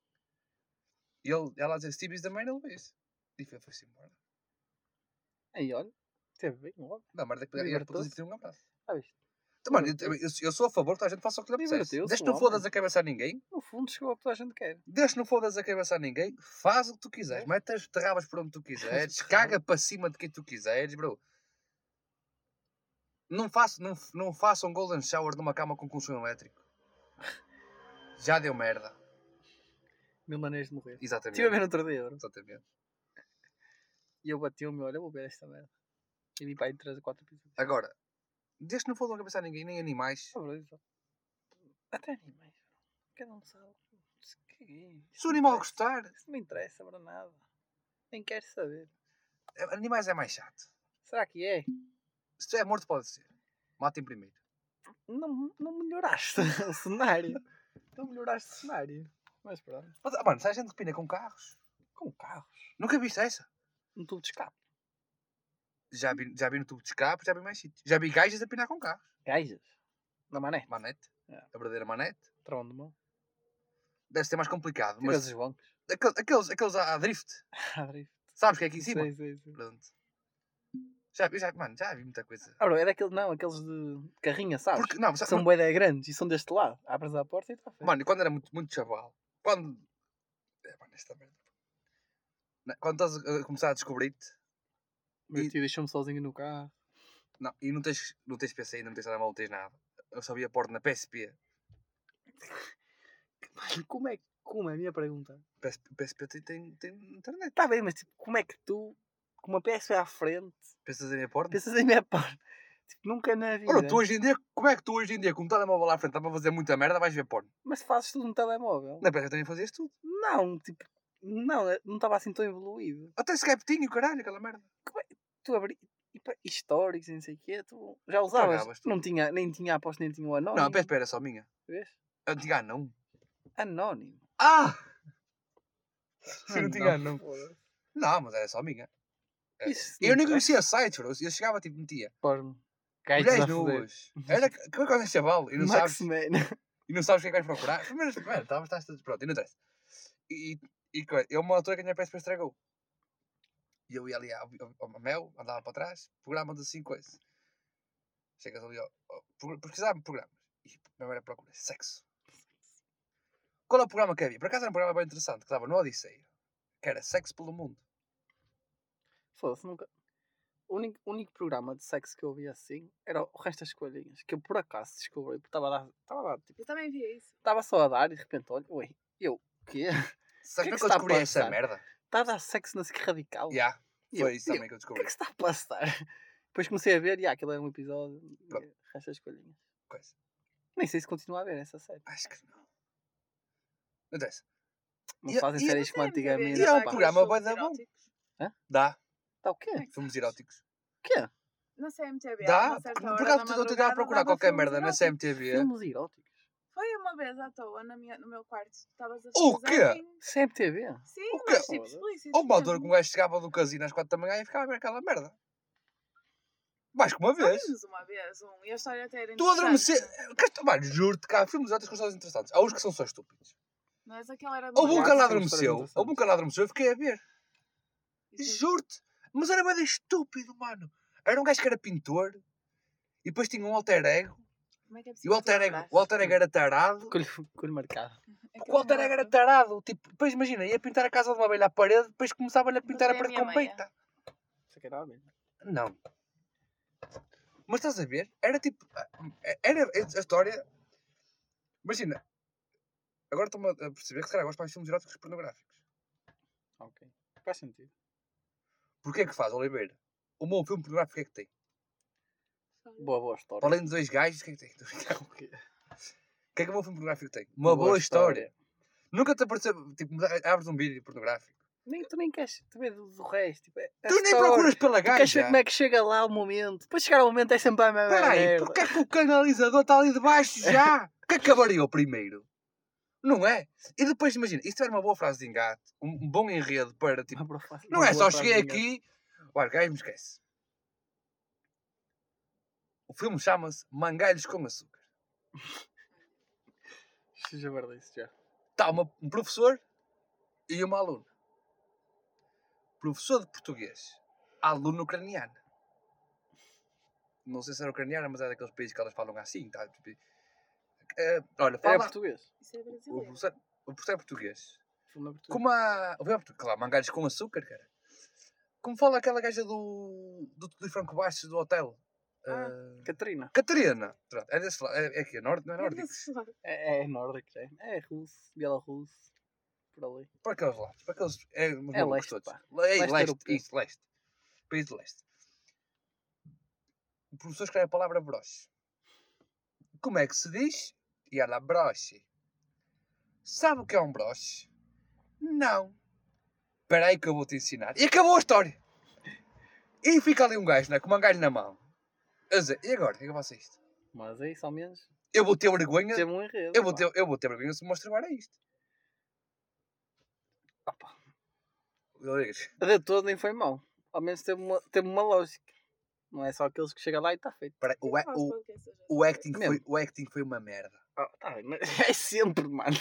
Speaker 3: E ele, ela a dizer, Steve is the man, ele fez. E foi- foi-se embora.
Speaker 2: Aí olha, teve bem, óbvio.
Speaker 3: Não, merda que podia
Speaker 2: Libertou-se.
Speaker 3: produzir um abraço.
Speaker 2: Ah, viste?
Speaker 3: Então, mano, eu,
Speaker 2: Libertou-se.
Speaker 3: eu- eu sou a favor que toda a gente faça o que lhe apetece.
Speaker 2: Libertou-se,
Speaker 3: Desde que
Speaker 2: o
Speaker 3: não
Speaker 2: homem.
Speaker 3: fodas a cabeça a ninguém,
Speaker 2: No fundo chegou a que toda a gente quer.
Speaker 3: desde que não fodas a cabeça a ninguém, faz o que tu quiseres. Mete as terrabas por onde tu quiseres, caga para cima de quem tu quiseres, bro. Não, faço, não, não façam um golden shower numa cama com colchão elétrico. Já deu merda.
Speaker 2: Mil maneiras de morrer.
Speaker 3: Exatamente.
Speaker 2: Estive a ver no outro dia, bro.
Speaker 3: Exatamente.
Speaker 2: E eu bati o meu, olha, eu vou ver esta merda. E vi para aí 3 ou 4 episódios.
Speaker 3: Agora, desde que não for logo a pensar ninguém, nem animais.
Speaker 2: Ah, bro, isso. Até animais, bro. Cada um sabe. Isso que é isso?
Speaker 3: Se
Speaker 2: não
Speaker 3: o animal
Speaker 2: interessa.
Speaker 3: gostar,
Speaker 2: Isso não me interessa para nada. Nem quero saber.
Speaker 3: eh, animais é mais chato.
Speaker 2: Será que é?
Speaker 3: Se tu é morto, pode ser. Matem primeiro.
Speaker 2: Não, não melhoraste o cenário. Não melhoraste o cenário. Mas pronto.
Speaker 3: Mas, ah, mano, sai gente que pina com carros.
Speaker 2: Com carros.
Speaker 3: Nunca viste essa?
Speaker 2: Um tubo de escape.
Speaker 3: Já vi, já vi no tubo de escape, já vi mais sítios. Já vi gajas a pinar com carros.
Speaker 2: Gajas. Na manete.
Speaker 3: Manete.
Speaker 2: É.
Speaker 3: A verdadeira manete.
Speaker 2: Trão de mão.
Speaker 3: Deve ser mais complicado.
Speaker 2: Tiras
Speaker 3: Mas
Speaker 2: os bancos.
Speaker 3: aquel- aqueles, aqueles a, a drift.
Speaker 2: Ah, drift.
Speaker 3: Sabes que é aqui em cima?
Speaker 2: Sim, sim, sim.
Speaker 3: Pronto. Já, vi- já, mano, já vi muita coisa.
Speaker 2: Ah, bro, é daquele, não, aqueles de de carrinha, sabes?
Speaker 3: Porque, não,
Speaker 2: Que
Speaker 3: sabe-
Speaker 2: são boedas grandes e são deste lado. Abres a porta e está feito.
Speaker 3: Mano, quando era muito, muito chaval, quando. É, mano, esta merda. Na- Quando estás a a começar a descobrir-te
Speaker 2: Meu
Speaker 3: e-
Speaker 2: tio deixou-me sozinho no carro.
Speaker 3: não, e não tens, não tens PC ainda, não tens telemóvel, não tens nada. Eu só vi a porta na PSP.
Speaker 2: Mano, como é, como é a minha pergunta?
Speaker 3: PSP, PSP tem, tem, tem internet.
Speaker 2: Está bem, mas tipo, como é que tu, com uma PSP à frente,
Speaker 3: Pensas em minha porta?
Speaker 2: pensas em minha porta? Tipo, nunca na vida.
Speaker 3: Ora, tu hoje em dia, como é que tu hoje em dia, com um telemóvel lá à frente, dá para fazer muita merda, vais ver porno?
Speaker 2: Mas fazes tudo no telemóvel?
Speaker 3: Na PSP também fazias tudo.
Speaker 2: Não, tipo, não, não estava assim tão evoluído.
Speaker 3: Até Skype tinha, o caralho, aquela merda.
Speaker 2: Tu abri e pá, históricos e não sei o quê, tu já usavas.
Speaker 3: Pagavas tudo.
Speaker 2: Não tinha, nem tinha aposto, nem tinha o anónimo.
Speaker 3: Não, a PSP era só minha.
Speaker 2: Vês?
Speaker 3: Eu não tinha anão.
Speaker 2: Anónimo.
Speaker 3: Ah! Sim, não tinha anão.
Speaker 2: foda-se.
Speaker 3: Não, mas era só minha.
Speaker 2: Isso
Speaker 3: Eu nem
Speaker 2: nunca.
Speaker 3: conhecia sites, bro. Eu chegava, tipo, metia.
Speaker 2: Porno.
Speaker 3: Mulheres nuas. Era que coisa chaval. E não, sabes,
Speaker 2: Maxman.
Speaker 3: e não sabes o que é que vais procurar. Mas, mano, estavas, estás tudo pronto. E não interessa. E, e, co- e uma altura que a minha PSP estragou. E eu ia ali ao, ao, ao Mel, andava para trás, programa de cinco coisas. Chegas ali ao. ao pro- pesquisava programas. E primeiro era procura sexo. Qual é o programa que havia? Por acaso era um programa bem interessante que estava no Odisseia. Que era Sexo pelo Mundo.
Speaker 2: Foda-se, nunca. O único, o único programa de sexo que eu vi assim era o resto das coelhinhas, que eu por acaso descobri, porque estava lá, estava lá, tipo,
Speaker 4: Eu também via isso.
Speaker 2: estava só a dar e de repente olho, ui, eu, o quê? que que
Speaker 3: Sabes como é que eu
Speaker 2: está a
Speaker 3: descobri essa
Speaker 2: passar?
Speaker 3: merda?
Speaker 2: Está a dar sexo na SIC radical?
Speaker 3: Já,
Speaker 2: E eu,
Speaker 3: foi isso
Speaker 2: e eu,
Speaker 3: também que eu
Speaker 2: O que é
Speaker 3: descobri.
Speaker 2: que se está a passar? Depois comecei a ver, e ah, aquilo era um episódio,
Speaker 3: Pronto.
Speaker 2: e resto das coelhinhas.
Speaker 3: Coisa.
Speaker 2: Nem sei se continua a ver essa série.
Speaker 3: Acho que não. Não interessa.
Speaker 2: Não
Speaker 3: E-
Speaker 2: fazem
Speaker 3: e-
Speaker 2: séries como
Speaker 4: Mas devem haver,
Speaker 2: antigamente.
Speaker 3: E é um
Speaker 4: pá,
Speaker 2: pá.
Speaker 3: programa
Speaker 4: aqueles
Speaker 3: bué da
Speaker 4: filmes
Speaker 3: bom.
Speaker 4: eróticos. é?
Speaker 3: Dá.
Speaker 2: Tá o quê? O
Speaker 3: Filmes eróticos.
Speaker 2: quê?
Speaker 3: É.
Speaker 4: Na CMTV.
Speaker 3: Dá.
Speaker 4: é uma certa
Speaker 3: Por
Speaker 4: hora da
Speaker 3: acaso eu tentava
Speaker 4: madrugada,
Speaker 3: procurar
Speaker 4: dava
Speaker 3: qualquer
Speaker 4: filmes
Speaker 3: merda na
Speaker 4: eróticos.
Speaker 3: CMTV.
Speaker 2: Filmes eróticos.
Speaker 4: tipo, Foi uma vez à toa na minha, no meu quarto. Estavas a
Speaker 3: O
Speaker 4: pesquisar
Speaker 3: quê?
Speaker 4: em-
Speaker 2: CMTV?
Speaker 4: Sim,
Speaker 3: O
Speaker 4: mas
Speaker 2: quê?
Speaker 4: tipo explícitos.
Speaker 3: Ou uma altura que um
Speaker 4: mesmo.
Speaker 3: gajo chegava do casino às quatro da manhã e ficava a ver aquela merda. Mais que uma
Speaker 4: Só
Speaker 3: vez. um
Speaker 4: vimos uma vez um. E a história até era
Speaker 3: Tu adormeci.
Speaker 4: interessante.
Speaker 3: Cast- Mano, juro-te que há filmes eróticos com histórias interessantes. Há uns que são só estúpidos.
Speaker 4: Mas aquela era de
Speaker 3: Houve um
Speaker 2: há
Speaker 3: que
Speaker 4: madrugada.
Speaker 3: ela
Speaker 2: sim, histórias
Speaker 3: adormeceu.
Speaker 2: interessantes.
Speaker 3: Houve um que ela adormeceu. Eu fiquei a ver.
Speaker 4: Isso- é
Speaker 3: Juro-te. Mas era bem estúpido, mano. Era um gajo que era pintor. E depois tinha um alter ego.
Speaker 4: Como é que é
Speaker 3: E
Speaker 4: possível É
Speaker 3: o alter
Speaker 4: tu
Speaker 3: ego,
Speaker 4: lembrares?
Speaker 3: o alter ego era tarado.
Speaker 2: Colho, colho marcado.
Speaker 4: Aquele
Speaker 3: O alter ego era
Speaker 4: relato.
Speaker 3: tarado. Tipo, depois imagina, ia pintar a casa de uma abelha à parede, depois começava-lhe a pintar a
Speaker 4: é a
Speaker 3: parede
Speaker 4: minha
Speaker 3: com
Speaker 4: mãe, é?
Speaker 3: peita.
Speaker 2: Isso aqui era a né? mesma.
Speaker 3: Não. Mas estás a ver? Era tipo. Era a história. Imagina. Agora estou-me a perceber que se calhar gosto mais de filmes eróticos que pornográficos.
Speaker 2: Ok. Faz sentido.
Speaker 3: Porquê que faz, Oliveira? Um bom filme pornográfico o que é que tem?
Speaker 2: Boa, boa história.
Speaker 3: Para além de dois gajos, o que é que tem? O
Speaker 2: O quê?
Speaker 3: que é que um bom filme pornográfico tem? Uma boa, história. Nunca te apareceu. Tipo, abres um vídeo pornográfico.
Speaker 2: Nem, tu nem queres saber do, do resto. Tipo, é, é
Speaker 3: Tu nem
Speaker 2: história.
Speaker 3: procuras pela
Speaker 2: Tu queres ver
Speaker 3: gaja.
Speaker 2: como é que chega lá o momento. Depois de chegar ao momento é sempre a mesma
Speaker 3: Peraí,
Speaker 2: merda.
Speaker 3: porque é que o canalizador está ali debaixo já? que acabaria o primeiro? Não é? E depois imagina, e se tiver uma boa frase de engate, um, um bom enredo para tipo.
Speaker 2: Uma boa frase-
Speaker 3: Não
Speaker 2: uma
Speaker 3: é
Speaker 2: boa
Speaker 3: só
Speaker 2: frase
Speaker 3: cheguei
Speaker 2: de engate.
Speaker 3: aqui. Olha, o gajo me esquece. O filme chama-se Mangalhos com Açúcar.
Speaker 2: Seja verdade isso já.
Speaker 3: Está uma- um professor e uma aluna. Professor de português. Aluna ucraniana. Não sei se era ucraniana, mas é daqueles países que elas falam assim. Tá? Tipo, eh, olha,
Speaker 2: Era
Speaker 3: fala.
Speaker 2: É português.
Speaker 4: Isso é
Speaker 3: O
Speaker 4: brasileiro.
Speaker 3: professor, o professor é português.
Speaker 2: Filme é português.
Speaker 3: Como a. O professor, claro, mangalhos com açúcar, cara. Como fala aquela gaja do. do, do Franco Baixo do hotel.
Speaker 4: Ah.
Speaker 3: eh,
Speaker 2: Catarina.
Speaker 3: Catarina. Pronto, é desse lado. É, é aqui, é norte, não é
Speaker 4: Era
Speaker 3: nórdico?
Speaker 4: desse lado.
Speaker 2: É, é nórdico, já. É russo. Bielorrusso. Por ali.
Speaker 3: Para aqueles lados. Para aqueles. É, uns
Speaker 2: É
Speaker 3: malucos
Speaker 2: leste,
Speaker 3: todos.
Speaker 2: pá.
Speaker 3: Le- É
Speaker 2: Leste
Speaker 3: leste,
Speaker 2: europeu.
Speaker 3: isso, leste. país de leste. O professor escreve a palavra broche. Como é que se diz? E ela, broche. Sabe o que é um broche? Não. Espera aí que eu vou te ensinar. E acabou a história. E fica ali um gajo, né? Com um galho na mão. A dizer, e agora? O que é que eu faço a isto?
Speaker 2: Mas é isso, ao menos.
Speaker 3: Eu vou ter vergonha.
Speaker 2: Teve um enredo.
Speaker 3: Eu vou
Speaker 2: pá.
Speaker 3: ter, eu vou ter vergonha se me masturbar a isto.
Speaker 2: Opa.
Speaker 3: Rodrigues,
Speaker 2: A de todo nem foi mau. Ao menos teve uma, teve uma lógica. Não é só aqueles que chega lá e está feito.
Speaker 3: espera aí, o,
Speaker 4: é
Speaker 3: a- o, o, acting foi, o acting foi uma merda.
Speaker 2: Ah, tá bem, mas é sempre, mano.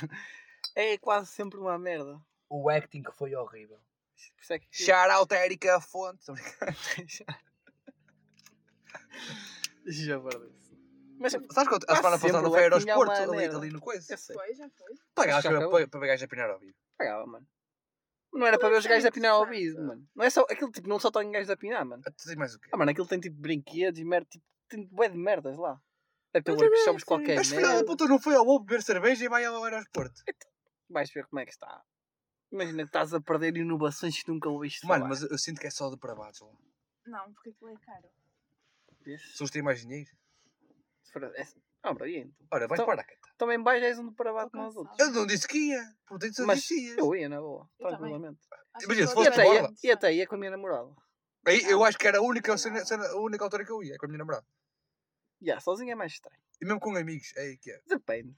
Speaker 2: É quase sempre uma merda.
Speaker 3: O acting foi horrível.
Speaker 2: Por isso é que
Speaker 3: Shout out a Erika Fonte. Tô brincando.
Speaker 2: já perdeu-se. Mas é
Speaker 3: Sabes quanto? A
Speaker 2: Quase Tá
Speaker 3: semana passada
Speaker 2: sempre
Speaker 3: não foi
Speaker 2: o acting é
Speaker 3: aeroporto
Speaker 2: uma
Speaker 3: ali,
Speaker 2: merda.
Speaker 3: ali no coisa.
Speaker 2: eu sei,
Speaker 4: Foi, já foi.
Speaker 3: Pagaste
Speaker 2: Já
Speaker 3: para
Speaker 2: acabou.
Speaker 3: para gajos a pinar ao vivo.
Speaker 2: pagava, mano. Não era para ver os gajos a pinar ao ouvido, mano. Não é só, aquilo tipo, não só tem gajos a pinar, mano.
Speaker 3: Ah, Tu tens mais o quê?
Speaker 2: Ah, mano, aquilo tem tipo brinquedos e merda, tipo, tem bué de merdas lá. É Deve ter
Speaker 4: Mas
Speaker 2: workshops
Speaker 4: agora,
Speaker 2: qualquer
Speaker 3: Mas
Speaker 2: merda.
Speaker 3: filha da puta um não foi ao Lobo beber cerveja e vai ao aeroporto.
Speaker 2: Vais ver como é que está. Imagina que estás a perder inovações que nunca ouviste
Speaker 3: Mano,
Speaker 2: falar.
Speaker 3: mas eu sinto que é só depravados lá.
Speaker 4: Não, porque aquilo é caro.
Speaker 2: Vês?
Speaker 3: Se eles têm mais dinheiro.
Speaker 2: É- Ah, bro, e então?
Speaker 3: Ora, vais
Speaker 2: Então-
Speaker 3: para a cata.
Speaker 2: Também baixo és um depravado
Speaker 4: Tô
Speaker 2: como os
Speaker 4: cansada.
Speaker 2: outros.
Speaker 3: Eu não disse que ia. Portanto, tu
Speaker 2: Mas
Speaker 3: disse que ia.
Speaker 2: eu ia, na boa.
Speaker 4: Eu também.
Speaker 2: Tranquilamente.
Speaker 4: Acho
Speaker 3: Imagina,
Speaker 4: que
Speaker 3: se
Speaker 2: E
Speaker 3: fosse
Speaker 4: toda
Speaker 2: até,
Speaker 4: a
Speaker 3: para
Speaker 2: ia,
Speaker 4: gente
Speaker 2: e até
Speaker 4: sabe.
Speaker 2: ia com a minha namorada.
Speaker 3: Aí, eu
Speaker 4: Ah.
Speaker 3: acho que era a única, cena- cena- a única altura que eu ia, é com a minha namorada.
Speaker 2: Yeah, sozinho é mais estranho.
Speaker 3: E mesmo com amigos. É aí que é.
Speaker 2: Depende.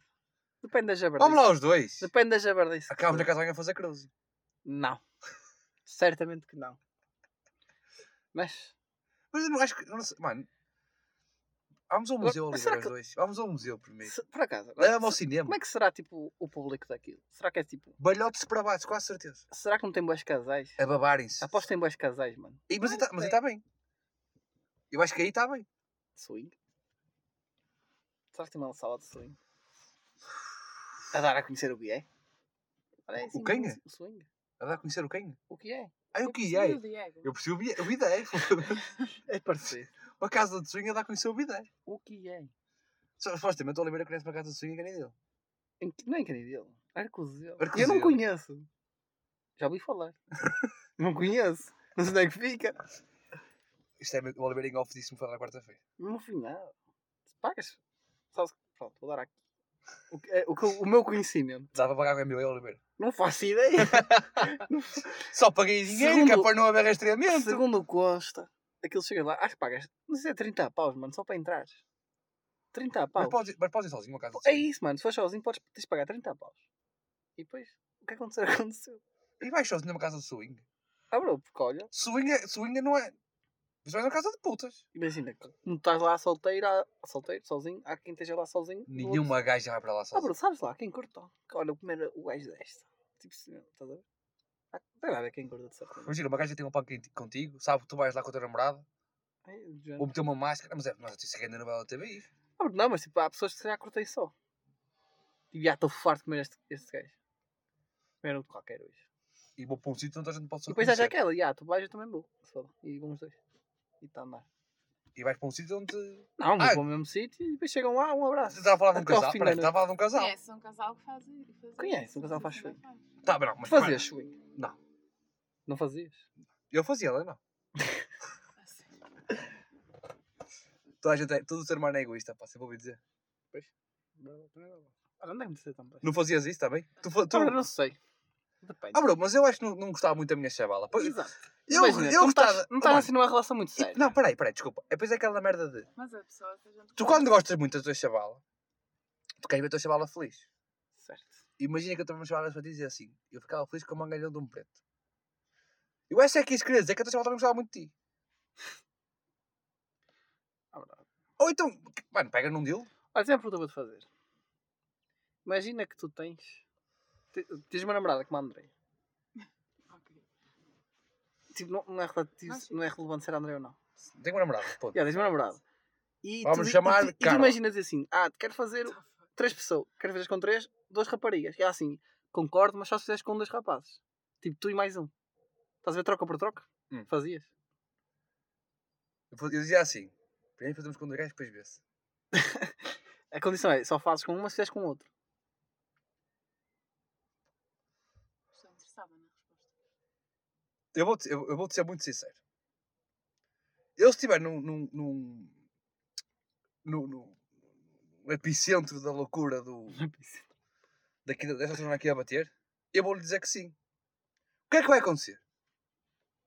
Speaker 2: Depende da jabardice.
Speaker 3: Vamos lá os dois.
Speaker 2: Depende da jabardice. que
Speaker 3: Acabamos na
Speaker 2: for.
Speaker 3: casanha a fazer cruz.
Speaker 2: Não. Certamente que não. Mas.
Speaker 3: Mas eu não acho que. eu não sei, mano. Vamos ao
Speaker 2: Mas-
Speaker 3: museu
Speaker 2: mas
Speaker 3: ali,
Speaker 2: será
Speaker 3: os
Speaker 2: que-
Speaker 3: dois. Vamos ao museu primeiro.
Speaker 2: se- por acaso. agora,
Speaker 3: Leva-me ao
Speaker 2: se-
Speaker 3: cinema.
Speaker 2: como é que será tipo o público daquilo? Será que é tipo.
Speaker 3: Balhote-se para baixo, quase certeza.
Speaker 2: Será que não tem boas casais?
Speaker 3: A babarem-se.
Speaker 2: Aposto que é. tem boas casais, mano.
Speaker 3: E- Mas aí
Speaker 4: Não
Speaker 3: tá- mas aí
Speaker 4: sei.
Speaker 3: está bem. Eu acho que aí está bem.
Speaker 2: Swing. Será que tem uma sala de swing? A dar a conhecer o que é? Olha, é assim,
Speaker 3: quem é?
Speaker 2: O swing.
Speaker 3: A dar a conhecer o quem?
Speaker 2: O que é?
Speaker 3: Ah, o
Speaker 4: Eu
Speaker 3: que
Speaker 4: percebi
Speaker 3: é?
Speaker 4: o Diego.
Speaker 3: Eu percebi o Bidé. O Bidé. foda-se.
Speaker 2: É parecido.
Speaker 3: Uma casa de swing a dar a conhecer o Bidé.
Speaker 2: O que é?
Speaker 3: Só- Supostamente o Oliveira conhece uma casa de swing que nem dele.
Speaker 2: Em que- Não é em Canidelo. Arcozeu. Eu
Speaker 3: Arcozelo.
Speaker 2: não conheço. Já ouvi falar. não conheço. Não sei onde é que fica.
Speaker 3: Isto é meu- o Oliveira em off disse-me foi lá na quarta-feira.
Speaker 2: Não fui nada. Se pagas. Sabes que. Pronto, vou dar aqui. O, que é- o, que eu- o meu conhecimento.
Speaker 3: Dava para pagar o meu, é Oliveira.
Speaker 2: Não faço ideia.
Speaker 3: Só paguei dinheiro, que é
Speaker 2: Segundo-
Speaker 3: para não haver rastreamento.
Speaker 2: Segundo consta, aquilo chega lá. Acho que pagas. Não sei, é 30 paus, mano, só para entrar. 30
Speaker 3: Mas
Speaker 2: paus.
Speaker 3: podes, mas podes ir sozinho a uma casa de
Speaker 2: É
Speaker 3: swing.
Speaker 2: isso, mano. Se fores sozinho, podes tens de pagar 30 paus. E depois, o que aconteceu? Aconteceu.
Speaker 3: E vais sozinho numa casa de swing.
Speaker 2: Ah, bro, porque olha,
Speaker 3: Swing, é- swing não é. Mas vais a uma casa de putas.
Speaker 2: Imagina, que não estás lá solteiro, há- solteiro, sozinho, há quem esteja lá sozinho. do outro-
Speaker 3: Nenhuma gaja vai para lá
Speaker 2: Ah, bro,
Speaker 3: sozinha.
Speaker 2: sabes lá, quem cortou? Olha, como era o gajo desta. Tipo assim, estás a ver? Ah, Há- Deve haver quem corta de certeza.
Speaker 3: Imagina, uma gaja tem um pão quente contigo, sabe que tu vais lá com a tua namorada,
Speaker 2: É, do género.
Speaker 3: ou meteu uma máscara, mas é, mas isso é grande novela da TVI.
Speaker 2: Ah, bro, não, mas tipo, há pessoas que se calhar cortei só. E já estou farto de comer este, este gajo. Comer um de qualquer hoje.
Speaker 3: E vou para um sítio onde a gente pode
Speaker 2: E
Speaker 3: se
Speaker 2: depois há já
Speaker 3: reconhecer.
Speaker 2: aquela, já, tu vais, eu também vou. Se foda. E vamos dois. E está a andar.
Speaker 3: E vais para um sítio onde.
Speaker 2: Não,
Speaker 3: Ah.
Speaker 2: mas vão ao mesmo sítio e depois chegam lá, um abraço.
Speaker 3: Você estava a falar de um
Speaker 2: Até ao
Speaker 3: casal,
Speaker 2: fim
Speaker 3: peraí,
Speaker 2: da
Speaker 3: estava a falar de um casal. é?
Speaker 4: Conhece um casal que faz isso. faz
Speaker 2: Conhece
Speaker 4: isso,
Speaker 2: um casal que faz
Speaker 4: isso,
Speaker 2: swing.
Speaker 3: Tá, não, mas.
Speaker 2: Tu fazias swing?
Speaker 3: Não.
Speaker 2: Não fazias?
Speaker 3: Eu fazia, ela não.
Speaker 4: Ah, sim.
Speaker 3: Toda a gente é, todo o ser humano é egoísta, pá, sempre ouvi dizer.
Speaker 2: Olha, não é muito também.
Speaker 3: Não fazias isso também? Tu, fa- tu...
Speaker 2: Ora, Ah, não sei. Depende.
Speaker 3: Ah, bro, mas eu acho que não, não gostava muito da minha chavala. Pois-
Speaker 2: Exato.
Speaker 3: Eu,
Speaker 2: Imagina,
Speaker 3: eu
Speaker 2: não
Speaker 3: gostava.
Speaker 2: estás- Não
Speaker 3: Oh,
Speaker 2: estás
Speaker 3: mano,
Speaker 2: assim numa relação muito
Speaker 3: e-
Speaker 2: séria.
Speaker 3: Não, peraí, peraí, desculpa. É depois é aquela merda de.
Speaker 4: Mas a pessoa que a gente.
Speaker 3: Tu quando gostas muito da tua chavala, tu queres ver a tua chavala feliz.
Speaker 2: Certo.
Speaker 3: Imagina que eu também me chamava para dizer assim, eu ficava feliz com o mangalhão de um preto. Eu acho é que isso queria dizer que a tua chavala também gostava muito de ti.
Speaker 2: Ah, verdade.
Speaker 3: Ou então, que- mano, pega num deal.
Speaker 2: Olha, sempre o que eu vou-te fazer. Imagina que tu tens... te- Tens uma namorada como a André.
Speaker 4: Ok.
Speaker 2: Tipo, não, não é, relativo-
Speaker 4: Ah, sim.
Speaker 2: não é relevante ser André ou não.
Speaker 3: Tenho uma namorada, pô.
Speaker 2: Já, tens uma namorada. E
Speaker 3: Vamos
Speaker 2: tu, di-
Speaker 3: chamar
Speaker 2: E tu, e tu
Speaker 3: Carla. Então,
Speaker 2: imaginas assim, ah, quero fazer três pessoas. Quero fazer com três, duas raparigas. E é assim, concordo, mas só se fizeres com dois rapazes. Tipo, tu e mais um. Estás a ver troca por troca?
Speaker 3: Hum.
Speaker 2: Fazias.
Speaker 3: Eu fa- eu dizia assim, primeiro fazemos com dois gajos, depois vê-se.
Speaker 2: A condição é, só fazes com uma se fizeres com outra.
Speaker 4: Estou interessada na resposta.
Speaker 3: Eu vou-te eu, eu vou ser muito sincero. Eu se estiver num, num, num, num, num- num epicentro da loucura do, daqui, da- desta zona aqui a bater, eu vou-lhe dizer que sim. O que é que vai acontecer?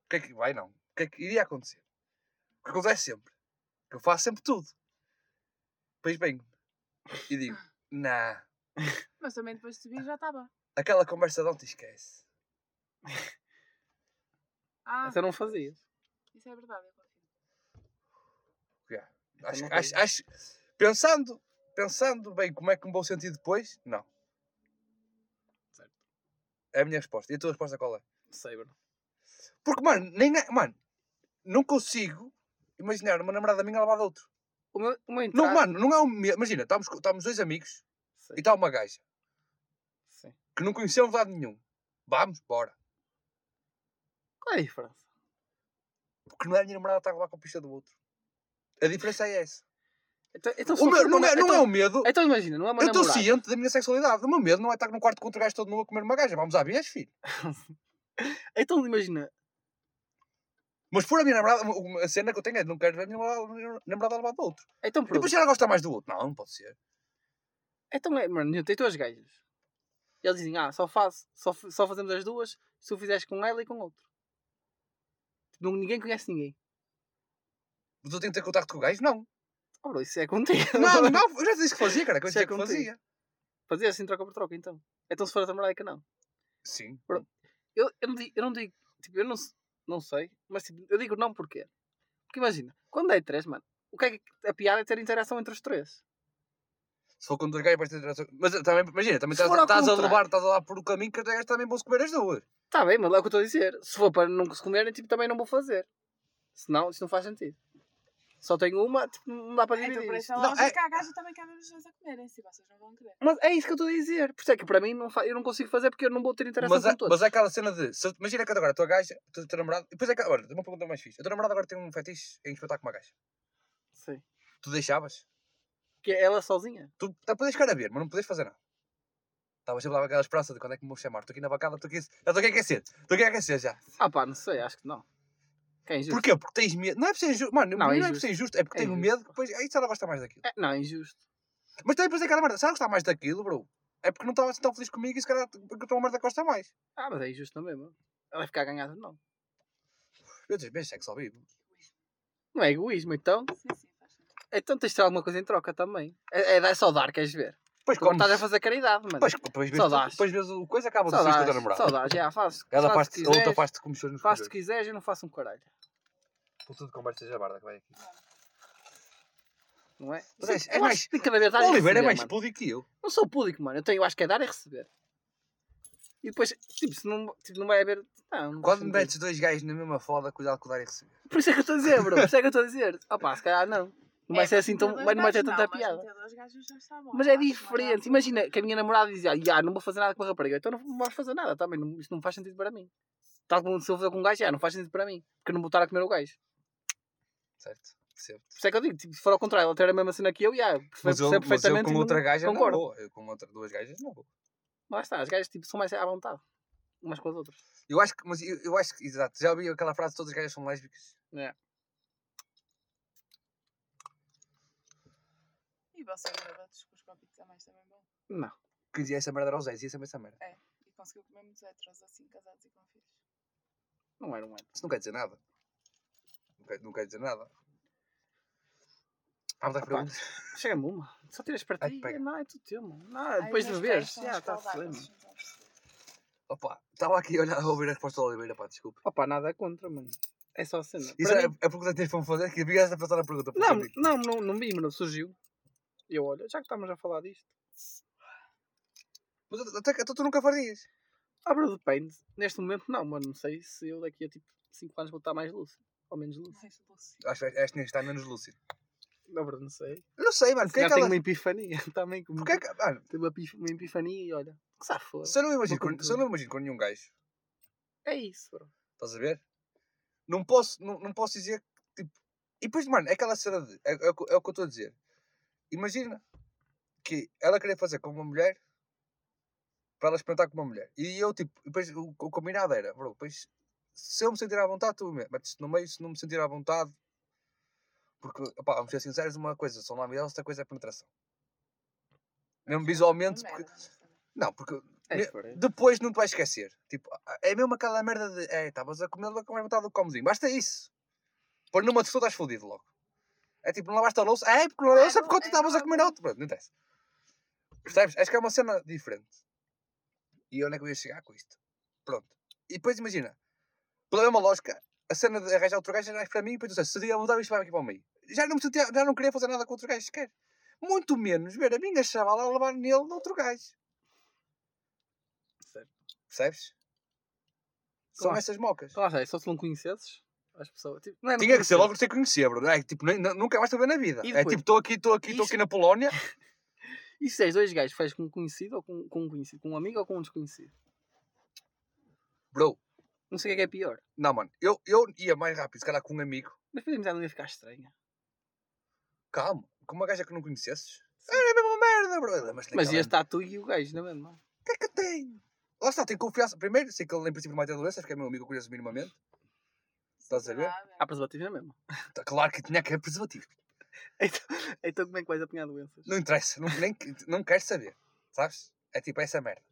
Speaker 3: O que é que vai não? O que é que iria acontecer? O que acontece sempre? Que eu faço sempre tudo. Pois bem, e digo, nah,
Speaker 4: Mas também depois de subir já estava.
Speaker 3: aquela conversa de ontem esquece.
Speaker 4: Ah,
Speaker 2: Essa eu não fazia.
Speaker 4: isso é verdade, eu confio.
Speaker 2: Essa
Speaker 3: Acho,
Speaker 2: não
Speaker 3: acho,
Speaker 2: fazia.
Speaker 3: acho, pensando, pensando bem como é que me vou sentir depois, não.
Speaker 2: Certo.
Speaker 3: É a minha resposta. E a tua resposta qual é?
Speaker 2: Não sei, Bruno.
Speaker 3: Porque, mano, nem é- mano, não consigo imaginar uma namorada minha a levar de outro.
Speaker 2: O meu, o meu entrar...
Speaker 3: Não, mano, não é um. me- Imagina, estamos, co- estamos dois amigos
Speaker 2: Sim,
Speaker 3: e está uma gaja
Speaker 2: sim.
Speaker 3: que não conhecemos de lado nenhum. Vamos, bora.
Speaker 2: Qual é a diferença?
Speaker 3: Porque não é a minha namorada que está a levar com a pista do outro. A diferença é essa.
Speaker 2: Então, então, se
Speaker 3: O
Speaker 2: não
Speaker 3: meu,
Speaker 2: for uma
Speaker 3: não é,
Speaker 2: na-
Speaker 3: não é
Speaker 2: então,
Speaker 3: o medo.
Speaker 2: então imagina, não é uma
Speaker 3: Eu estou
Speaker 2: namorada.
Speaker 3: ciente da minha sexualidade. O meu medo não é estar num quarto com outro gajo todo nu a comer uma gaja. Vamos à vez, filho.
Speaker 2: Então imagina,
Speaker 3: Mas por a minha namorada, uma- a cena que eu tenho é não quero ver a minha namorada- a minha namorada a levar do outro.
Speaker 2: então
Speaker 3: E
Speaker 2: pronto.
Speaker 3: depois ela gosta mais do outro. Não, não pode ser.
Speaker 2: Então é, mano, tem duas gajas. E eles dizem, ah, só, faço, só, f- só fazemos as duas se tu fizeres com ela e com outro. Não, ninguém conhece ninguém.
Speaker 3: Mas eu tenho que ter contacto com o gajo? Não.
Speaker 2: Oh, bro, isso é contigo.
Speaker 3: Não, não, eu já te disse que fazia, cara. Que eu
Speaker 2: Isso é
Speaker 3: dizia que
Speaker 2: contigo.
Speaker 3: fazia.
Speaker 2: Fazer assim troca por troca, então. Então se for a namorada é que não.
Speaker 3: Sim.
Speaker 2: Pronto. Eu, eu, não, digo, eu não digo, tipo, eu não, se- não sei, mas tipo, eu digo não porquê. Porque imagina, quando é três, mano, o que é que a piada é ter interação entre os três?
Speaker 3: Se for com dois gajos, vais ter interação. Mas eh, também, imagina, também
Speaker 2: Se
Speaker 3: estás,
Speaker 2: for ao
Speaker 3: estás a
Speaker 2: contrário.
Speaker 3: levar, estás a levar por um caminho que os gajos também vão se comer as duas.
Speaker 2: Tá bem, mas lá é o que eu estou a dizer. Se for para não se comerem, tipo, também não vou fazer. Senão, isso não faz sentido. Só tenho uma, tipo, não dá para dividir.
Speaker 4: Então, por
Speaker 2: isto.
Speaker 4: isso, um a
Speaker 3: Não,
Speaker 4: lógica,
Speaker 3: é-
Speaker 4: a gaja também cabe nos dois a comerem, se vocês não vão querer.
Speaker 2: Mas é isso que eu estou a dizer. Por isso é que para mim não fa- eu não consigo fazer porque eu não vou ter interação
Speaker 3: Mas, é-
Speaker 2: com todos.
Speaker 3: mas é aquela cena de. se- imagina que agora a tua gaja, a tua, a tua namorada. e Depois é que. Olha, uma pergunta mais fixe. A tua namorada agora tem um fetiche em espetar com uma gaja.
Speaker 2: Sim.
Speaker 3: Tu deixavas?
Speaker 2: Que é ela sozinha.
Speaker 3: Tu tá, podes ficar a ver, mas não podes fazer nada. Estavas sempre lá com aquela esperança de quando é que me vou chamar. Estou aqui na bancada, estou aqui. Já estou aqui a aquecer. Estou aqui a aquecer já.
Speaker 2: Ah pá, não sei, acho que não. Que é injusto.
Speaker 3: Porquê? Porque tens medo. Não é por ser injusto. Mano,
Speaker 2: Não,
Speaker 3: não,
Speaker 2: é
Speaker 3: é por ser injusto. É porque
Speaker 2: É
Speaker 3: tenho
Speaker 2: injusto.
Speaker 3: medo que depois. Aí se ela gosta mais daquilo.
Speaker 2: É, não, é injusto.
Speaker 3: Mas também depois é aquela merda. Se ela gostar mais daquilo, bro. É porque não estava assim tão feliz comigo e se calhar encontrou uma merda que gosta mais.
Speaker 2: Ah, mas é injusto também, mano. Ela vai ficar ganhada, não.
Speaker 3: Eu disse, bem, sexo ao vivo.
Speaker 2: Não é egoísmo, então.
Speaker 4: Sim, sim, faz sentido.
Speaker 2: Então tens de ter alguma coisa em troca também. É, é dar- só dar, queres ver?
Speaker 3: Pois
Speaker 2: Agora
Speaker 3: como.
Speaker 2: estás a fazer caridade, mano.
Speaker 3: Pois, depois
Speaker 2: Só
Speaker 3: mesmo,
Speaker 2: dás.
Speaker 3: depois mesmo o coisa acaba de
Speaker 2: só
Speaker 3: ser com a tua
Speaker 2: dás,
Speaker 3: namorada.
Speaker 2: só dás, já, faz.
Speaker 3: é Ela
Speaker 2: faz o que
Speaker 3: parte, a outra
Speaker 2: quiseres,
Speaker 3: parte como choro
Speaker 2: Faz o que quiseres, eu não faço um caralho.
Speaker 3: Por tudo conversas a barda é que vai aqui.
Speaker 2: Não é?
Speaker 3: Mas é-
Speaker 2: Sim,
Speaker 3: é
Speaker 2: eu
Speaker 3: mais-
Speaker 2: acho que cada vez dar e
Speaker 3: Oliver é
Speaker 2: receber,
Speaker 3: mais
Speaker 2: mano.
Speaker 3: púdico que eu.
Speaker 2: Não sou público, mano. Eu tenho, eu acho que é dar e receber. E depois, tipo, se não, tipo, não vai haver. Não, não
Speaker 3: Quando
Speaker 2: faz
Speaker 3: me
Speaker 2: sentido.
Speaker 3: metes dois gajos na mesma foda, cuidado com o dar e receber.
Speaker 2: Por isso é que eu estou a dizer, bro. Por isso é que eu estou a dizer. Ah pá, se calhar não. Não vai
Speaker 4: É,
Speaker 2: ser
Speaker 4: mas
Speaker 2: assim tão.
Speaker 4: meter dois
Speaker 2: Mas não vai ter
Speaker 4: gajos,
Speaker 2: tanta
Speaker 4: mas
Speaker 2: piada.
Speaker 4: meter dois gajos já está bom,
Speaker 2: Mas
Speaker 4: eu
Speaker 2: é
Speaker 4: acho que não
Speaker 2: diferente.
Speaker 4: dá.
Speaker 2: Imagina que a minha namorada dizia, ah, já, não vou fazer nada com a rapariga. Então não vais fazer nada também. Não, isto não faz sentido para mim. Tal como se eu fazer com um gajo, já, não faz sentido para mim. Porque eu não vou estar a comer o gajo.
Speaker 3: Certo? Percebo-te.
Speaker 2: Por isso é que eu digo, tipo, se for ao contrário, ela ter a mesma cena que eu, já, percebo
Speaker 3: Mas eu,
Speaker 2: percebo
Speaker 3: mas eu
Speaker 2: perfeitamente. e
Speaker 3: com
Speaker 2: não
Speaker 3: outra gaja
Speaker 2: concordo.
Speaker 3: não vou. Eu com outra, duas gajas não vou.
Speaker 2: Mas lá está, as gajas tipo, são mais à vontade. Umas com as outras.
Speaker 3: Eu acho que, mas eu, eu acho que, exato, já ouvi aquela frase todas as gajas são lésbicas.
Speaker 4: E vocês garotos com os cómicos a mais também bom.
Speaker 2: Não.
Speaker 3: Que dizia essa merda era aos ex, dizia sempre essa merda.
Speaker 4: E conseguiu comer muitos heteros assim, casados e com filhos.
Speaker 2: Não era um ano.
Speaker 3: Isso não quer dizer nada. Não quer, não quer dizer nada. Vamos às
Speaker 2: Opa.
Speaker 3: perguntas.
Speaker 2: Chega-me uma. Só tiras para
Speaker 3: Ai,
Speaker 2: ti.
Speaker 3: pega.
Speaker 2: Não, é tudo teu, mano. Não,
Speaker 4: Ai,
Speaker 2: depois
Speaker 4: meus
Speaker 2: de
Speaker 4: pais
Speaker 2: veres.
Speaker 4: são
Speaker 2: Já, está
Speaker 4: escaldados,
Speaker 2: feliz.
Speaker 4: não estão a perceber.
Speaker 3: Opa, estava aqui a olhar a ouvir a resposta do Oliveira, pá, desculpa.
Speaker 2: Opa, nada contra, mano. É só a cena.
Speaker 3: Isso
Speaker 2: Para
Speaker 3: é a,
Speaker 2: mim-
Speaker 3: a pergunta que tens para me fazer, que vieste a passar a pergunta. por
Speaker 2: Não,
Speaker 3: favor.
Speaker 2: não, não, não vi, mano. Surgiu. E eu olho, já que estamos a falar disto.
Speaker 3: Mas até, até tu nunca farias.
Speaker 2: Abra Ah, depende. Neste momento, não, mano. Não sei se eu daqui a tipo 5 anos vou estar mais lúcido. Ou menos lúcido.
Speaker 4: Mais doce.
Speaker 3: Acho que este nem está menos lúcido.
Speaker 2: Abra, não sei.
Speaker 3: Eu não sei, mano.
Speaker 2: Ah, Se
Speaker 3: Porque é
Speaker 2: calhar
Speaker 3: que
Speaker 2: tenho
Speaker 3: ela...
Speaker 2: uma epifania também. Como
Speaker 3: Porque é que... Mano,
Speaker 2: Teve uma pif- uma epifania e olha. Que safo.
Speaker 3: se eu não imagino,
Speaker 2: Vou
Speaker 3: com, se eu não imagino com nenhum gajo,
Speaker 2: É isso, bro.
Speaker 3: estás a ver? Não posso, não, não posso dizer, que, tipo... E depois, mano, é aquela cena de... É, é o que é o que eu estou a dizer. Imagina que ela queria fazer com uma mulher para ela experimentar com uma mulher. E eu, tipo, depois o, o combinado era, bro, depois se eu me sentir à vontade, tu me metes no meio, se não me sentir à vontade, Porque, opá, vamos ser sinceros, uma coisa são lamidelas, outra coisa é penetração. Mesmo visualmente.
Speaker 4: Uma
Speaker 3: Porque...
Speaker 4: merda, mas também.
Speaker 3: Não, porque
Speaker 2: É
Speaker 3: Me-
Speaker 2: diferente.
Speaker 3: depois não te vais esquecer. Tipo, é mesmo aquela merda de. É, estavas a comer com mais metade do que comezinho. Basta isso. Pôr numa tessoura, estás fodido logo. É tipo, não lavaste a louça. É, porque não
Speaker 4: Ah,
Speaker 3: lavaste é
Speaker 4: não-
Speaker 3: porque ontem
Speaker 4: é
Speaker 3: estavas a
Speaker 4: normal.
Speaker 3: comer outro. Pronto, não interessa. Percebes? Acho que é uma cena diferente. E onde é que eu ia chegar com isto? Pronto. E depois imagina, pela mesma lógica, a cena de arranjar outro gajo já é para mim, depois não sei, se eu mudar isto vai aqui para o meio. Já não, me sentia- já não queria fazer nada com outro gajo sequer. Muito menos ver a minha chavala a levar nele de outro gajo.
Speaker 2: Certo.
Speaker 3: Percebes? São
Speaker 2: Claro.
Speaker 3: essas mocas.
Speaker 2: Então, lá está, é só se não conhecesses as pessoas. Tipo, não é não
Speaker 3: Tinha que ser
Speaker 2: conhecer.
Speaker 3: logo você conhecer, bro. É, tipo, nem- nunca mais te ver na vida.
Speaker 2: E
Speaker 3: É
Speaker 2: depois?
Speaker 3: tipo, estou aqui, estou aqui, estou
Speaker 2: Isso-
Speaker 3: aqui na Polónia.
Speaker 2: E se és dois gajos, faz com um conhecido ou com, com um conhecido? Com um amigo ou com um desconhecido?
Speaker 3: Bro,
Speaker 2: Não sei o que é que é pior.
Speaker 3: não, mano. Eu, eu ia mais rápido, se calhar com um amigo.
Speaker 2: Mas podemos não ia ficar estranha.
Speaker 3: Calma, com uma gaja que não conhecesses. Era a mesma merda, bro. é
Speaker 2: Mas
Speaker 3: Mas, naquela
Speaker 2: ia estar tu e o gajo, não é mesmo?
Speaker 3: O que é que eu tenho? Lá está, tenho confiança. Primeiro, sei que ele em princípio não vai ter doenças, porque é meu amigo, eu conheço minimamente. Estás a ver?
Speaker 4: Saudável.
Speaker 2: Há preservativo, não é mesmo?
Speaker 3: Tá Claro que tinha que é preservativo.
Speaker 2: Então, então como é que vais apanhar doenças?
Speaker 3: Não interessa, não, nem, não queres saber. Sabes? É tipo essa merda.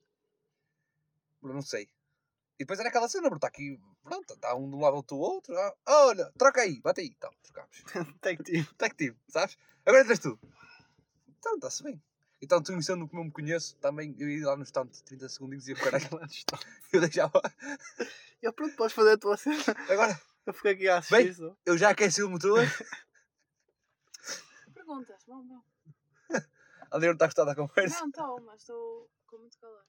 Speaker 3: Bro, não sei. E depois era aquela cena, bro, está aqui, pronto, está um de um lado outro do outro. Ah, olha, troca aí, bate aí. Então, trocámos.
Speaker 2: Detective.
Speaker 3: Detective, tipo, sabes? Agora tens tu. Então, está-se bem. Então, tu conhecendo como eu me conheço, também eu ia lá no estante 30 segundinhos e o caralho, eu deixava.
Speaker 2: Eu pronto, podes fazer a tua cena.
Speaker 3: Agora,
Speaker 2: Eu fico aqui a assistir só.
Speaker 3: eu já aqueci o motor.
Speaker 4: Perguntas, bom, bom.
Speaker 3: Ali não está gostado tá da conversa.
Speaker 4: Não, estou, mas estou com muito calor.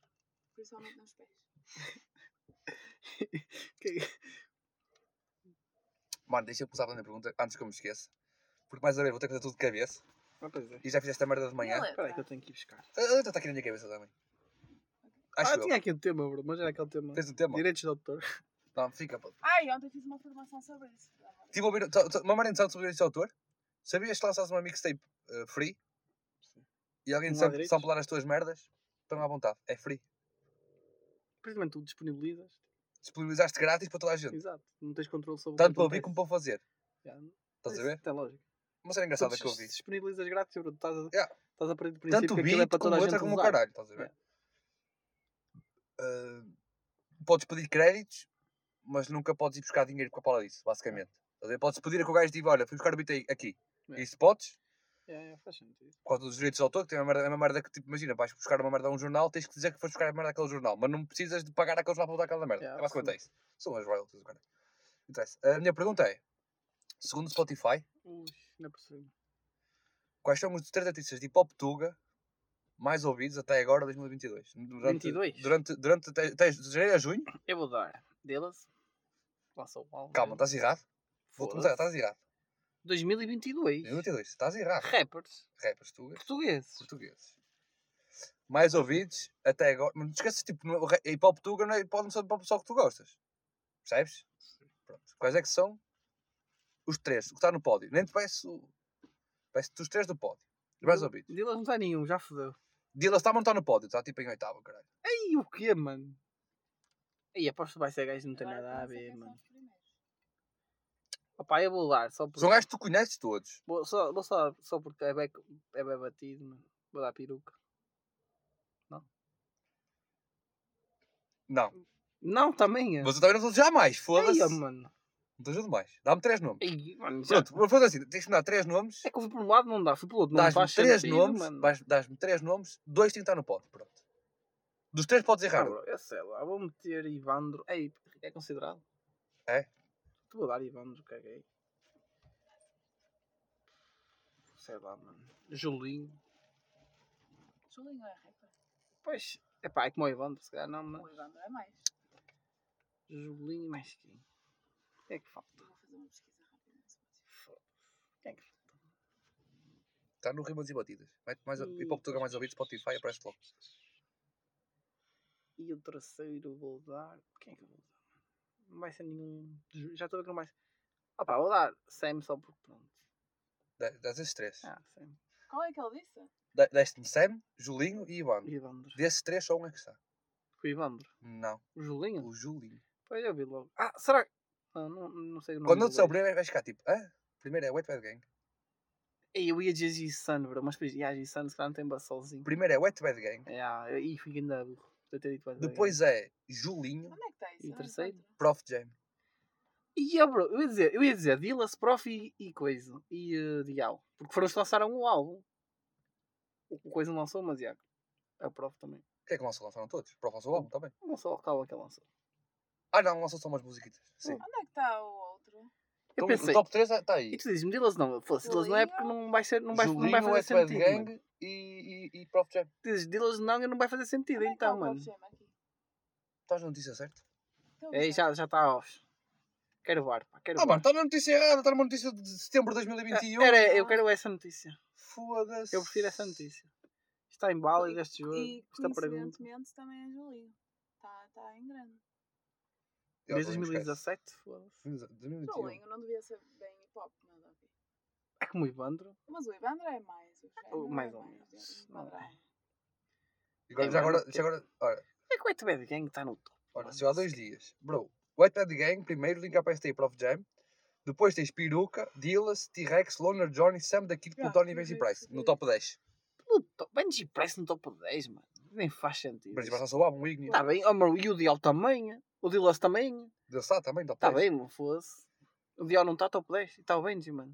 Speaker 4: Principalmente nos pés.
Speaker 2: Que-
Speaker 3: Mano, deixa eu passar para a minha pergunta antes que eu me esqueça. Porque mais a ver, vou ter que fazer tudo de cabeça.
Speaker 2: Ah, pois é.
Speaker 3: E já fiz esta merda de manhã.
Speaker 4: Não é.
Speaker 2: Espera aí que eu tenho que ir buscar.
Speaker 3: A letra está aqui na minha cabeça também. Acho
Speaker 2: Ah,
Speaker 3: eu.
Speaker 2: tinha aqui um tema, bro, mas era aquele tema.
Speaker 3: Tens um tema?
Speaker 2: Direitos do autor.
Speaker 3: Não, fica. pô.
Speaker 4: Ai, ontem fiz uma formação sobre isso.
Speaker 3: Estive a ouvir tô- tô- uma marinha de sobre este autor. Sabias que lançaste uma mixtape eh, free? E alguém
Speaker 2: Não há
Speaker 3: sabe
Speaker 2: direitos?
Speaker 3: samplar as tuas merdas? Estão à vontade. É free.
Speaker 2: Precisamente tu disponibilizas.
Speaker 3: Disponibilizaste grátis para toda a gente.
Speaker 2: Exato. Não tens controle sobre
Speaker 3: Tanto
Speaker 2: que
Speaker 3: para ouvir
Speaker 2: acontece.
Speaker 3: como para fazer.
Speaker 2: Já, não- É
Speaker 3: Estás a
Speaker 2: isso
Speaker 3: ver?
Speaker 2: Tem lógica.
Speaker 3: Uma cena
Speaker 2: Tu
Speaker 3: engraçada que eu
Speaker 2: dis-
Speaker 3: vi.
Speaker 2: disponibilizas grátis, bro. Estás a,
Speaker 3: Yeah.
Speaker 2: estás a partir do princípio
Speaker 3: Tanto
Speaker 2: que aquilo é
Speaker 3: beat
Speaker 2: para toda
Speaker 3: como
Speaker 2: a
Speaker 3: letra
Speaker 2: gente
Speaker 3: como o
Speaker 2: usar.
Speaker 3: caralho. Estás a ver? é. Ah, podes pedir créditos, mas nunca podes ir buscar dinheiro com a pala disso, basicamente. Estás a ver? Podes pedir a que o gajo diga, olha, fui buscar o beat aí- aqui.
Speaker 2: É.
Speaker 3: Isso podes,
Speaker 2: É, é, faz sentido.
Speaker 3: por causa dos direitos de autor, que tem uma merda, é uma merda que, tipo, imagina, vais buscar uma merda a um jornal, tens que dizer que foste buscar a merda àquele jornal, mas não precisas de pagar àquele jornal para botar aquela merda.
Speaker 2: Yeah,
Speaker 3: é basicamente é isso. São as royalties, o cara. Interessa. A minha pergunta é, segundo o Spotify,
Speaker 2: Ui, não é percebi.
Speaker 3: quais são os três artistas de pop tuga mais ouvidos até agora, 2022? Durante,
Speaker 2: 22?
Speaker 3: Durante, durante até, até janeiro a junho?
Speaker 2: Eu vou dar delas. Lança o álbum.
Speaker 3: Calma, estás errado. Vou começar, tá?
Speaker 2: Foda-se.
Speaker 3: estás errado.
Speaker 2: 2022.
Speaker 3: 2022, estás errado.
Speaker 2: Rappers
Speaker 3: Rappers tugas,
Speaker 2: portugueses.
Speaker 3: portugueses. Mais ouvidos até agora. Mas não te esqueças, tipo, não é- o ra- hip hop tuga não é, pode não ser para o pessoal que tu gostas. Percebes? Pronto. Quais é que são os três que está no pódio? Nem te peço. Peço-te os três do pódio. Os
Speaker 2: Uhum.
Speaker 3: mais ouvidos.
Speaker 2: Delas não está nenhum, já fodeu.
Speaker 3: Dilla está, mas não está no pódio, está tipo em oitavo, caralho.
Speaker 2: Ei, o quê, mano? Ei, aposto que vai ser gajo, não tem nada a ver, mano. Opá, eu vou dar, só
Speaker 3: São
Speaker 2: porque.
Speaker 3: gajos que tu conheces todos.
Speaker 2: Vou só, vou só, só porque é bem, é bem batido, mano. Vou dar peruca.
Speaker 3: Não.
Speaker 2: Não, também é.
Speaker 3: Mas eu também não estou jamais, foda-se.
Speaker 2: Ei, ó,
Speaker 3: Não
Speaker 2: mano.
Speaker 3: estou jamais. Dá-me três nomes.
Speaker 2: Ei, mano, já.
Speaker 3: Pronto, vou fazer assim, tens que me dar três nomes.
Speaker 2: É que eu fui por um lado, não dá, fui pelo outro. Não
Speaker 3: Dás-me
Speaker 2: faz
Speaker 3: três
Speaker 2: sentido,
Speaker 3: nomes,
Speaker 2: mano.
Speaker 3: vais- dás-me três nomes, dois têm que estar no pódio, pronto. Dos três podes errar.
Speaker 2: Ah, bro, eu sei lá, vou meter Ivandro. Ei, é considerado?
Speaker 3: É?
Speaker 2: Tu vou dar Ivandro, caguei. Sei lá, mano. Julinho.
Speaker 4: Julinho é rapper.
Speaker 2: Pois, é pá, é como o Ivandro, se calhar não,
Speaker 4: O
Speaker 2: mas.
Speaker 4: Evandro é mais.
Speaker 2: Julinho mais quem? Quem é que falta?
Speaker 4: Vou fazer uma pesquisa rápida. no Spotify.
Speaker 2: Quem é que falta?
Speaker 3: Está tá no Rimas e Batidas. Mete mais
Speaker 2: Ih,
Speaker 3: hip hop tuga mais ouvido, Spotify, aparece logo.
Speaker 2: E o terceiro vou dar. Quem é que eu vou dar? Não vai ser nenhum. Ju- Já estou a ver que não vai ser. Ah pá, vou dar Sam só porque pronto.
Speaker 3: Dá- Dás esses três.
Speaker 2: Ah, Sam.
Speaker 4: Qual é que ele disse?
Speaker 3: Dá- Deste-me Sam, Julinho e Ivano.
Speaker 2: Ivandro.
Speaker 3: Desses três só um é que está.
Speaker 2: O Ivandro.
Speaker 3: Não,
Speaker 2: O Julinho?
Speaker 3: o Julinho.
Speaker 2: Pois eu vi logo. Ah, será que. Não, não, não sei o nome.
Speaker 3: Quando eu
Speaker 2: do
Speaker 3: te souber,
Speaker 2: gajo.
Speaker 3: vais ficar tipo, ah, primeiro é Wet Bad Gang.
Speaker 2: Ei, eu ia dizer G-Sun, bro, mas depois, yeah, G-Sun se calhar não tem
Speaker 3: O
Speaker 2: basolzinho.
Speaker 3: primeiro é Wet Bad Gang.
Speaker 2: Yeah, eu- Ih, fui ainda burro. de eu ter dito mais alguém.
Speaker 3: Depois é Julinho,
Speaker 4: Onde é que está isso?
Speaker 2: E
Speaker 4: Eu não
Speaker 2: terceiro?
Speaker 4: encontro.
Speaker 3: Prof. Jam.
Speaker 2: E eu, bro, eu ia dizer, eu ia dizer Dillas, Prof e, e Coisa. E uh, Dial. Porque foram os que lançaram o álbum. O o Coisa não lançou, mas yeah, a Prof também.
Speaker 3: O que é que lançou? Lançaram todos? Prof lançou o
Speaker 2: Hum.
Speaker 3: álbum também.
Speaker 2: Não só o que álbum que ela lançou.
Speaker 3: Ah, não, lançou só umas musiquitas. Sim.
Speaker 4: Onde é que está o outro?
Speaker 2: Eu
Speaker 3: Então,
Speaker 2: pensei,
Speaker 3: o top 3 está aí.
Speaker 2: e tu dizes-me Dillas não, fosse Dillas não é porque não vai, ser, não vai, não vai
Speaker 3: Julinho, é
Speaker 2: fazer
Speaker 3: Wet Bad
Speaker 2: sentido. né? mano.
Speaker 3: Gang e, e, e Prof. Jam.
Speaker 2: Tu dizes Dillas não e não vai fazer sentido,
Speaker 4: Onde é que está
Speaker 2: então,
Speaker 4: o
Speaker 2: mano.
Speaker 4: Prof. Jam aqui?
Speaker 3: Estás Tá na notícia certa?
Speaker 4: Então,
Speaker 2: Aí
Speaker 4: já.
Speaker 2: É, já está já off. Quero bar, pá, quero
Speaker 3: Ah, mano,
Speaker 2: bar.
Speaker 3: está na notícia errada, está numa notícia de setembro de 2021.
Speaker 2: É, Era, eu quero essa notícia.
Speaker 3: Foda-se.
Speaker 2: Eu prefiro essa notícia. Está inválida este jogo.
Speaker 4: E
Speaker 2: Esta pergunta.
Speaker 4: coincidentemente também é Julinho. Está tá em grande.
Speaker 3: Eu
Speaker 2: Desde
Speaker 3: também me esqueço.
Speaker 2: 2017, foda-se.
Speaker 3: 2021.
Speaker 4: Julinho não devia ser bem hip hop, nada a ver.
Speaker 2: É como o Ivandro.
Speaker 4: Mas o Ivandra é mais. O Fernando
Speaker 2: Oh, mais
Speaker 4: é
Speaker 2: ou menos,
Speaker 4: o Ivandra
Speaker 2: não é?
Speaker 4: é.
Speaker 3: Agora,
Speaker 2: Ei,
Speaker 3: já
Speaker 2: mano,
Speaker 3: agora,
Speaker 2: que-
Speaker 3: já agora, ora,
Speaker 2: É que o White Bad Gang está no top.
Speaker 3: ora,
Speaker 2: mano.
Speaker 3: se eu há dois dias. Bro, White Bad Gang, primeiro, Link APST e Prof Jam. Depois tens Peruca, Dillas, T-Rex, Loner, Johnny, Sam da Kid,
Speaker 4: Ah,
Speaker 3: Plutónio e Benji
Speaker 4: T-Rex,
Speaker 3: Price. No
Speaker 4: T-Rex.
Speaker 3: top 10.
Speaker 2: No top. Benji Price no top 10, mano. Nem faz sentido.
Speaker 3: Benji Price lançou o álbum, o Igni.
Speaker 4: Tá.
Speaker 2: Está bem. Oh, meu, e o Dial também. O Dillas também.
Speaker 3: Dançar também, top
Speaker 4: Tá
Speaker 2: Está
Speaker 3: 10.
Speaker 2: bem, não fosse. O Dial não está top 10. E está o Benji, mano.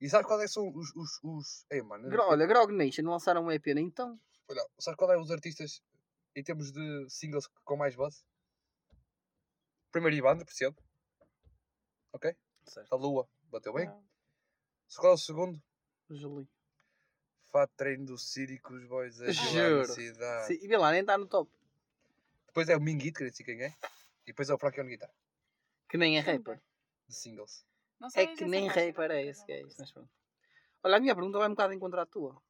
Speaker 3: E sabes quais é que são os... os, os... Ei, mano, eu-
Speaker 2: Gro- olha, Grog Nation não lançaram um EP nem então.
Speaker 3: olha, sabes qual é os artistas em termos de singles com mais buzz? Primeiro Ivandro, percebo. Ok?
Speaker 2: Certo.
Speaker 3: A Lua, bateu bem.
Speaker 2: Ah,
Speaker 3: Se qual é o segundo?
Speaker 2: Julinho.
Speaker 3: Fá treino do Círico, os boys a
Speaker 2: Juro.
Speaker 3: Juro. cidade.
Speaker 2: Sim, E vê lá, nem está no top.
Speaker 3: Depois é o Minguit, que nem sei quem é. E depois é o Frakion Guitar,
Speaker 2: Que nem é rapper.
Speaker 3: de singles.
Speaker 4: Não
Speaker 2: É
Speaker 4: sei, eu
Speaker 2: que
Speaker 4: já sei
Speaker 2: nem
Speaker 4: quais são,
Speaker 2: rei para
Speaker 4: porque
Speaker 2: esse
Speaker 4: não
Speaker 2: que é isso,
Speaker 4: conheço.
Speaker 2: mas pronto. Olha, a minha pergunta vai um bocado encontrar a tua.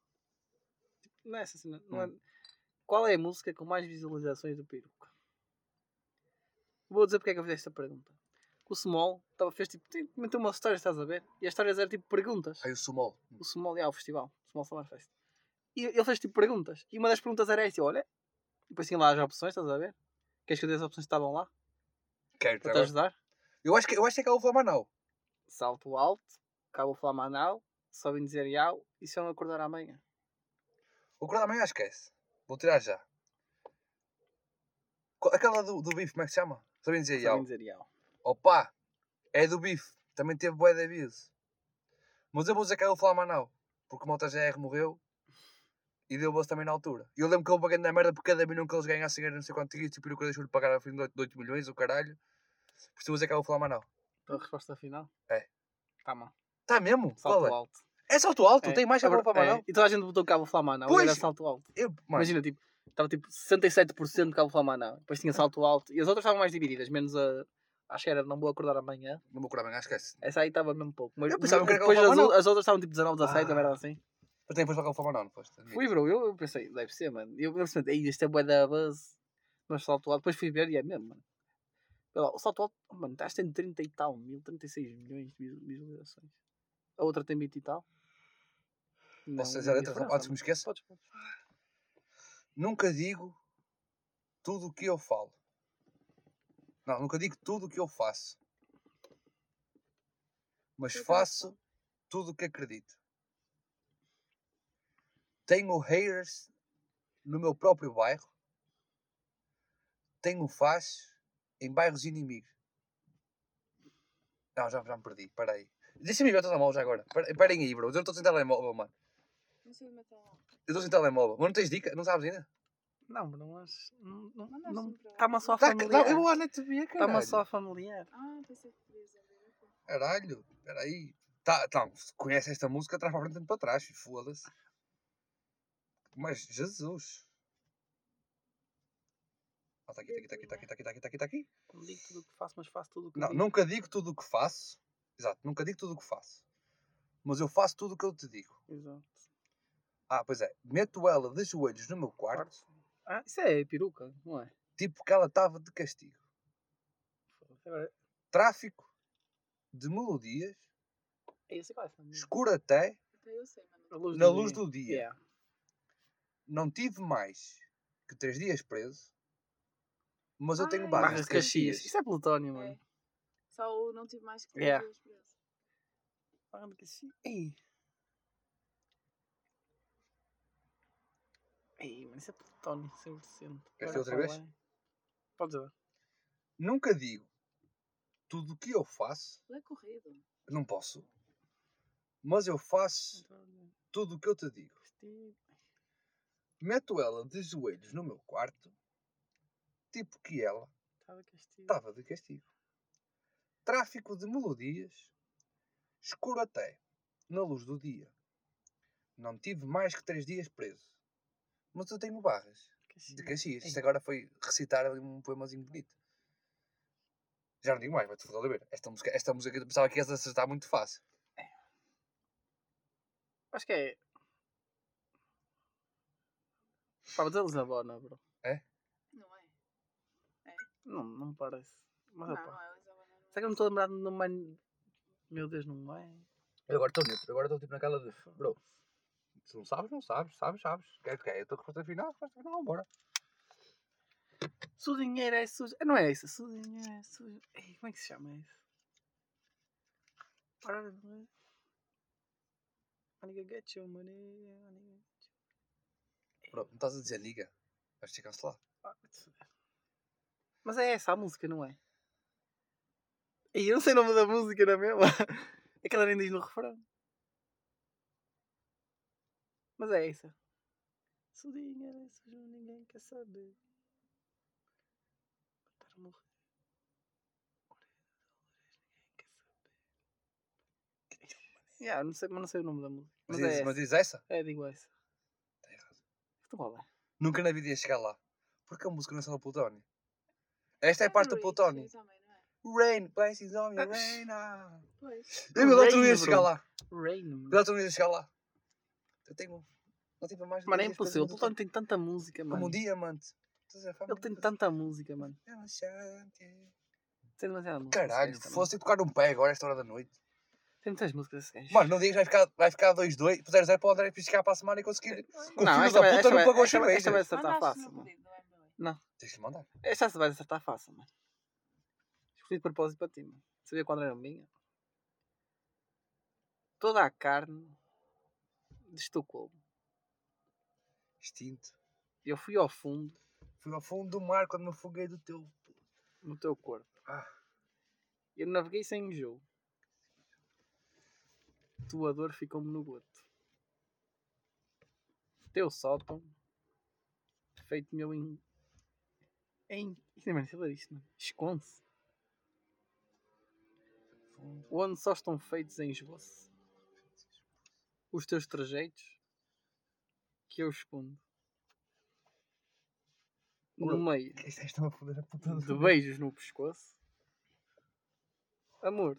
Speaker 2: Tipo, Não é essa cena. Não é... Qual é a música com mais visualizações do peruca? Vou dizer porque é que eu fiz esta pergunta. O Small tava, fez tipo. tem- Meteu uma história, estás a ver? E as histórias eram tipo perguntas.
Speaker 3: Aí o Sumol.
Speaker 2: O Small é o festival. O Small Summer Fest. E ele fez tipo perguntas. E uma das perguntas era essa, eu, olha. E depois tinha lá as opções, estás a ver? Queres que eu dê as opções que estavam lá?
Speaker 3: Quero
Speaker 2: Para te
Speaker 3: agora.
Speaker 2: ajudar?
Speaker 3: Eu acho que eu acho que é que é o Flamanau.
Speaker 2: Salto alto, Cabo Flamanau, Sobem dizer iau e se eu não acordar amanhã.
Speaker 3: O Corda Amanhã esquece. é Vou tirar já. Qual- Aquela do, do bife, como é que se chama? Sabem dizer
Speaker 2: Sabem
Speaker 3: Yau.
Speaker 2: dizer iau.
Speaker 3: Opa! É do bife. Também teve bué de aviso. Mas eu vou dizer que é o Flamanau. Porque o Mota GR morreu. E deu bolso também na altura. E eu lembro que ele pagando na merda por cada milhão que eles ganhassem era não sei quanto isso. E o peruca deixou-lhe pagar a fim de 8 milhões, o caralho. Por isso eu vou dizer que é o Flamanau.
Speaker 2: Tua Então, resposta final?
Speaker 3: É.
Speaker 2: Tá mal.
Speaker 3: Tá mesmo?
Speaker 2: Salto
Speaker 3: Qual é?
Speaker 2: alto.
Speaker 3: É salto alto,
Speaker 2: É,
Speaker 3: tem mais
Speaker 2: é
Speaker 3: que o
Speaker 2: verdade,
Speaker 3: Flamanau.
Speaker 2: é. E toda a gente botou Cabo Flamanau.
Speaker 3: Pois.
Speaker 2: Pois. Era salto alto.
Speaker 3: Eu, mano,
Speaker 2: Imagina, tipo, estava tipo 67% de Cabo Flamanau. Depois
Speaker 3: É.
Speaker 2: tinha salto alto. E as outras estavam mais divididas, menos a. Acho que era Não Vou Acordar Amanhã.
Speaker 3: não vou curar amanhã, esquece.
Speaker 2: Essa aí estava mesmo pouco. Mas
Speaker 3: Eu pensava que era
Speaker 2: depois
Speaker 3: Cabo
Speaker 2: as,
Speaker 3: Flamanau.
Speaker 2: as outras estavam tipo 19, 17,
Speaker 3: Ah.
Speaker 2: uma merda assim.
Speaker 3: Mas tem depois para o Flamanau, não foste? Admito.
Speaker 2: Fui, bro, eu, eu pensei, deve ser, mano. Eu eu pensei, "Ei, isto é bué da base. Mas salto alto, depois fui ver e é mesmo, mano. Olha lá, o salto alto, oh, mano, estás tem 30 e tal mil, 36 milhões de visu- visualizações. A outra tem 20 e tal. Não,
Speaker 3: Posso
Speaker 2: não
Speaker 3: dizer
Speaker 2: vi
Speaker 3: outra,
Speaker 2: diferença,
Speaker 3: antes que me
Speaker 2: mano.
Speaker 3: esqueça?
Speaker 2: Podes, podes.
Speaker 3: Nunca digo tudo o que eu falo. Não, nunca digo tudo o que eu faço. Mas
Speaker 4: Por acaso.
Speaker 3: faço tudo o que acredito. Tenho haters no meu próprio bairro. Tenho faz em bairros inimigos. Não, já, já me perdi. Peraí. Deixa-me ver o telemóvel já agora. Pera- Parem aí, bro. Eu estou sem telemóvel, mano.
Speaker 4: Não sei de meter lá.
Speaker 3: Eu estou sem telemóvel. Mas não tens dica? Não sabes ainda?
Speaker 2: Não, bro, mas. não- não-
Speaker 4: Mandaste-me
Speaker 2: não-
Speaker 4: para
Speaker 2: Está-me
Speaker 4: lá.
Speaker 2: só
Speaker 3: Tá, não, eu
Speaker 2: familiar.
Speaker 3: vou à net ver,
Speaker 2: Está-me
Speaker 3: caralho.
Speaker 2: só familiar.
Speaker 4: Ah, pensei que podias abrir aqui.
Speaker 3: Caralho, peraí. Tá, tá, se conhece esta música, traz para frente e para trás, foda-se. Mas, Jesus. Ah, tá aqui, tá aqui, tá aqui, tá aqui, tá aqui, tá aqui, tá aqui.
Speaker 2: Não digo tudo o que faço, mas faço tudo o que
Speaker 3: Não,
Speaker 2: digo.
Speaker 3: nunca digo tudo o que faço. Exato, nunca digo tudo o que faço. Mas eu faço tudo o que eu te digo.
Speaker 2: Exato.
Speaker 3: Ah, pois é. Meto ela de joelhos no meu quarto,
Speaker 2: Ah, isso é peruca, não é?
Speaker 3: tipo que ela estava de castigo.
Speaker 2: Agora,
Speaker 3: Tráfico de melodias,
Speaker 2: é isso que vai ser.
Speaker 3: escuro até,
Speaker 4: Até eu sei, mano.
Speaker 3: na Hum. luz do dia.
Speaker 2: Yeah.
Speaker 3: não tive mais que 3 dias preso, mas eu tenho
Speaker 4: Ai.
Speaker 3: barras,
Speaker 2: Barras de
Speaker 3: de Caxias.
Speaker 2: Caxias. Isso é plutónio, mano.
Speaker 4: É. Só o não tive mais que
Speaker 2: Yeah. Ah,
Speaker 4: três dias preso.
Speaker 2: Barra de Caxias. Ei. Ei, mas isso é plutónio, 100%. Agora
Speaker 3: Queres ter outra
Speaker 2: qual
Speaker 3: vez?
Speaker 2: é? Podes dar.
Speaker 3: Nunca digo tudo o que eu faço,
Speaker 4: Lê é corrido.
Speaker 3: não posso. Mas eu faço tudo o que eu te digo. Meto ela de joelhos no meu quarto, tipo que ela
Speaker 2: Tá.
Speaker 3: estava de castigo. Tráfico de melodias, escuro até, na luz do dia. Não tive mais que três dias preso, mas eu tenho barras. de Caxias. Isto
Speaker 2: Ei.
Speaker 3: agora foi recitar ali um poemazinho bonito. Já não digo mais, vai-te foder a ver. Esta música, esta música eu pensava que ias acertar muito fácil.
Speaker 2: Acho que é. Pá, mas eles na bona, bro.
Speaker 4: Não é?
Speaker 2: Não, não me parece. Mas
Speaker 4: não,
Speaker 2: opa.
Speaker 4: não é. Elisa Banana, não
Speaker 2: Será que eu não estou a lembrar de nome. mais- Meu Deus, não é?
Speaker 3: Eu agora estou neutro, agora estou tipo naquela de. Bro, se não sabes, não sabes, sabes, sabes. Quer que é? Eu estou com a final, resposta final, bora.
Speaker 2: Se o dinheiro é sujo. Ah, Não é isso. Se o dinheiro é sujo. Ei, como é que se chama isso? Para de. Money get you, money. money get you.
Speaker 3: Bro, não estás a dizer liga? Vais ser cancelado.
Speaker 2: Ah, vai-te foder. Mas é essa a música, não é? Ei, eu não sei o nome da música, não é mesmo? É que ela nem diz no refrão. Mas é essa. Se o dinheiro é sujo, ninguém quer saber. Matar ou morrer. Yeah, eu não sei, mas não sei o nome da música. Mas,
Speaker 3: Mas, diz,
Speaker 2: é, essa.
Speaker 3: mas diz essa?
Speaker 2: é digo essa.
Speaker 3: Tem razão.
Speaker 2: Estou mal, é?
Speaker 3: Nunca na vida ia chegar lá. Porque a música não é só do Plutónio. Esta é a parte do
Speaker 4: Reach,
Speaker 3: Plutónio.
Speaker 4: eu também, não é?
Speaker 3: Rain, blessings on you,
Speaker 2: Ah.
Speaker 3: rain. ah.
Speaker 4: Pois.
Speaker 3: Eu meu outro
Speaker 2: Rain,
Speaker 3: ia chegar
Speaker 2: bro.
Speaker 3: lá.
Speaker 2: Rain.
Speaker 3: Meu outro ia chegar lá. Eu tenho. um, Não tive mais.
Speaker 2: Mano, é
Speaker 3: duas coisas,
Speaker 2: impossível. O
Speaker 3: mas eu tenho-
Speaker 2: Plutão tem tanta música, mano.
Speaker 3: Como um diamante. Estás a ver,
Speaker 2: Ele
Speaker 3: fama?
Speaker 2: tem tanta música, mano.
Speaker 3: É um chante.
Speaker 2: Tem demasiada música. esse
Speaker 3: Caralho,
Speaker 2: gajo também.
Speaker 3: fosse tocar um pé agora, a esta hora da noite.
Speaker 2: Tem muitas músicas esse gajo.
Speaker 3: Mano, não digas, vai ficar 2-2, vai ficar 2-2, puser 0 para o André piscar para a semana e conseguir. Com
Speaker 2: Não, esta
Speaker 3: o filho da
Speaker 2: vai-
Speaker 3: puta
Speaker 2: esta
Speaker 3: não
Speaker 2: vai-
Speaker 3: pagou as
Speaker 2: esta vai- Esta vai
Speaker 3: cervejas.
Speaker 2: acertar
Speaker 4: Mandaste
Speaker 2: Tá fácil,
Speaker 4: o tá meu
Speaker 2: mano.
Speaker 4: pedido, não é meu?
Speaker 3: Tens que lhe mandar.
Speaker 2: Esta se vai acertar fácil, mano. Escolhi de propósito para ti, mano. Sabia quando era minha? Toda a carne de Estocolmo.
Speaker 3: Extinto.
Speaker 2: Eu fui ao fundo
Speaker 3: Fui ao fundo do mar quando me afoguei do teu.
Speaker 2: no teu corpo.
Speaker 3: Ah.
Speaker 2: Eu naveguei sem enjoo. Tua dor ficou-me no goto. Teu sótão feito meu em. em. Isso nem é merece ler isto, mano. Esconde-se.
Speaker 3: Fundo.
Speaker 2: onde só estão feitos em esboço os teus trajeitos que eu escondo no
Speaker 3: Ora,
Speaker 2: meio
Speaker 3: Isto é esta uma foder a puta
Speaker 2: de
Speaker 3: do.
Speaker 2: beijos no pescoço. Amor,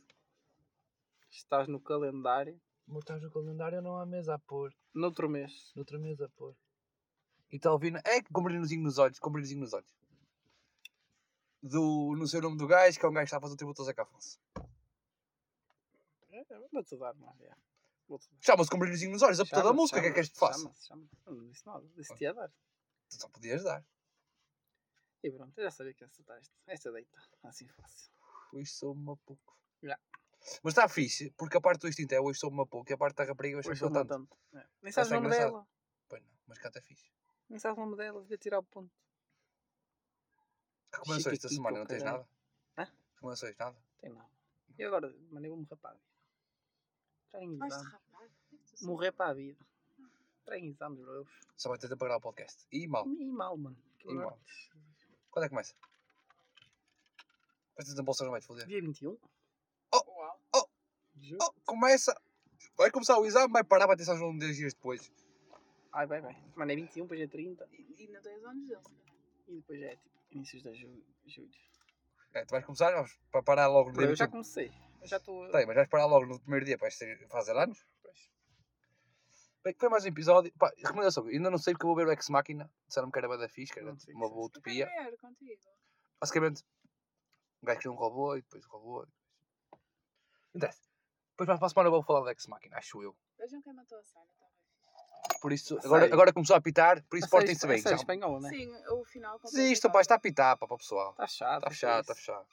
Speaker 2: estás no calendário
Speaker 3: Mortais no calendário não há mesa a pôr.
Speaker 2: noutro mês.
Speaker 3: Noutra mesa a pôr. E está ouvindo. É que com brilhozinho nos olhos, com brilhozinho nos olhos. Do. Não sei o nome do gajo, que é um gajo que está a fazer o tributo ao Zeca Afonso.
Speaker 2: É, é, Vou-te dar, mas é. Vou-te dar.
Speaker 3: Chama-se com brilhozinho nos olhos, a puta da
Speaker 2: Chama-se,
Speaker 3: música, o que é que és que faça?
Speaker 2: chama-se, chama-se. Não, não disse nada, disse-te a dar.
Speaker 3: Tu só podias dar.
Speaker 2: E pronto, eu já sabia que ia acertar esta, esta deita, assim fácil.
Speaker 3: Hoje soube-me a pouco.
Speaker 2: Já.
Speaker 3: Mas está fixe, porque a parte do instinto é hoje soube-me a pouco e a parte da rapariga hoje
Speaker 2: Hoje
Speaker 3: soube
Speaker 2: sou
Speaker 3: tanto.
Speaker 2: tanto. É. Nem sabes o
Speaker 3: Essa é
Speaker 2: nome
Speaker 3: engraçada.
Speaker 2: dela,
Speaker 3: Pois não, mas canta é fixe.
Speaker 2: nem sabes o nome dela, devia tirar o ponto.
Speaker 3: Recomendações da
Speaker 2: Chiquitico,
Speaker 3: semana, não tens
Speaker 2: caralho.
Speaker 3: nada?
Speaker 2: Hã?
Speaker 3: Recomendações, nada?
Speaker 2: Tem não. E agora, um mano, eu vou morrer para a vida. Traem
Speaker 4: Vais-te
Speaker 2: exames.
Speaker 4: rapar?
Speaker 2: Morrer para a vida. Traem exames, bro.
Speaker 3: Só vai ter tempo para gravar o podcast. E mal.
Speaker 2: E mal, mano. Que
Speaker 3: E
Speaker 2: agora-
Speaker 3: mal. Quando é que começa? Vai ter tempo bolsa, não vai te foder.
Speaker 2: Dia 21.
Speaker 4: Uau.
Speaker 2: Juro.
Speaker 3: Oh, começa. Vai começar o exame, vai parar para ter só um 10 dias depois.
Speaker 2: Ai, vai, vai. Mano, é 21, depois é 30.
Speaker 4: E ainda dois anos dele, se calhar.
Speaker 2: E depois é tipo inícios de ju- julho.
Speaker 3: É, tu vais começar vamos, para parar logo no
Speaker 2: Bro,
Speaker 3: dia.
Speaker 2: eu já
Speaker 3: 21.
Speaker 2: comecei. Eu já estou.
Speaker 3: Tem, mas vais parar logo no primeiro dia para este- fazer anos? Bem, foi mais um episódio. Pá, recomendação, ainda não sei porque eu vou ver o Ex Machina. Disseram-me que era bué da fixe, que era tipo
Speaker 2: Não sei o que
Speaker 3: uma
Speaker 2: é
Speaker 3: boa
Speaker 4: Eu quero
Speaker 3: utopia.
Speaker 4: ver contigo.
Speaker 3: Basicamente, um gajo cria um robô e depois o robô. e depois- Não Interessa. Depois mais para a semana eu vou falar do Ex Machina, acho eu.
Speaker 4: Vejam quem matou a Sara, talvez.
Speaker 3: Por isso,
Speaker 2: A
Speaker 3: agora,
Speaker 2: sério?
Speaker 3: agora começou a apitar, por isso portem-se bem.
Speaker 2: Sério
Speaker 3: tchau.
Speaker 2: espanhola, né?
Speaker 4: Sim, o final.
Speaker 3: Sim, isto, pá, está a apitar, pá, para o pessoal.
Speaker 2: Está chato.
Speaker 3: Está
Speaker 2: é
Speaker 3: fechado, está
Speaker 2: isso.
Speaker 3: fechado.